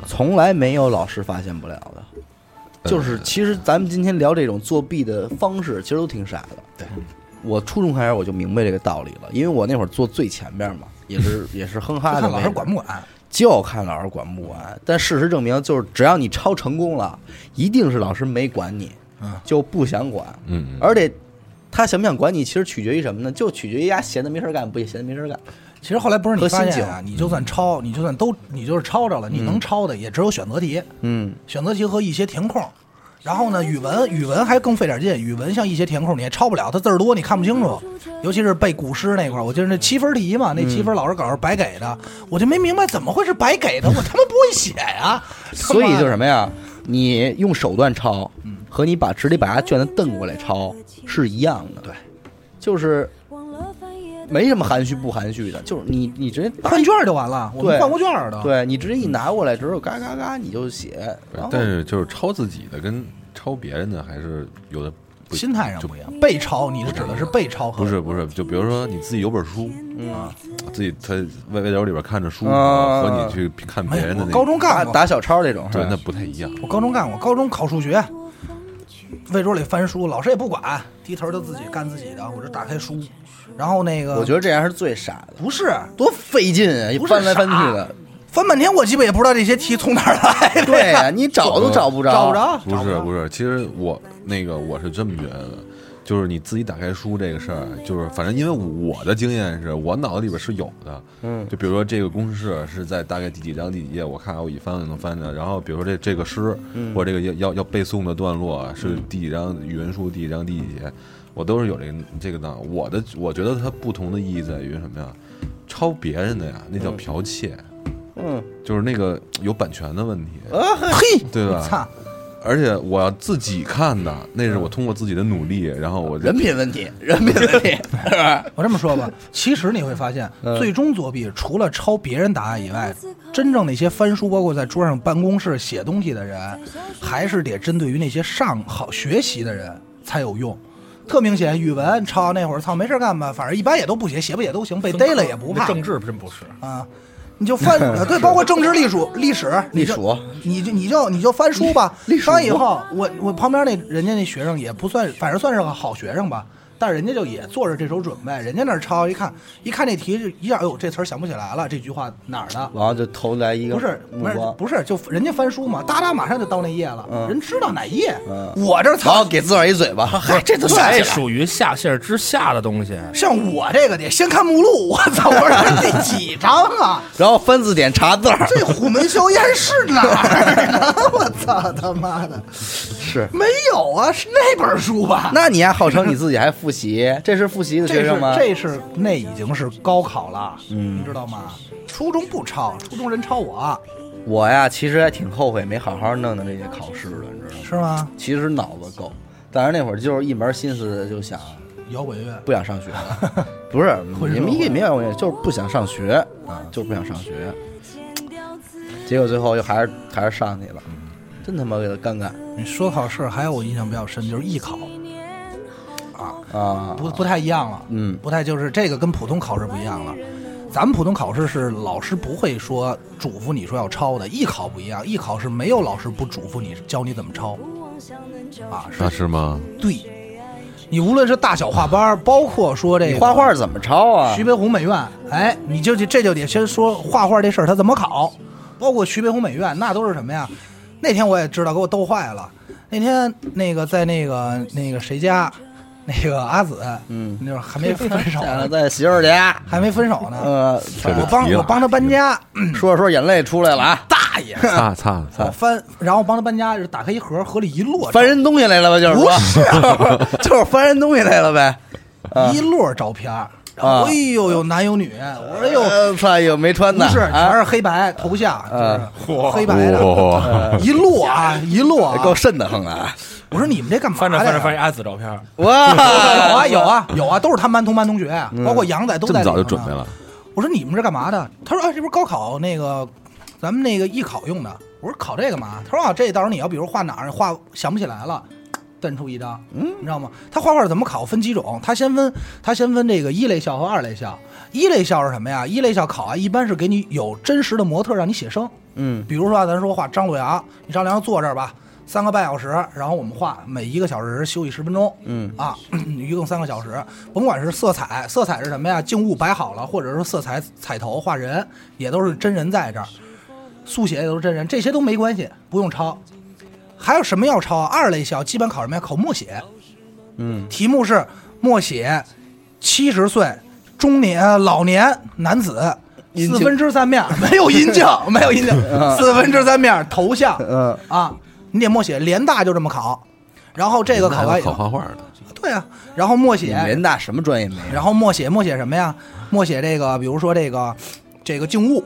Speaker 1: 从来没有老师发现不了的。就是其实咱们今天聊这种作弊的方式，其实都挺傻的。对，我初中开始我就明白这个道理了，因为我那会儿坐最前边嘛，也是也是哼哈的
Speaker 2: 就看
Speaker 1: 位置，
Speaker 2: 老师管啊不管？
Speaker 1: 就看老师管不管。但事实证明，就是只要你抄成功了，一定是老师没管你，就不想管。
Speaker 3: 嗯，
Speaker 1: 而且他想不想管你，其实取决于什么呢？就取决于丫闲的没事儿干，不也闲的没事儿干。
Speaker 2: 其实后来不是你
Speaker 1: 和心
Speaker 2: 发现啊，你就算抄，你就算都，你就是抄着了，你能抄的也只有选择题，
Speaker 1: 嗯，
Speaker 2: 选择题和一些填空。然后呢，语文语文还更费点劲，语文像一些填空你也抄不了，它字儿多你看不清楚，尤其是背古诗那块儿，我记得那七分题嘛，那
Speaker 1: 嗯
Speaker 2: 七分老师搞是白给的，我就没明白怎么会是白给的，我他妈不会写呀、
Speaker 1: 所以就是什么呀？你用手段抄，
Speaker 2: 嗯
Speaker 1: 和你把直接把它卷子瞪过来抄是一样的。对，就是没什么含蓄不含蓄的，就是你你直接打
Speaker 2: 换，券就完了，我们
Speaker 1: 对
Speaker 2: 换过券儿的。，
Speaker 1: 对你直接一拿过来之后，嘎嘎嘎你就写，然后
Speaker 3: 但是就是抄自己的跟抄别人的还是有的不
Speaker 2: 心态上
Speaker 3: 就
Speaker 2: 不一样。被抄，你是指的是被抄和
Speaker 3: 不是不是，就比如说你自己有本书，啊
Speaker 1: 嗯，
Speaker 3: 自己他外外角里边看着书，
Speaker 1: 啊
Speaker 3: 和你去看
Speaker 2: 没
Speaker 3: 别人的
Speaker 2: 有我
Speaker 3: 那
Speaker 2: 高中
Speaker 1: 打
Speaker 2: 干过，
Speaker 1: 打小抄这种，
Speaker 3: 对那不太一样。
Speaker 2: 我高中干过，高中考数学，位桌里翻书，老师也不管，低头就自己干自己的，我就打开书，然后那个
Speaker 1: 我觉得这样是最傻的，
Speaker 2: 不是
Speaker 1: 多费劲啊，
Speaker 2: 嗯不是
Speaker 1: 翻来翻去的，
Speaker 2: 翻半天，我基本也不知道这些题从哪儿来的。
Speaker 1: 对啊呀，你找都找不着，
Speaker 2: 哦找不着，
Speaker 3: 不是不是，其实我那个我是这么觉得的，就是你自己打开书这个事儿，就是反正因为我的经验是我脑子里边是有的，嗯，就比如说这个公式是在大概第几章第几页，我看我一翻就能翻着。然后比如说这这个诗，或者这个要要要背诵的段落啊是第几章语文书第几章第几节，我都是有这个这个脑。我的我觉得它不同的意义在于什么呀？抄别人的呀，那叫剽窃，
Speaker 1: 嗯，
Speaker 3: 就是那个有版权的问题，
Speaker 2: 嘿，
Speaker 3: 对吧？
Speaker 2: 操，
Speaker 3: 而且我要自己看的，那是我通过自己的努力，然后我
Speaker 1: 人品问题，人品问 题，是吧？
Speaker 2: 我这么说吧，其实你会发现，最终作弊除了抄别人答案以外，真正那些翻书，包括在桌上办公室写东西的人，还是得针对于那些上好学习的人才有用。特明显，语文抄那会儿，操，没事儿干吧，反正一般也都不写，写不写都行，被逮了也不怕
Speaker 4: 政治真不是，
Speaker 2: 啊。你 就翻对，包括政治、历史、历史、你就
Speaker 1: 历史啊
Speaker 2: 你就你就你就翻书吧。
Speaker 1: 历历史啊
Speaker 2: 翻以后，我我旁边那人家那学生也不算，反正算是个好学生吧。但是人家就也做着这手准备，人家那儿抄一看，一看这题就一下，哎呦，这词儿想不起来了，这句话哪儿的？
Speaker 1: 然后就投来一个
Speaker 2: 不是，
Speaker 1: 目
Speaker 2: 不是
Speaker 1: 光，，
Speaker 2: 不是，就人家翻书嘛，哒哒，马上就到那页了，
Speaker 1: 嗯
Speaker 2: 人知道哪页。
Speaker 1: 嗯
Speaker 2: 我这儿
Speaker 1: 然后
Speaker 2: 操，
Speaker 1: 给自个儿一嘴巴， 嗨，这都想起来
Speaker 4: 这
Speaker 1: 了。
Speaker 4: 属于下线之下的东西。
Speaker 2: 像我这个得先看目录，我操，我说这第几章啊？
Speaker 1: 然后翻字典查字儿，
Speaker 2: 这虎门销烟是哪儿呢？ 我操他妈的！
Speaker 1: 是。
Speaker 2: 没有啊，是那本书 吧？
Speaker 1: 那你还号称你自己还复习， 这是复习的学
Speaker 2: 这嗯
Speaker 1: 生
Speaker 2: 是
Speaker 1: 吗？
Speaker 2: 这是那已经是高考了，你知道吗？初中不抄，初中人抄我，
Speaker 1: 我呀，其实还挺后悔没好好弄弄这些考试的，你知道吗？
Speaker 2: 是吗？
Speaker 1: 其实脑子够，但是那会儿就是一门心思就想
Speaker 2: 摇滚乐
Speaker 1: 不想上 学了，不是
Speaker 2: 混
Speaker 1: 也
Speaker 2: 社
Speaker 1: 没
Speaker 2: 会
Speaker 1: 也没有，就是不想上学啊，就是不想上学。结果最后又还是还是上去了，真他妈给他尴尬
Speaker 2: 你说考试还有我印象比较深，就是艺考，
Speaker 1: 啊！
Speaker 2: 不不太一样了，
Speaker 1: 嗯
Speaker 2: 不太就是这个跟普通考试不一样了。咱们普通考试是老师不会说嘱咐你说要抄的，艺考不一样，艺考是没有老师不嘱咐你教你怎么抄，啊，是
Speaker 3: 那是吗？
Speaker 2: 对，你无论是大小画班儿，包括说这
Speaker 1: 你
Speaker 2: 个
Speaker 1: 画画怎么抄啊
Speaker 2: 徐？悲鸿美院，哎，你就这就得先说画画这事儿它怎么考，包括徐悲鸿美院，那都是什么呀？那天我也知道，给我逗坏了。那天那个在那个那个谁家，那个阿紫，
Speaker 1: 嗯，
Speaker 2: 那会儿还没分手
Speaker 1: 下了
Speaker 2: 呢，
Speaker 1: 在媳妇儿家，
Speaker 2: 还没分手呢。
Speaker 1: 呃，
Speaker 3: 这啊就
Speaker 2: 我帮
Speaker 3: 急了
Speaker 2: 我帮他搬家，
Speaker 1: 说着说着眼泪出来了啊！
Speaker 2: 大爷，
Speaker 3: 擦擦
Speaker 2: 我
Speaker 3: 擦，
Speaker 2: 翻，然后帮他搬家，就打开一盒，盒里一摞
Speaker 1: 翻人东西来了吧？就是不是， 就是翻人东西来了呗。啊
Speaker 2: 一摞照片儿，然后哎呦有男有女，我说哎呦
Speaker 1: 呃操，有没穿
Speaker 2: 不
Speaker 1: 的，
Speaker 2: 是，全
Speaker 1: 啊，
Speaker 2: 是黑白头像，就是黑白的，
Speaker 3: 哇，
Speaker 2: 一摞啊，一 摞
Speaker 1: 哎够
Speaker 2: 啊。
Speaker 1: 瘆得慌的啊！
Speaker 2: 我说你们这干嘛
Speaker 4: 翻着
Speaker 2: 的
Speaker 4: 翻
Speaker 2: 呀
Speaker 4: 着发现啊阿紫照片，
Speaker 1: 哇，
Speaker 2: 有啊有啊有啊，都是他们班同班同学，包括杨仔 都
Speaker 3: 这
Speaker 2: 在。
Speaker 3: 么早就准备了。，
Speaker 2: 我说你们这干嘛的？他说啊，这不是高考那个，咱们那个艺考用的。我说考这干嘛？他说啊，这到时候你要比如画哪儿画想不起来了。瞪出一张，嗯，你知道吗？他画画怎么考？分几种？他先分，他先分这个一类校和二类校。一类校是什么呀？一类校考啊，一般是给你有真实的模特让你写生，
Speaker 1: 嗯，
Speaker 2: 比如说啊，咱说画张洛阳，你张洛阳坐这儿吧，三个半小时，然后我们画，每一个小时休息十分钟，
Speaker 1: 嗯
Speaker 2: 啊， 一共三个小时，甭管是色彩，色彩是什么呀？静物摆好了，或者是色彩彩头画人，也都是真人在这儿，速写也都是真人，这些都没关系，不用抄。还有什么要抄啊？二类校基本考什么呀？考默写，
Speaker 1: 嗯，
Speaker 2: 题目是默写七十岁中年呃老年男子。
Speaker 1: 阴茎
Speaker 2: 四分之三面没有阴茎， 没有阴茎，四分之三面头像，
Speaker 1: 嗯
Speaker 2: 啊，你得默写，联大就这么考，然后这个考完以
Speaker 3: 考
Speaker 2: 后，
Speaker 3: 画画的，
Speaker 2: 对啊，然后默
Speaker 1: 你
Speaker 2: 写，
Speaker 1: 们人大什么专业没有？
Speaker 2: 然后默写默写什么呀？默写这个，比如说这个这个静物，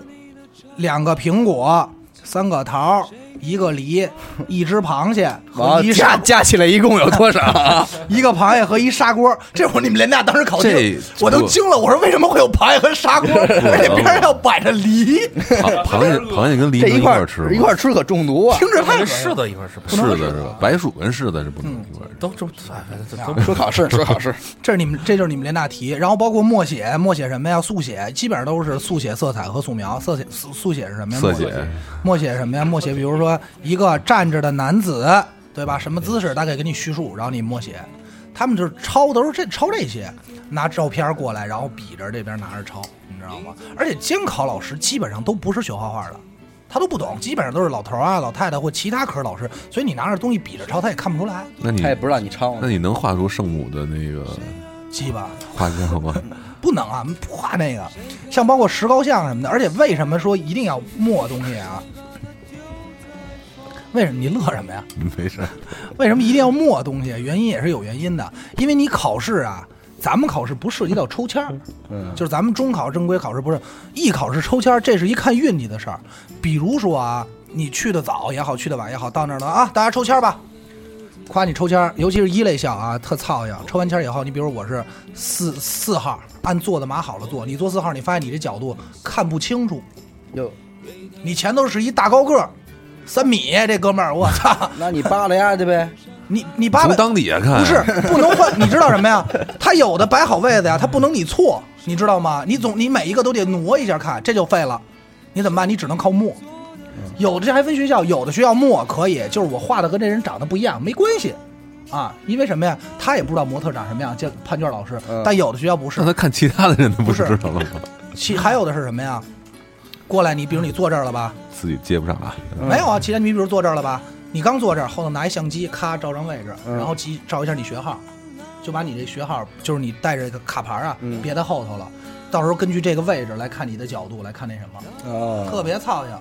Speaker 2: 两个苹果，三个桃，一个梨，一只螃蟹和
Speaker 1: 完
Speaker 2: 一
Speaker 1: 了
Speaker 2: 砂
Speaker 1: 加加起来一共有多少啊？
Speaker 2: 一个螃蟹和一砂锅。这会儿你们连俩当时考
Speaker 3: 这
Speaker 2: 虑，我都惊了。我说为什么会有螃蟹和砂锅？而且边上要摆着梨，
Speaker 3: 螃螃蟹螃蟹跟梨
Speaker 1: 这
Speaker 3: 能
Speaker 1: 一
Speaker 3: 一
Speaker 1: 块
Speaker 3: 块儿
Speaker 1: 儿
Speaker 3: 吃
Speaker 1: 一
Speaker 3: 吗？
Speaker 1: 块儿吃可中毒啊！
Speaker 2: 听着太
Speaker 4: 跟
Speaker 2: 恶心
Speaker 4: 柿
Speaker 2: 了
Speaker 4: 子一块儿是不是？
Speaker 3: 柿子是吧？白薯跟柿子是不能一块儿吃。
Speaker 4: 都这不哎这都
Speaker 1: 说考 试，说考试，
Speaker 2: 这是你们，这就是你们连大题，然后包括默写，默写什么呀？速写，基本上都是速写、色彩和素描。色写速速写是什么呀？
Speaker 3: 色
Speaker 2: 默
Speaker 3: 写
Speaker 2: 默写是什么呀？默写，比如说一个站着的男子，对吧？什么姿势，大概给你叙述，然后你默写。他们就是抄，都是这抄这些，拿照片过来，然后比着这边拿着抄，你知道吗？而且监考老师基本上都不是学画画的，他都不懂，基本上都是老头儿啊、老太太或其他科老师，所以你拿着东西比着抄，他也看不出来，
Speaker 3: 那你
Speaker 1: 他也不让你抄
Speaker 3: 那。你能画出圣母的那个
Speaker 2: 鸡巴。
Speaker 3: 画像吗？
Speaker 2: 不能啊，不画那个，像包括石膏像什么的。而且为什么说一定要默东西啊？为什么你乐什么呀？
Speaker 3: 没事儿，
Speaker 2: 为什么一定要默东西？原因也是有原因的，因为你考试啊，咱们考试不涉及到抽签儿，
Speaker 1: 嗯
Speaker 2: 就是咱们中考正规考试不是艺考是抽签儿，这是一看运气的事儿。比如说啊，你去的早也好，去的晚也好，到那儿了啊，大家抽签儿吧。夸你抽签儿，尤其是一类校啊，特操心。抽完签儿以后，你比如我是四四号，按坐的码好了坐。你坐四号，你发现你这角度看不清楚，
Speaker 1: 哟，
Speaker 2: 你前头是一大高个儿，三米，这哥们儿，我操！
Speaker 1: 那你扒拉丫去呗。
Speaker 2: 你你八
Speaker 3: 从
Speaker 2: 百
Speaker 3: 裆底下看
Speaker 2: 不是，不能换，你知道什么呀？他有的摆好位子呀，他不能你错，你知道吗？你总你每一个都得挪一下看，这就废了。你怎么办？你只能靠默。有的这还分学校，有的学校默可以，就是我画的跟这人长得不一样，没关系，啊，因为什么呀？他也不知道模特长什么样，这判卷老师
Speaker 1: 嗯。
Speaker 2: 但有的学校不是
Speaker 3: 让，他看其他的人，他不
Speaker 2: 不是
Speaker 3: 知道了吗？
Speaker 2: 其还有的是什么呀？过来，你比如你坐这儿了吧？
Speaker 3: 自己接不上啊。
Speaker 2: 没有啊，其他你比如坐这儿了吧？你刚坐这儿，后头拿一相机，咔照张位置，
Speaker 1: 嗯
Speaker 2: 然后记照一下你学号，就把你这学号，就是你带着个卡牌啊
Speaker 1: 嗯，
Speaker 2: 别在后头了。到时候根据这个位置来看你的角度，来看那什么，
Speaker 1: 哦，
Speaker 2: 特别操心。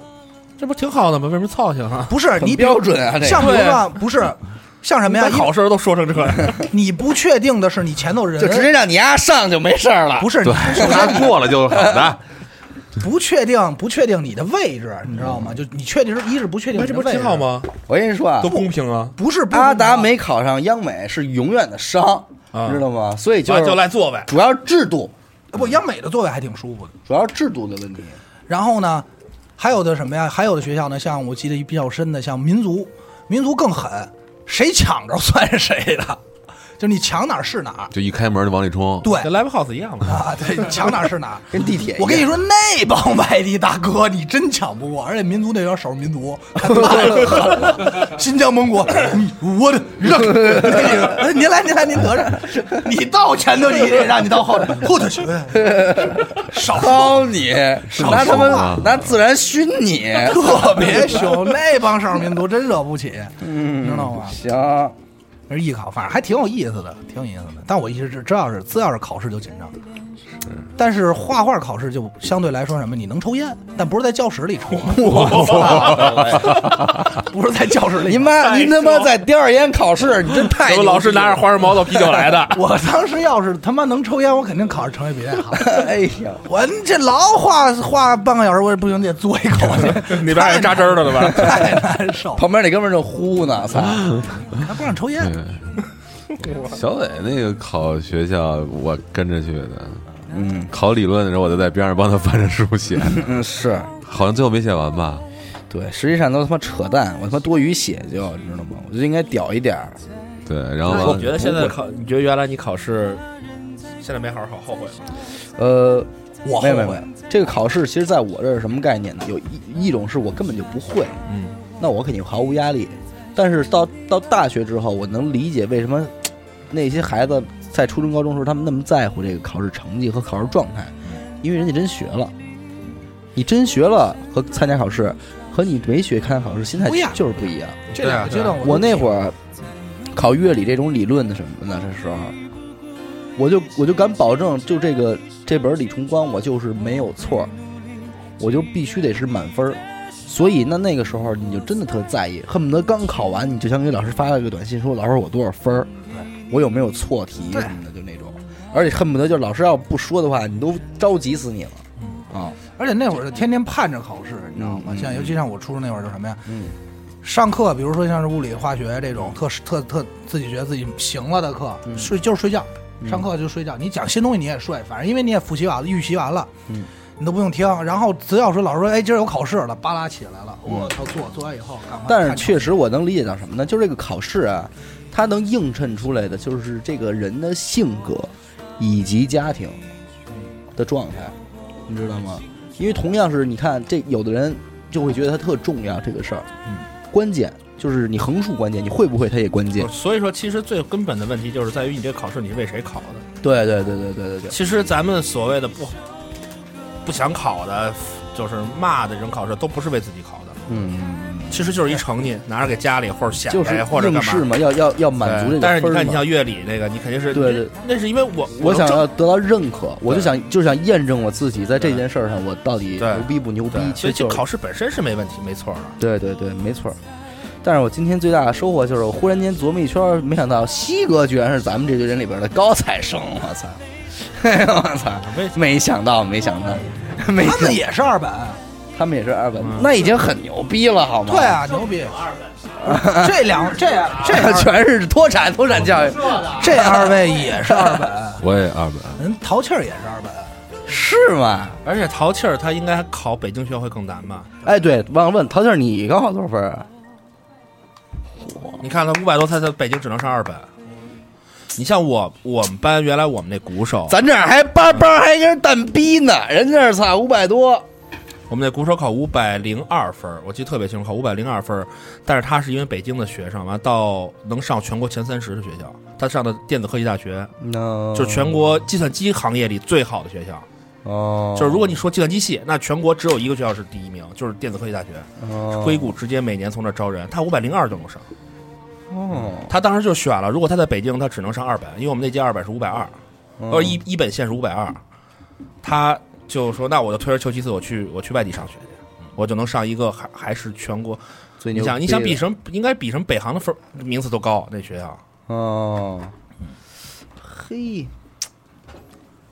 Speaker 4: 这不挺好的吗？为什么操心啊？
Speaker 2: 不是
Speaker 1: 很
Speaker 2: 你比如
Speaker 1: 标准啊，这
Speaker 2: 像
Speaker 1: 个
Speaker 2: 比如说不是像什么呀？
Speaker 4: 把考试都说成这样，
Speaker 2: 你你不确定的是你前头人
Speaker 1: 就直接让你丫上就没事儿了。
Speaker 2: 不是你
Speaker 3: 对，他过了就是好的。
Speaker 2: 不确定不确定你的位置，你知道吗？就你确定是一是不确定
Speaker 4: 哎
Speaker 2: 你
Speaker 4: 这
Speaker 2: 的
Speaker 4: 不
Speaker 2: 位置
Speaker 4: 挺好？吗？
Speaker 1: 我跟你说啊
Speaker 4: 多，公平啊！
Speaker 2: 不是不
Speaker 1: 阿达没考上央美是永远的伤，
Speaker 4: 啊
Speaker 1: 知道吗？所以就
Speaker 4: 完就赖座位，
Speaker 1: 主要制度，
Speaker 2: 不央美的座位还挺舒服的。
Speaker 1: 主要制度的问题。
Speaker 2: 然后呢，还有的什么呀？还有的学校呢，像我记得比较深的，像民族，民族更狠，谁抢着算是谁的， 就你抢哪儿是哪儿。
Speaker 3: 就一开门就往里冲。
Speaker 2: 对
Speaker 4: 跟 live house 一样嘛。
Speaker 2: 啊，对，抢哪儿是哪儿。
Speaker 1: 跟地铁一样
Speaker 2: 我跟你说，那帮外地大哥你真抢不过，而且民族那边守着民族，太狠了。新疆蒙古，嗯我的让哎您来您来您得着，你到前头你得让你到后头，后头去，少
Speaker 1: 操你！
Speaker 2: 少
Speaker 1: 拿他
Speaker 2: 说
Speaker 1: 妈
Speaker 3: 话
Speaker 1: 拿自然熏你，
Speaker 2: 特别凶，那帮少数民族真惹不起，你知道吗？
Speaker 1: 行，
Speaker 2: 那是艺考，反正还挺有意思的，挺有意思的。但我一直知知道是，只要是考试就紧张，但是画画考试就相对来说什么，你能抽烟，但不是在教室里抽啊， 不是在教室里
Speaker 1: 您
Speaker 2: 抽。，
Speaker 1: 妈您他妈在第二烟考试，哎你真太牛
Speaker 4: 我们
Speaker 1: 逼了
Speaker 4: 老师拿着花生毛豆啤酒来的
Speaker 2: 我当时要是他妈能抽烟，我肯定考上成绩比这好。
Speaker 1: 哎呀，
Speaker 2: 我这老画画半个小时，我也不行，得嘬一口去，
Speaker 4: 里边还有扎针儿的了 吧？
Speaker 2: 太难受。
Speaker 1: 旁边那哥们儿正呼呢，操！
Speaker 2: 还不让抽烟，
Speaker 3: 小伟那个考学校，我跟着去的。
Speaker 1: 嗯
Speaker 3: 考理论的时候，我就在边上帮他翻着书写，
Speaker 1: 嗯，是
Speaker 3: 好像最后没写完吧？
Speaker 1: 对，实际上都他妈扯淡，我他妈多余写就，你知道吗？我就应该屌一点儿。
Speaker 3: 对，然
Speaker 4: 那
Speaker 3: 后
Speaker 4: 你觉得现在考？你觉得原来你考试现在没好好考，后悔吗？
Speaker 1: 呃，
Speaker 2: 我后
Speaker 1: 没有没有没
Speaker 2: 悔
Speaker 1: 有。，这个考试其实在我这儿是什么概念呢？有一一种是我根本就不会，
Speaker 4: 嗯，
Speaker 1: 那我肯定毫无压力。但是到到大学之后，我能理解为什么那些孩子在初中、高中时候他们那么在乎这个考试成绩和考试状态，
Speaker 2: 嗯
Speaker 1: 因为人家真学了。你真学了和参加考试，和你没学参加考试心态
Speaker 2: 不一样
Speaker 1: 就是不一样。
Speaker 2: 这两个阶段
Speaker 1: 我
Speaker 2: 我
Speaker 1: 那
Speaker 2: 儿
Speaker 1: 会儿考乐理这种理论的什么的，这时候，我就我就敢保证，就这个这本《李崇光》，我就是没有错儿，我就必须得是满分儿。所以那那个时候你就真的特在意，恨不得刚考完你就想给老师发一个短信说：“老师，我多少分儿？我有没有错题什么的？”就那种，而且恨不得就老师要不说的话，你都着急死你了啊！
Speaker 2: 而且那会儿就天天盼着考试，你知道吗？
Speaker 1: 嗯嗯
Speaker 2: 像尤其像我初中那会儿就什么呀，
Speaker 1: 嗯
Speaker 2: 上课，比如说像是物理、化学这种特特特自己觉得自己行了的课，
Speaker 1: 嗯
Speaker 2: 睡就是睡觉，上课就睡觉。你讲新东西你也睡，反正因为你也复习完了、预习完了，
Speaker 1: 嗯
Speaker 2: 你都不用听。然后只要说老师说，哎，今儿有考试了，巴拉起来了，我操，做做完以后
Speaker 4: 啊
Speaker 2: 赶快看考试。
Speaker 1: 嗯但是确实我能理解到什么呢？就是这个考试啊，它能映衬出来的就是这个人的性格以及家庭的状态，你知道吗？因为同样是你看这有的人就会觉得它特重要这个事儿，
Speaker 4: 嗯
Speaker 1: 关键就是你横竖关键，你会不会它也关键。
Speaker 4: 所以说，其实最根本的问题就是在于你这考试你是为谁考的。
Speaker 1: 对对对对对对对，
Speaker 4: 其实咱们所谓的不不想考的，就是骂的这种考试，都不是为自己考的，
Speaker 1: 嗯，
Speaker 4: 其实就是一成绩，拿着给家里或者显
Speaker 1: 就是
Speaker 4: 摆或者
Speaker 1: 应
Speaker 4: 干
Speaker 1: 试嘛，
Speaker 4: 嘛。
Speaker 1: 要要要满足这
Speaker 4: 对
Speaker 1: 个
Speaker 4: 但是你
Speaker 1: 分儿
Speaker 4: 看，你
Speaker 1: 嘛。
Speaker 4: 像乐理这个，你肯定是
Speaker 1: 对对，
Speaker 4: 那是因为我
Speaker 1: 我想
Speaker 4: 能
Speaker 1: 要得到认可，我就
Speaker 4: 对
Speaker 1: 想就想验证我自己在这件事儿上我到底
Speaker 4: 对
Speaker 1: 牛逼不牛逼
Speaker 4: 证。对，
Speaker 1: 其实
Speaker 4: 所以这
Speaker 1: 就是
Speaker 4: 考试本身是没问题，没错的。
Speaker 1: 对对对，没错儿。但是我今天最大的收获就是，我忽然间琢磨一圈儿，没想到西哥居然是咱们这堆人里边的高材生，我操！ 嘿我操！
Speaker 4: 为什
Speaker 1: 没想到，没想到，没
Speaker 2: 他
Speaker 1: 想
Speaker 2: 们也是二本，
Speaker 1: 他们也是二本，那已经很牛逼了，好吗？
Speaker 2: 对，啊，牛逼！这两这
Speaker 1: 这
Speaker 2: 这 二
Speaker 1: 全是脱产脱产教育，
Speaker 2: 这二 位也是二本，
Speaker 3: 我也二本，
Speaker 2: 人淘气儿也是二本。
Speaker 1: 是吗？
Speaker 4: 而且淘气儿他应该考北京学会更难吧？
Speaker 1: 哎，对，忘了问陶庆，你高考多少分儿啊？
Speaker 4: 你看他五百多，他在北京只能上二本。你像我我们班原来我们那鼓手，
Speaker 1: 咱这儿还叭叭还跟人蛋逼呢，人家是差五百多，
Speaker 4: 我们那鼓手考五百零二分儿，我记得特别清楚，考五百零二分儿。但是他是因为北京的学生，完了到能上全国前三十的学校，他上的电子科技大学，
Speaker 1: 那
Speaker 4: 就是全国计算机行业里最好的学校。
Speaker 1: 哦，
Speaker 4: 就是如果你说计算机系，那全国只有一个学校是第一名，就是电子科技大学。
Speaker 1: 哦
Speaker 4: 硅谷直接每年从这儿招人，他五百零二就能上。
Speaker 1: 哦
Speaker 4: 他当时就选了，如果他在北京，他只能上二本，因为我们那届二本是五百二，
Speaker 1: 哦
Speaker 4: 呃一一本线是五百二，他就说那我就退而求其次，我去我去外地上学去，我就能上一个还还是全国，
Speaker 1: 最
Speaker 4: 你
Speaker 1: 牛逼的，
Speaker 4: 想你想比什么应该比什么北航的分儿名次都高那学校，
Speaker 1: 哦，嘿，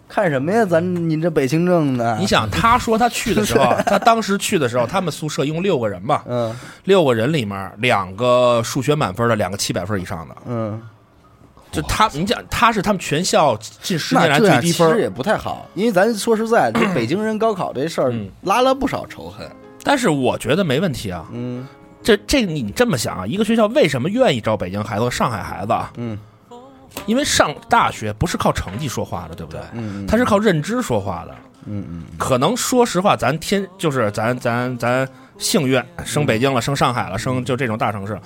Speaker 1: 看什么呀？咱您这北清政的，
Speaker 4: 你想他说他去的时候，他当时去的时候，他们宿舍一共六个人吧，
Speaker 1: 嗯
Speaker 4: 六个人里面两个数学满分的，两个七百分以上的，
Speaker 1: 嗯，
Speaker 4: 就他你想他是他们全校近十
Speaker 1: 那
Speaker 4: 年来
Speaker 1: 这
Speaker 4: 最
Speaker 1: 样
Speaker 4: 低
Speaker 1: 其
Speaker 4: 分
Speaker 1: 实
Speaker 4: 儿，
Speaker 1: 也不太好，因为咱说实在， 这北京人高考这事儿
Speaker 4: 嗯
Speaker 1: 拉了不少仇恨。
Speaker 4: 但是我觉得没问题啊，
Speaker 1: 嗯
Speaker 4: 这这个你这么想啊，一个学校为什么愿意招北京孩子和上海孩子啊？
Speaker 1: 嗯
Speaker 4: 因为上大学不是靠成绩说话的，对不对？
Speaker 1: 嗯，
Speaker 4: 他是靠认知说话的。
Speaker 1: 嗯嗯
Speaker 4: 可能说实话，咱天就是咱咱咱幸运生北京了，生上海了，
Speaker 1: 嗯
Speaker 4: 生就这种大城市，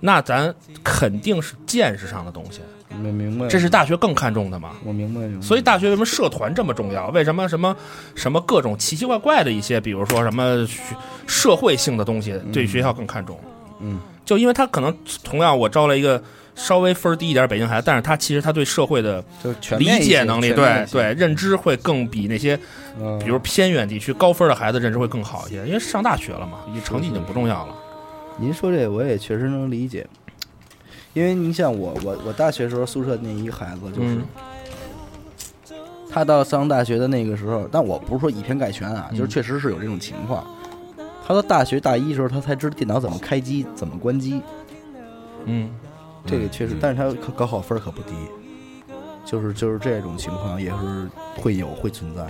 Speaker 4: 那咱肯定是见识上的东西，
Speaker 1: 嗯，我明白了，
Speaker 4: 这是大学更看重的嘛。
Speaker 1: 我明白明白。
Speaker 4: 所以大学为什么社团这么重要？为什么什么什么各种奇奇怪怪的一些，比如说什么学社会性的东西，对学校更看重？
Speaker 1: 嗯，
Speaker 4: 就因为他可能同样我招了一个稍微分儿低一点儿北京孩子，但是他其实他对社会的
Speaker 1: 就是全
Speaker 4: 理
Speaker 1: 面一些
Speaker 4: 解能力，
Speaker 1: 全面
Speaker 4: 对
Speaker 1: 一些
Speaker 4: 对认知会更比那些
Speaker 1: 嗯
Speaker 4: 比如偏远地区高分儿的孩子认知会更好一些，因为上大学了嘛，你成绩已经不重要了。
Speaker 1: 您说这我也确实能理解，因为您像我，我我大学时候宿舍那一个孩子就是，
Speaker 4: 嗯
Speaker 1: 他到上大学的那个时候，但我不是说以偏概全啊，就是确实是有这种情况。他到大学大一时候，他才知道电脑怎么开机、怎么关机，
Speaker 4: 嗯，
Speaker 1: 这个确实，但是他可高考分儿可不低，就是就是这种情况也是会有会存在。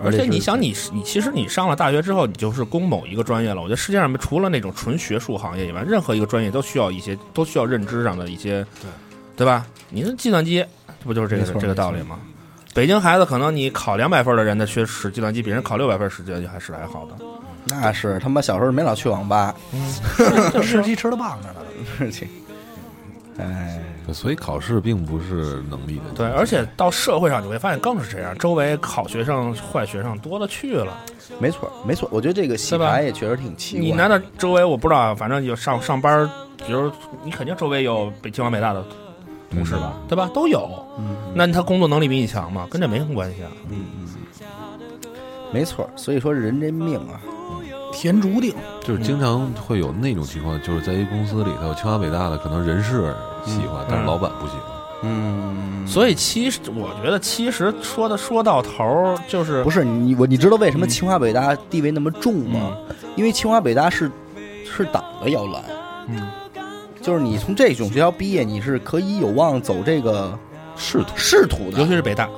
Speaker 4: 而且
Speaker 1: 是
Speaker 4: 你想你，你其实你上了大学之后，你就是攻某一个专业了。我觉得世界上除了那种纯学术行业以外，任何一个专业都需要一些，都需要认知上的一些，对对吧？你是计算机，这不就是这
Speaker 1: 没
Speaker 4: 个
Speaker 1: 错
Speaker 4: 这个道理吗？北京孩子可能你考两百分的人的学使计算机，比人考六百分使计算机还是还好的。
Speaker 1: 那是他妈小时候没老去网吧，
Speaker 2: 这嗯吃鸡吃的棒着呢。
Speaker 1: 哎，
Speaker 3: 所以考试并不是能力的。
Speaker 4: 对，而且到社会上你会发现更是这样，周围好学生、坏学生多了去了。
Speaker 1: 没错儿没错儿，我觉得这个洗
Speaker 4: 对吧
Speaker 1: 牌也确实挺奇怪。
Speaker 4: 你难道周围我不知道啊，反正有上上班儿，比如你肯定周围有北清华北大的
Speaker 3: 嗯
Speaker 4: 同事吧，对吧？都有。那他工作能力比你强吗？跟这没什么关系啊。
Speaker 1: 没错儿，所以说人这命啊，
Speaker 2: 田竹定，
Speaker 3: 就是经常会有那种情况，就是在一公司里头，清华北大的可能人事喜
Speaker 4: 嗯
Speaker 3: 欢，但是老板不喜欢。
Speaker 1: 嗯，
Speaker 4: 所以其实我觉得，其实说的说到头儿就是
Speaker 1: 不是你我你知道为什
Speaker 4: 嗯
Speaker 1: 么清华北大地位那么重吗？因为清华北大是是党的摇篮，
Speaker 4: 嗯
Speaker 1: 就是你从这种学校毕业，你是可以有望走这个
Speaker 3: 仕途
Speaker 1: 仕途的，
Speaker 4: 尤其是北大、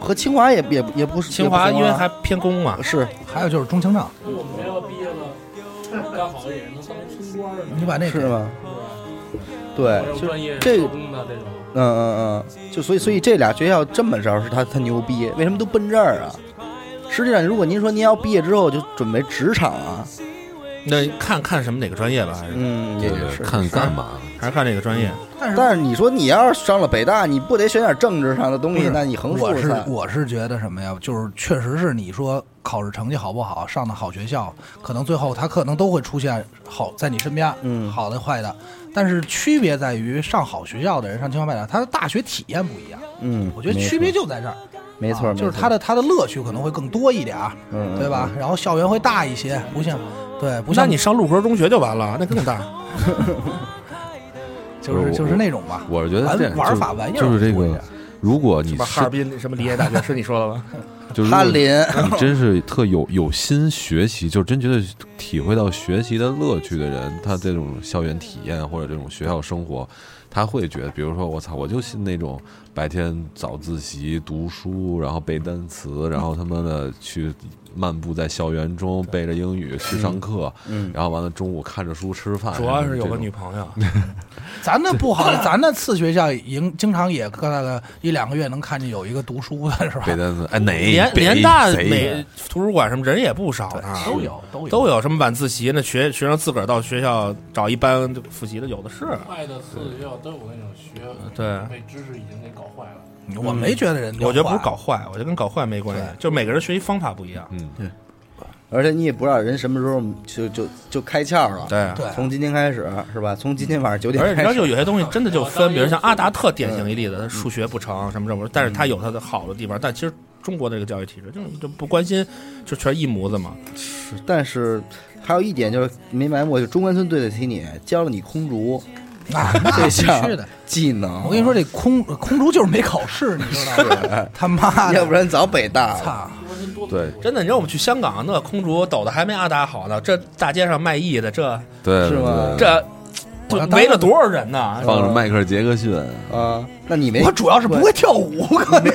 Speaker 1: 和清华也也也不是
Speaker 4: 清华，
Speaker 1: 也不
Speaker 4: 因
Speaker 1: 同
Speaker 4: 为
Speaker 1: 啊
Speaker 4: 还偏工嘛，
Speaker 1: 是
Speaker 2: 还有就是中情账，
Speaker 5: 我们学校毕业了，干好也能当村官儿
Speaker 2: 你把那
Speaker 1: 是
Speaker 2: 个
Speaker 1: 吗？对，
Speaker 5: 有
Speaker 1: 就是
Speaker 5: 专业
Speaker 1: 这个
Speaker 5: 做工哎的这种，
Speaker 1: 嗯嗯嗯，就所以所以这俩学校这么着是他他牛逼，为什么都奔这儿啊？实际上，如果您说您要毕业之后就准备职场啊，
Speaker 4: 那看看什么哪个专业吧，还是
Speaker 1: 嗯，也
Speaker 3: 对
Speaker 1: 是。
Speaker 3: 看干嘛？
Speaker 4: 还是看哪个专业。
Speaker 2: 但是
Speaker 1: 但是你说你要是上了北大，你不得选点政治上的东
Speaker 2: 不
Speaker 1: 西？
Speaker 2: 是
Speaker 1: 那你横
Speaker 2: 我
Speaker 1: 竖
Speaker 2: 是
Speaker 1: 看
Speaker 2: 我是觉得什么呀？就是确实是你说考试成绩好不好，上的好学校，可能最后他可能都会出现好在你身边，
Speaker 1: 嗯
Speaker 2: 好的坏的。但是区别在于上好学校的人上清华北大，他的大学体验不一样。
Speaker 1: 嗯，
Speaker 2: 我觉得
Speaker 1: 没
Speaker 2: 区别
Speaker 1: 错
Speaker 2: 就在这儿，
Speaker 1: 没错，
Speaker 2: 啊
Speaker 1: 没
Speaker 2: 就是
Speaker 1: 错
Speaker 2: 他的他的乐趣可能会更多一点儿，
Speaker 1: 嗯
Speaker 2: 对吧？然后校园会大一些，不像对不
Speaker 4: 那
Speaker 2: 像
Speaker 4: 你上陆河中学就完了，那更大。
Speaker 2: 就是就是那种吧，
Speaker 3: 我是觉得这样
Speaker 2: 玩玩
Speaker 3: 就是
Speaker 2: 法玩意儿
Speaker 3: 就是这
Speaker 2: 不一
Speaker 3: 个
Speaker 2: 样。
Speaker 3: 如果你
Speaker 4: 什么哈尔
Speaker 3: 是
Speaker 4: 滨什么林业大学是你说的吧？
Speaker 3: 就如果
Speaker 1: 哈林，
Speaker 3: 你
Speaker 4: 嗯
Speaker 3: 真是特有有心学习，就真觉得体会到学习的乐趣的人，他这种校园体验或者这种学校生活，他会觉得，比如说我操，我就是那种白天早自习读书，然后背单词，然后他妈的去漫步在校园中背着英语去上课，
Speaker 1: 嗯
Speaker 3: 然后完了中午看着书吃饭，
Speaker 4: 主要是有个
Speaker 3: 哎这种
Speaker 4: 女朋友，
Speaker 2: 咱那不好，咱那次学校营经常也干了一两个月能看见有一个读书的是吧
Speaker 3: 背？单词，哎哪
Speaker 4: 联
Speaker 3: 北
Speaker 4: 联大
Speaker 3: 谁
Speaker 4: 美图书馆什么人也不少呢，
Speaker 2: 啊都有都有
Speaker 4: 都有什么晚自习，那学学生自个儿到学校找一班复习的有的是。啊
Speaker 5: 坏的私立学校都有那种学
Speaker 4: 对
Speaker 5: 被知识已经给搞坏了。
Speaker 2: 我没觉得人家坏，
Speaker 4: 嗯我觉得不是搞坏，我觉得跟搞坏没关系，就每个人学习方法不一样。
Speaker 3: 嗯，
Speaker 1: 而且你也不知道人什么时候就就就开窍了。
Speaker 4: 对，
Speaker 2: 对
Speaker 1: 从今天开始是吧？从今天晚上九点
Speaker 4: 而且你
Speaker 1: 开
Speaker 4: 知道，就
Speaker 1: 始，
Speaker 4: 有些东西真的就分，比如像阿达特典型一例子，他数学不成什么什么，但是他有他的好的地方。但其实中国的这个教育体制就就不关心，就全是一模子嘛。
Speaker 1: 但是还有一点就是没埋没，就中关村对得起你，教了你空竹
Speaker 2: 啊， 那
Speaker 1: 这
Speaker 2: 必须
Speaker 1: 项
Speaker 2: 的。
Speaker 1: 技能。
Speaker 2: 我跟你说，，这空空竹就是没考试，你知道吗？他妈的，
Speaker 1: 要不然早北大了。
Speaker 2: 操，
Speaker 3: 对
Speaker 4: 真的，你让我们去香港，那空竹抖的还没阿达好呢。这大街上卖艺的，这
Speaker 3: 对
Speaker 1: 是吗
Speaker 3: 对
Speaker 4: 这就
Speaker 2: 我当时
Speaker 4: 围了多少人呢？
Speaker 3: 放着迈克尔杰克逊，
Speaker 1: 啊，那你没
Speaker 2: 我主要是不会跳舞，可能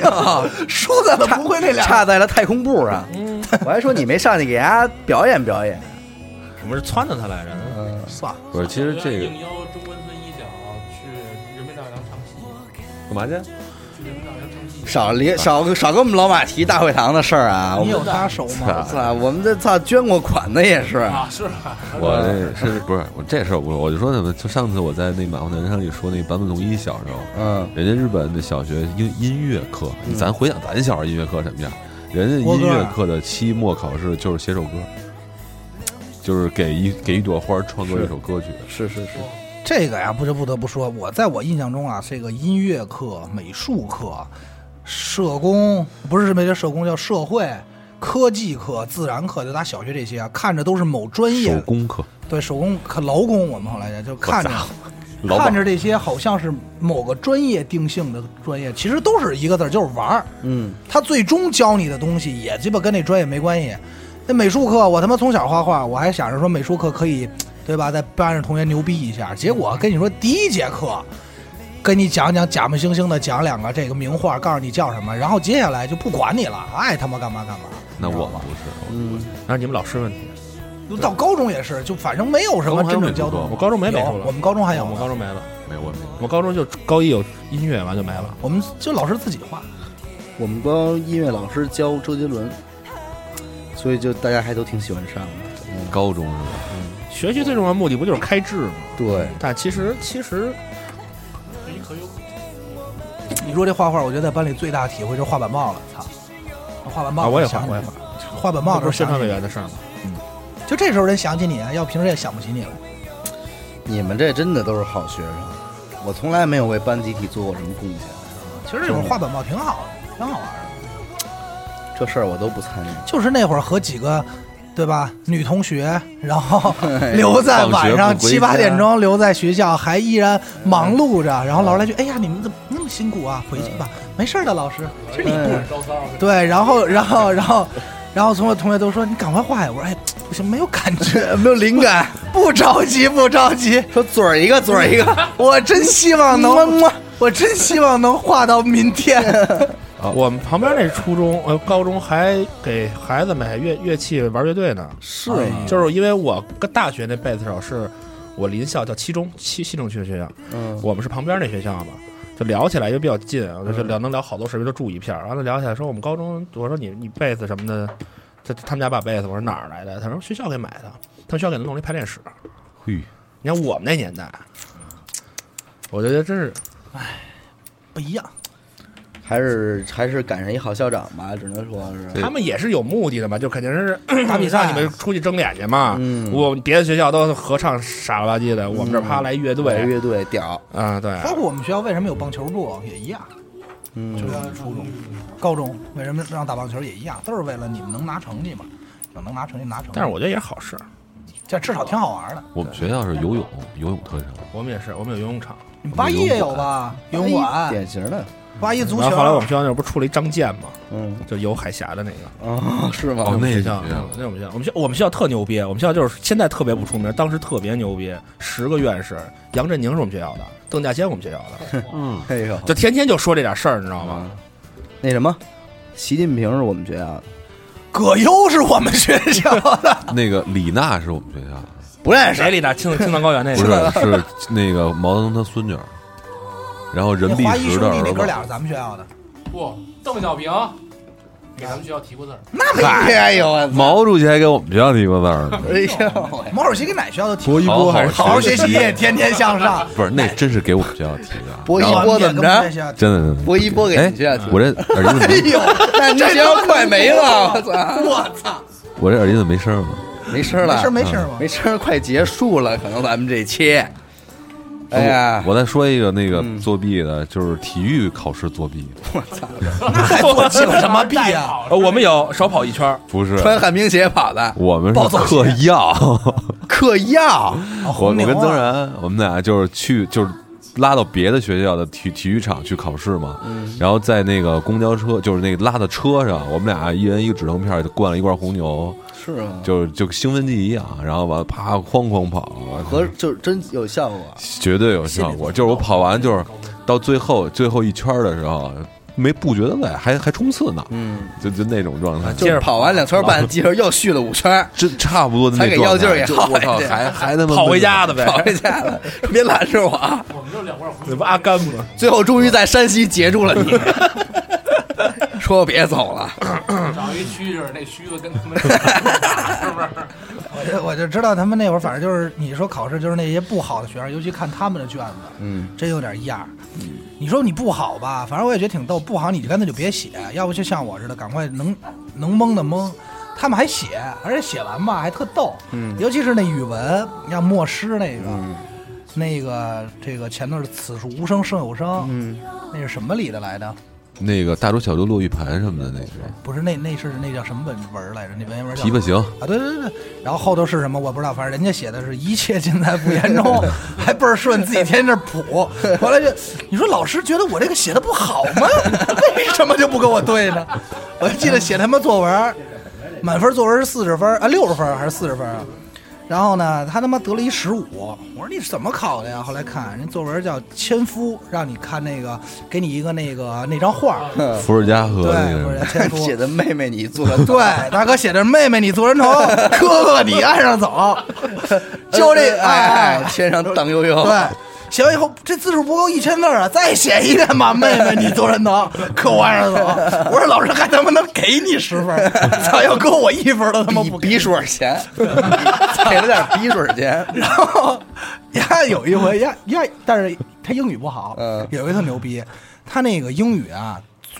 Speaker 2: 输在了
Speaker 1: 差
Speaker 2: 不会那 俩。嗯
Speaker 1: 差在了太空步上。 我还说你没上去给大家表演表演。
Speaker 4: 我们是撺掇他来着。
Speaker 2: 算了，
Speaker 3: 不是其实这个
Speaker 5: 啊应邀中关村一小去人民大会堂唱戏，
Speaker 3: 干嘛去？
Speaker 5: 去人民大会堂唱戏。
Speaker 1: 少离少少跟我们老马提大会堂的事儿啊！我
Speaker 2: 你
Speaker 1: 们
Speaker 2: 有他熟 吗？
Speaker 1: 操，我们这操捐过款的也是。
Speaker 5: 啊，是啊，
Speaker 3: 我这是不是我这事儿不是？我就说什么？就上次我在那马路南上里说那坂本龙一小时候，
Speaker 1: 嗯，
Speaker 3: 人家日本的小学音音乐课，咱回想咱小时候音乐课什么样？人家
Speaker 2: 国
Speaker 3: 音
Speaker 2: 歌啊
Speaker 3: 乐课的期末考试就是写首歌，就是给一给一朵花创作一首歌曲。
Speaker 1: 是是是，
Speaker 2: 这个呀，不就不得不说，我在我印象中啊，这个音乐课、美术课、社工不是没叫社工，叫社会。科技课、自然课，就咱小学这些啊，看着都是某专业
Speaker 3: 手工课，
Speaker 2: 对手工、可劳工，我们后来讲，就看着
Speaker 3: 老
Speaker 2: 看
Speaker 3: 板
Speaker 2: 着这些好像是某个专业定性的专业，其实都是一个字儿，就是玩儿。
Speaker 1: 嗯，
Speaker 2: 他最终教你的东西也鸡巴跟那专业没关系。那美术课，我他妈从小画画，我还想着说美术课可以，对吧，在班上同学牛逼一下。结果跟你说第一节课，跟你讲讲假模惺惺的讲两个这个名画，告诉你叫什么，然后接下来就不管你了，爱他妈干嘛干嘛。
Speaker 3: 那我们不
Speaker 1: 嗯
Speaker 3: 是，
Speaker 4: 然后你们老师问题，
Speaker 2: 到高中也是，就反正没有什么真正教
Speaker 3: 高
Speaker 4: 我
Speaker 2: 导。
Speaker 4: 高中没美
Speaker 2: 有
Speaker 4: 术了，
Speaker 2: 我们高中还有
Speaker 4: 我们
Speaker 2: 呢
Speaker 4: 高中没了，
Speaker 3: 没我没有。
Speaker 4: 我高中就高一有音乐完就没了。
Speaker 2: 我们就老师自己画。
Speaker 1: 我们帮音乐老师教周杰伦，所以就大家还都挺喜欢上的。
Speaker 3: 高中是吧？
Speaker 4: 学习最重要的目的不就是开智吗？
Speaker 1: 对，
Speaker 4: 但其实其实
Speaker 5: 一可有可
Speaker 2: 你说这画画，我觉得在班里最大体会就是画板报了。操，画板报、
Speaker 4: 啊，我也画
Speaker 2: 想起
Speaker 4: 我也画，
Speaker 2: 画板报
Speaker 4: 这不
Speaker 2: 的
Speaker 4: 是宣
Speaker 2: 时候
Speaker 4: 传
Speaker 2: 想
Speaker 4: 委
Speaker 2: 起
Speaker 4: 员的事儿吗？
Speaker 2: 你，就这时候人想起你，啊，要平时也想不起你了。
Speaker 1: 你们这真的都是好学生，我从来没有为班集体做过什么贡献，
Speaker 2: 其实这种画板报挺好的，挺好玩的。
Speaker 1: 这事儿我都不参与。
Speaker 2: 就是那会儿和几个，对吧，女同学，然后 留在晚上
Speaker 3: 放学不回家
Speaker 2: 七八点钟留在学校，还依然忙碌着。
Speaker 3: 嗯
Speaker 2: 然后老师来句：“哎呀，你们怎么那么辛苦啊？回去吧，没事儿的，老师。”其实你不
Speaker 3: 嗯
Speaker 5: 高三儿
Speaker 2: 对，然后，然后，然后，然后，从我同学都说你赶快画呀！我说哎，不行，没有感觉，
Speaker 1: 呃没有灵感，
Speaker 2: 不着急，不着急，
Speaker 1: 说嘴儿一个，嘴儿一个，
Speaker 2: 我真希望能，我真希望能画到明天。
Speaker 4: 我们旁边那初中呃高中还给孩子买乐乐器玩乐队呢，
Speaker 1: 是
Speaker 4: 就是因为我跟大学那贝斯手是我邻校叫七中七西城区的学校，
Speaker 1: 嗯
Speaker 4: 我们是旁边那学校嘛，就聊起来也比较近，啊就是聊能聊好多事儿，就住一片儿。完了聊起来说我们高中，我说你你贝斯什么的，他他们家把贝斯，我说哪儿来的？他说学校给买的，他们学校给他弄了一排练室。
Speaker 3: 嘿，
Speaker 4: 你看我们那年代，我觉得真是
Speaker 2: 不一样，
Speaker 1: 还是还是赶上一好校长吧，只能说是
Speaker 3: 对
Speaker 4: 他们也是有目的的嘛，就肯定是
Speaker 2: 打比赛
Speaker 4: 让你们出去争脸去嘛。
Speaker 1: 嗯
Speaker 4: 我别的学校都是合唱傻了吧唧的，我们这儿啪来乐队
Speaker 1: 对乐队屌，
Speaker 4: 啊、对，
Speaker 2: 包括我们学校为什么有棒球部也一样，
Speaker 1: 嗯
Speaker 2: 就，是初中、高中为什么让打棒球也一样，都是为了你们能拿成绩嘛，有能拿成绩拿成绩。
Speaker 4: 但是我觉得也是好事。
Speaker 2: 这至少挺好玩的。
Speaker 3: 我们学校是游泳，游泳特长。
Speaker 4: 我们也是，我们有游泳场。
Speaker 2: 你们八一也有吧？游泳
Speaker 1: 哎
Speaker 2: 馆，
Speaker 1: 典型的，
Speaker 2: 八一足
Speaker 4: 然后后来我
Speaker 2: 球
Speaker 4: 们。学校那不是出了一张健嘛，
Speaker 1: 嗯
Speaker 4: 就游海峡的那个。
Speaker 1: 啊， 是吗？
Speaker 3: 哦那
Speaker 4: 学
Speaker 3: 个
Speaker 4: 校
Speaker 3: 学校，
Speaker 4: 那我们学校，我们学我们学校特牛逼，我们学校就是现在特别不出名，当时特别牛逼，十个院士，杨振宁是我们学校的，邓稼先我们学校的，
Speaker 3: 嗯，
Speaker 1: 哎呦，
Speaker 4: 就天天就说这点事儿，你知道吗？
Speaker 1: 那什么，习近平是我们学校的，
Speaker 2: 葛优是我们学校的，
Speaker 3: 那个李娜是我们学校的，
Speaker 1: 不认识
Speaker 4: 哎谁。里的青青藏高原那
Speaker 3: 不
Speaker 4: 个？
Speaker 3: 是是那个毛泽东他孙女儿，然后任
Speaker 2: 那
Speaker 3: 弼
Speaker 2: 华谊
Speaker 3: 时
Speaker 2: 兄
Speaker 3: 的
Speaker 2: 弟
Speaker 3: 儿
Speaker 2: 那哥俩
Speaker 3: 子。
Speaker 2: 是咱们学校的，
Speaker 5: 不，邓小 平给咱们学校提过字儿，
Speaker 2: 那没别
Speaker 1: 哎呦，我操
Speaker 3: 毛主席还给我们学校提过字儿呢，
Speaker 1: 哎呦喂，
Speaker 2: 毛主席跟哪学校都提过，
Speaker 3: 一波还是
Speaker 2: 好好学习，天天向上。
Speaker 3: 不是那真是给我们学校提的，啊
Speaker 1: 博一波怎么着？
Speaker 2: 着？
Speaker 3: 真的真的。
Speaker 1: 博一波给
Speaker 3: 哎
Speaker 1: 你学校提，
Speaker 3: 我这耳机怎
Speaker 1: 哎
Speaker 3: 么
Speaker 1: 呦，那你学校快没了，我操，
Speaker 3: 我这耳机怎么没声儿了？
Speaker 1: 没声儿
Speaker 2: 没
Speaker 1: 了，
Speaker 2: 事儿没事儿嘛，
Speaker 1: 嗯没声儿，快结束了，可能咱们这期，哎呀
Speaker 3: 我，我再说一个那个作弊的，就是体育考试作弊，
Speaker 2: 那 还做鸡巴什么屁 呀？
Speaker 4: 呃，我们有少跑一圈儿，
Speaker 3: 不是
Speaker 1: 穿旱冰鞋跑的，
Speaker 3: 我们
Speaker 2: 暴
Speaker 3: 是
Speaker 2: 走鞋
Speaker 3: 嗑药。
Speaker 1: 嗑药，
Speaker 3: 我我
Speaker 2: 红
Speaker 3: 跟
Speaker 2: 牛啊
Speaker 3: 曾然，我们俩就是去就是拉到别的学校的体体育场去考试嘛，
Speaker 1: 嗯
Speaker 3: 然后在那个公交车就是那个拉的车上，我们俩一人一个止疼片儿，灌了一罐红牛，
Speaker 1: 是啊吗？
Speaker 3: 就是就兴奋剂一样，然后完了啪哐哐跑，
Speaker 1: 和就是真有效果，
Speaker 3: 绝对有效果。就是我跑完就是到最后最后一圈儿的时候，没不觉得累，还还冲刺呢，
Speaker 1: 嗯，
Speaker 3: 就就那种状态，
Speaker 1: 就
Speaker 4: 接
Speaker 1: 是
Speaker 4: 着
Speaker 1: 跑完两圈半，接着又续了五圈，
Speaker 3: 真差不多的
Speaker 1: 才
Speaker 3: 那
Speaker 1: 给
Speaker 3: 状
Speaker 1: 药劲儿
Speaker 3: 态。
Speaker 1: 也
Speaker 3: 就
Speaker 1: 好
Speaker 3: 我操，
Speaker 1: 一点
Speaker 3: 还还他妈
Speaker 4: 跑回家
Speaker 3: 的，
Speaker 4: 的呗，
Speaker 1: 跑回家了，别拦着我啊！
Speaker 5: 我们就两块红
Speaker 4: 你不阿甘吗？
Speaker 1: 最后终于在山西截住了你， 说我别走了，
Speaker 5: 找一蛐蛐儿，那须子跟他 们是不是？
Speaker 2: 我就 我就知道他们那会儿，反正就是你说考试，就是那些不好的学生，尤其看他们的卷子，
Speaker 1: 嗯，
Speaker 2: 真有点样儿。你说你不好吧，反正我也觉得挺逗。不好你就干脆就别写，要不就像我似的，赶快能能蒙的蒙。他们还写，而且写完吧还特逗，
Speaker 1: 嗯
Speaker 2: 尤其是那语文，你像墨诗那个，
Speaker 1: 嗯
Speaker 2: 那个这个前头是“此处无声胜有声”，
Speaker 1: 嗯，
Speaker 2: 那是什么里的来着？
Speaker 3: 那个大珠小珠落玉盘什么的那个
Speaker 2: 不是那那是那叫什么文文儿来着？那文言文叫
Speaker 3: 琵琶行。
Speaker 2: 啊，对对对，然后后头是什么我不知道，反正人家写的是一切尽在不言中， 还倍儿顺，自己天天那谱，完了就你说老师觉得我这个写的不好吗？为什么就不跟我对呢？我记得写他妈作文儿，满分作文是四十分儿啊，六十分儿还是四十分儿啊？然后呢，他他妈得了一十五，我说你是怎么考的呀？后来看人作文叫《千夫》，让你看那个，给你一个那个那张画儿，
Speaker 1: 嗯
Speaker 3: 伏尔加河
Speaker 2: 对，
Speaker 3: 那
Speaker 2: 不是
Speaker 3: 个，
Speaker 2: 千夫
Speaker 1: 写的妹妹你做的
Speaker 2: 对，大哥写着“妹妹你做 人头，哥哥你岸上 走”，就这哎，哎
Speaker 1: 天上荡悠悠，
Speaker 2: 对，写完以后这字数不够一千字儿啊，再写一遍吧，“妹妹你做人头，哥我岸上走”。我说老师还他妈能给你十分儿，操，要给我一分儿都他妈
Speaker 1: 比
Speaker 2: 不给。
Speaker 1: 比水钱，给了点比水钱，
Speaker 2: 然后呀，有一回呀呀，但是他英语不好，
Speaker 1: 嗯
Speaker 2: 有一个特牛逼，他那个英语啊。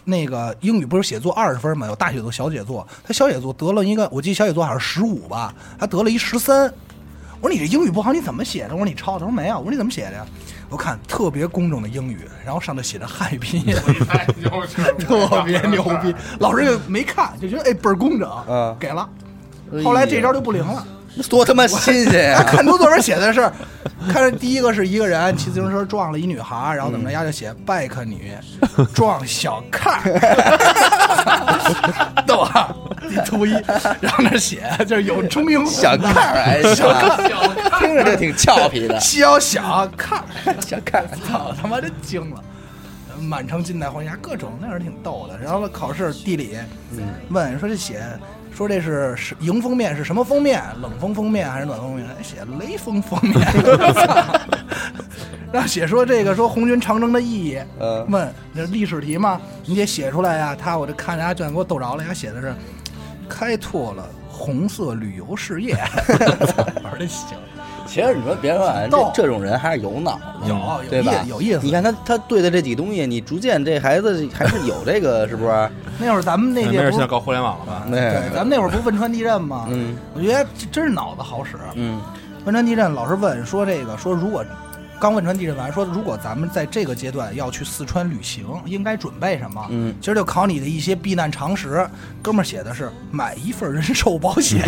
Speaker 2: 那个英语不是写作二十分嘛，有大写作、小写作。他小写作得了一个，我记得小写作好像十五吧，他得了一十三。我说你这英语不好，你怎么写的？我说你抄的。他说没有。我说你怎么写的呀？我看特别工整的英语，然后上头写着汉语拼音，
Speaker 1: 嗯
Speaker 5: 太牛气了，
Speaker 2: 特别牛逼。老师就没看，就觉得哎倍儿工整，
Speaker 1: 嗯
Speaker 2: 给了。后来这招就不灵了。
Speaker 1: 多他妈新鲜 呀！
Speaker 2: 他看多作文写的是，看着第一个是一个人骑自行车撞了一女孩，然后怎么着，丫就写 bike 女撞小看儿，逗号，地图仪，然后那儿写就是有中英
Speaker 1: 小看儿，哎，小
Speaker 5: 小看
Speaker 1: 听着就挺俏皮的，
Speaker 2: 细腰小看儿，
Speaker 1: 小看儿。
Speaker 2: 操他妈真惊了！满城尽带黄沙，各种那会儿挺逗的。然后考试地理，问说这写说这是是迎风面是什么封面？冷风封面还是暖风封面？哎写雷锋封面。 操然后写说这个说红军长征的意义，
Speaker 1: 嗯
Speaker 2: 问那历史题嘛，你得写出来呀、他我这看人家卷给我逗着了，人家写的是开拓了红色旅游事业。 我说真行，
Speaker 1: 其实你说别说啊，
Speaker 2: 逗
Speaker 1: 这这种人还是有脑子，
Speaker 2: 有有
Speaker 1: 嗯对吧？
Speaker 2: 意有意思
Speaker 1: 你看他他对的这几东西，你逐渐这孩子还是有这个， 是不是？
Speaker 2: 那会儿咱们那
Speaker 4: 哎没
Speaker 2: 届
Speaker 4: 事，
Speaker 2: 不
Speaker 4: 嗯现
Speaker 2: 是
Speaker 4: 在搞互联网了吧？
Speaker 2: 对，咱们那会儿不汶川地震吗？
Speaker 1: 嗯，
Speaker 2: 我觉得这真是脑子好使。
Speaker 1: 嗯
Speaker 2: 汶川地震老师问说这个说如果刚汶川地震完说如果咱们在这个阶段要去四川旅行，应该准备什么？
Speaker 1: 嗯
Speaker 2: 其实就考你的一些避难常识。哥们儿写的是买一份人寿保 险，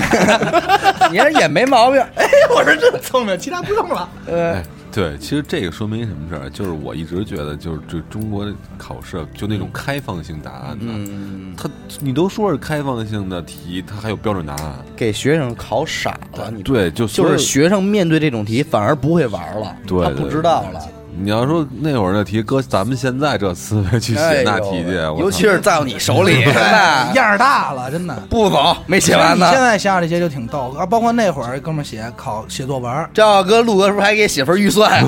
Speaker 1: 你看嗯也没毛病。
Speaker 2: 哎，我说真聪明，其他不用了。
Speaker 1: 呃
Speaker 3: 哎，对，其实这个说明什么事儿？就是我一直觉得，就是这中国的考试就那种开放性答案呢、
Speaker 1: 嗯，
Speaker 3: 它你都说是开放性的题，它还有标准答案。
Speaker 1: 给学生考傻了，啊你
Speaker 3: 对，就所
Speaker 1: 就
Speaker 3: 有
Speaker 1: 是学生面对这种题反而不会玩了，
Speaker 3: 对
Speaker 1: 他
Speaker 3: 对
Speaker 1: 不
Speaker 3: 对
Speaker 1: 知道了。
Speaker 3: 你要说那会儿那题，搁咱们现在这思维去写那题去，
Speaker 1: 哎呦
Speaker 3: 我
Speaker 1: 尤其是在你手 里，是吧？
Speaker 2: 样儿大了，真的。
Speaker 1: 不走，没啊写完呢
Speaker 2: 你。现在想想这些就挺逗啊，包括那会儿哥们儿写考写作文儿，
Speaker 1: 赵哥、陆哥是不是还给写份预 算？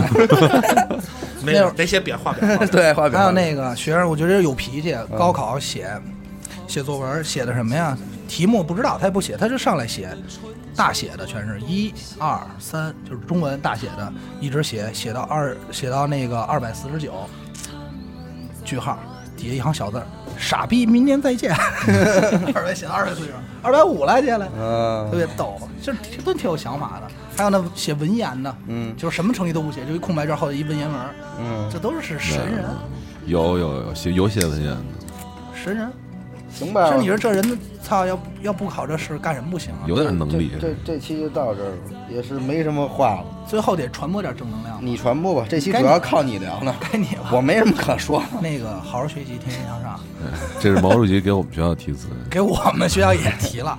Speaker 4: 没有，得写表画表。画表
Speaker 1: 对，画表
Speaker 2: 还有那个学生，我觉得有脾气，
Speaker 1: 嗯
Speaker 2: 高考写写作文写的什么呀？题目不知道，他也不写，他就上来写，大写的全是一二三，就是中文大写的，一直写写到二，写到那个二百四十九，句号底下一行小字儿，傻逼，明年 再见。二百写到二百四十九，二百五了，接下来。特
Speaker 1: 嗯
Speaker 2: 别逗，就是都挺有想法的。还有那写文言的，
Speaker 1: 嗯
Speaker 2: 就是什么成绩都不写，就一空白卷后头一文言文，
Speaker 1: 嗯，
Speaker 2: 这都是神人，
Speaker 3: 有有有写有写文言的，
Speaker 2: 神人。
Speaker 1: 行吧
Speaker 2: 是你说这人，操，要不要不考这试干什么不行啊？
Speaker 3: 有点能力。
Speaker 1: 这这期就到这儿了，也是没什么话了。
Speaker 2: 最后得传播点正能量。
Speaker 1: 你传播吧，这期主要靠你聊呢，
Speaker 2: 该你了，
Speaker 1: 我没什么可说。
Speaker 2: 那个好好学习，天天向上。
Speaker 3: 哎这是毛主席给我们学校题词。
Speaker 2: 给我们学校也提了，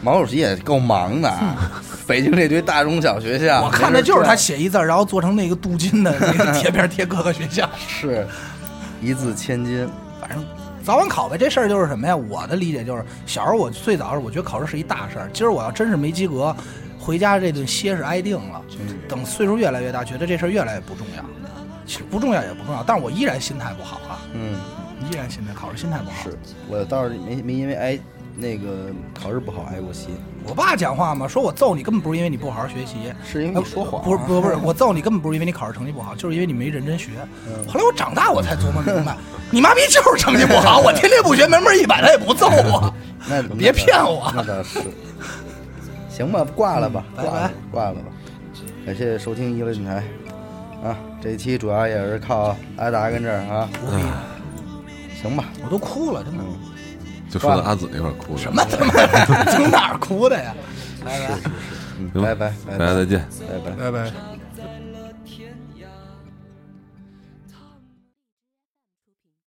Speaker 1: 毛主席也够忙的啊，北京这堆大中小学校，
Speaker 2: 嗯我看
Speaker 1: 啊没
Speaker 2: 的
Speaker 1: 事
Speaker 2: 就是他
Speaker 1: 转
Speaker 2: 写一字儿，然后做成那个镀金的 那个贴片儿贴各个学校。
Speaker 1: 是一字千金。
Speaker 2: 反正早晚考呗，这事儿就是什么呀？我的理解就是，小时候我最早是我觉得考试是一大事儿，今儿我要真是没及格，回家这顿歇是挨定了。等岁数越来越大，觉得这事儿越来越不重要，其实不重要也不重要，但是我依然心态不好啊，
Speaker 1: 嗯，
Speaker 2: 依然心态考试心态不好。
Speaker 1: 是我倒是没没因为挨那个考试不好挨过心，
Speaker 2: 我爸讲话嘛，说我揍你根本不是因为你不好好学习，呃
Speaker 1: 是因为你说谎。啊
Speaker 2: 不是不是不是，我揍你根本不是因为你考试成绩不好，就是因为你没认真学。
Speaker 1: 嗯
Speaker 2: 后来我长大我才琢磨明白，你妈逼就是成绩不好，我天天不学，门门一百他也不揍我。
Speaker 1: 那
Speaker 2: 别骗我
Speaker 1: 那倒是。行吧，挂了吧，
Speaker 2: 嗯
Speaker 1: 挂了
Speaker 2: 拜拜
Speaker 1: 挂了吧。感谢收听娱乐电台啊，这一期主要也是靠阿达跟这儿啊，行吧，
Speaker 2: 我都哭了，真的。
Speaker 3: 就说到阿紫那块儿哭了。什
Speaker 2: 那他
Speaker 1: 嗯
Speaker 2: 妈从哪儿哭的呀？
Speaker 1: 拜拜拜
Speaker 3: 大家
Speaker 1: 拜
Speaker 3: 再见。
Speaker 1: 拜拜。
Speaker 4: 拜拜。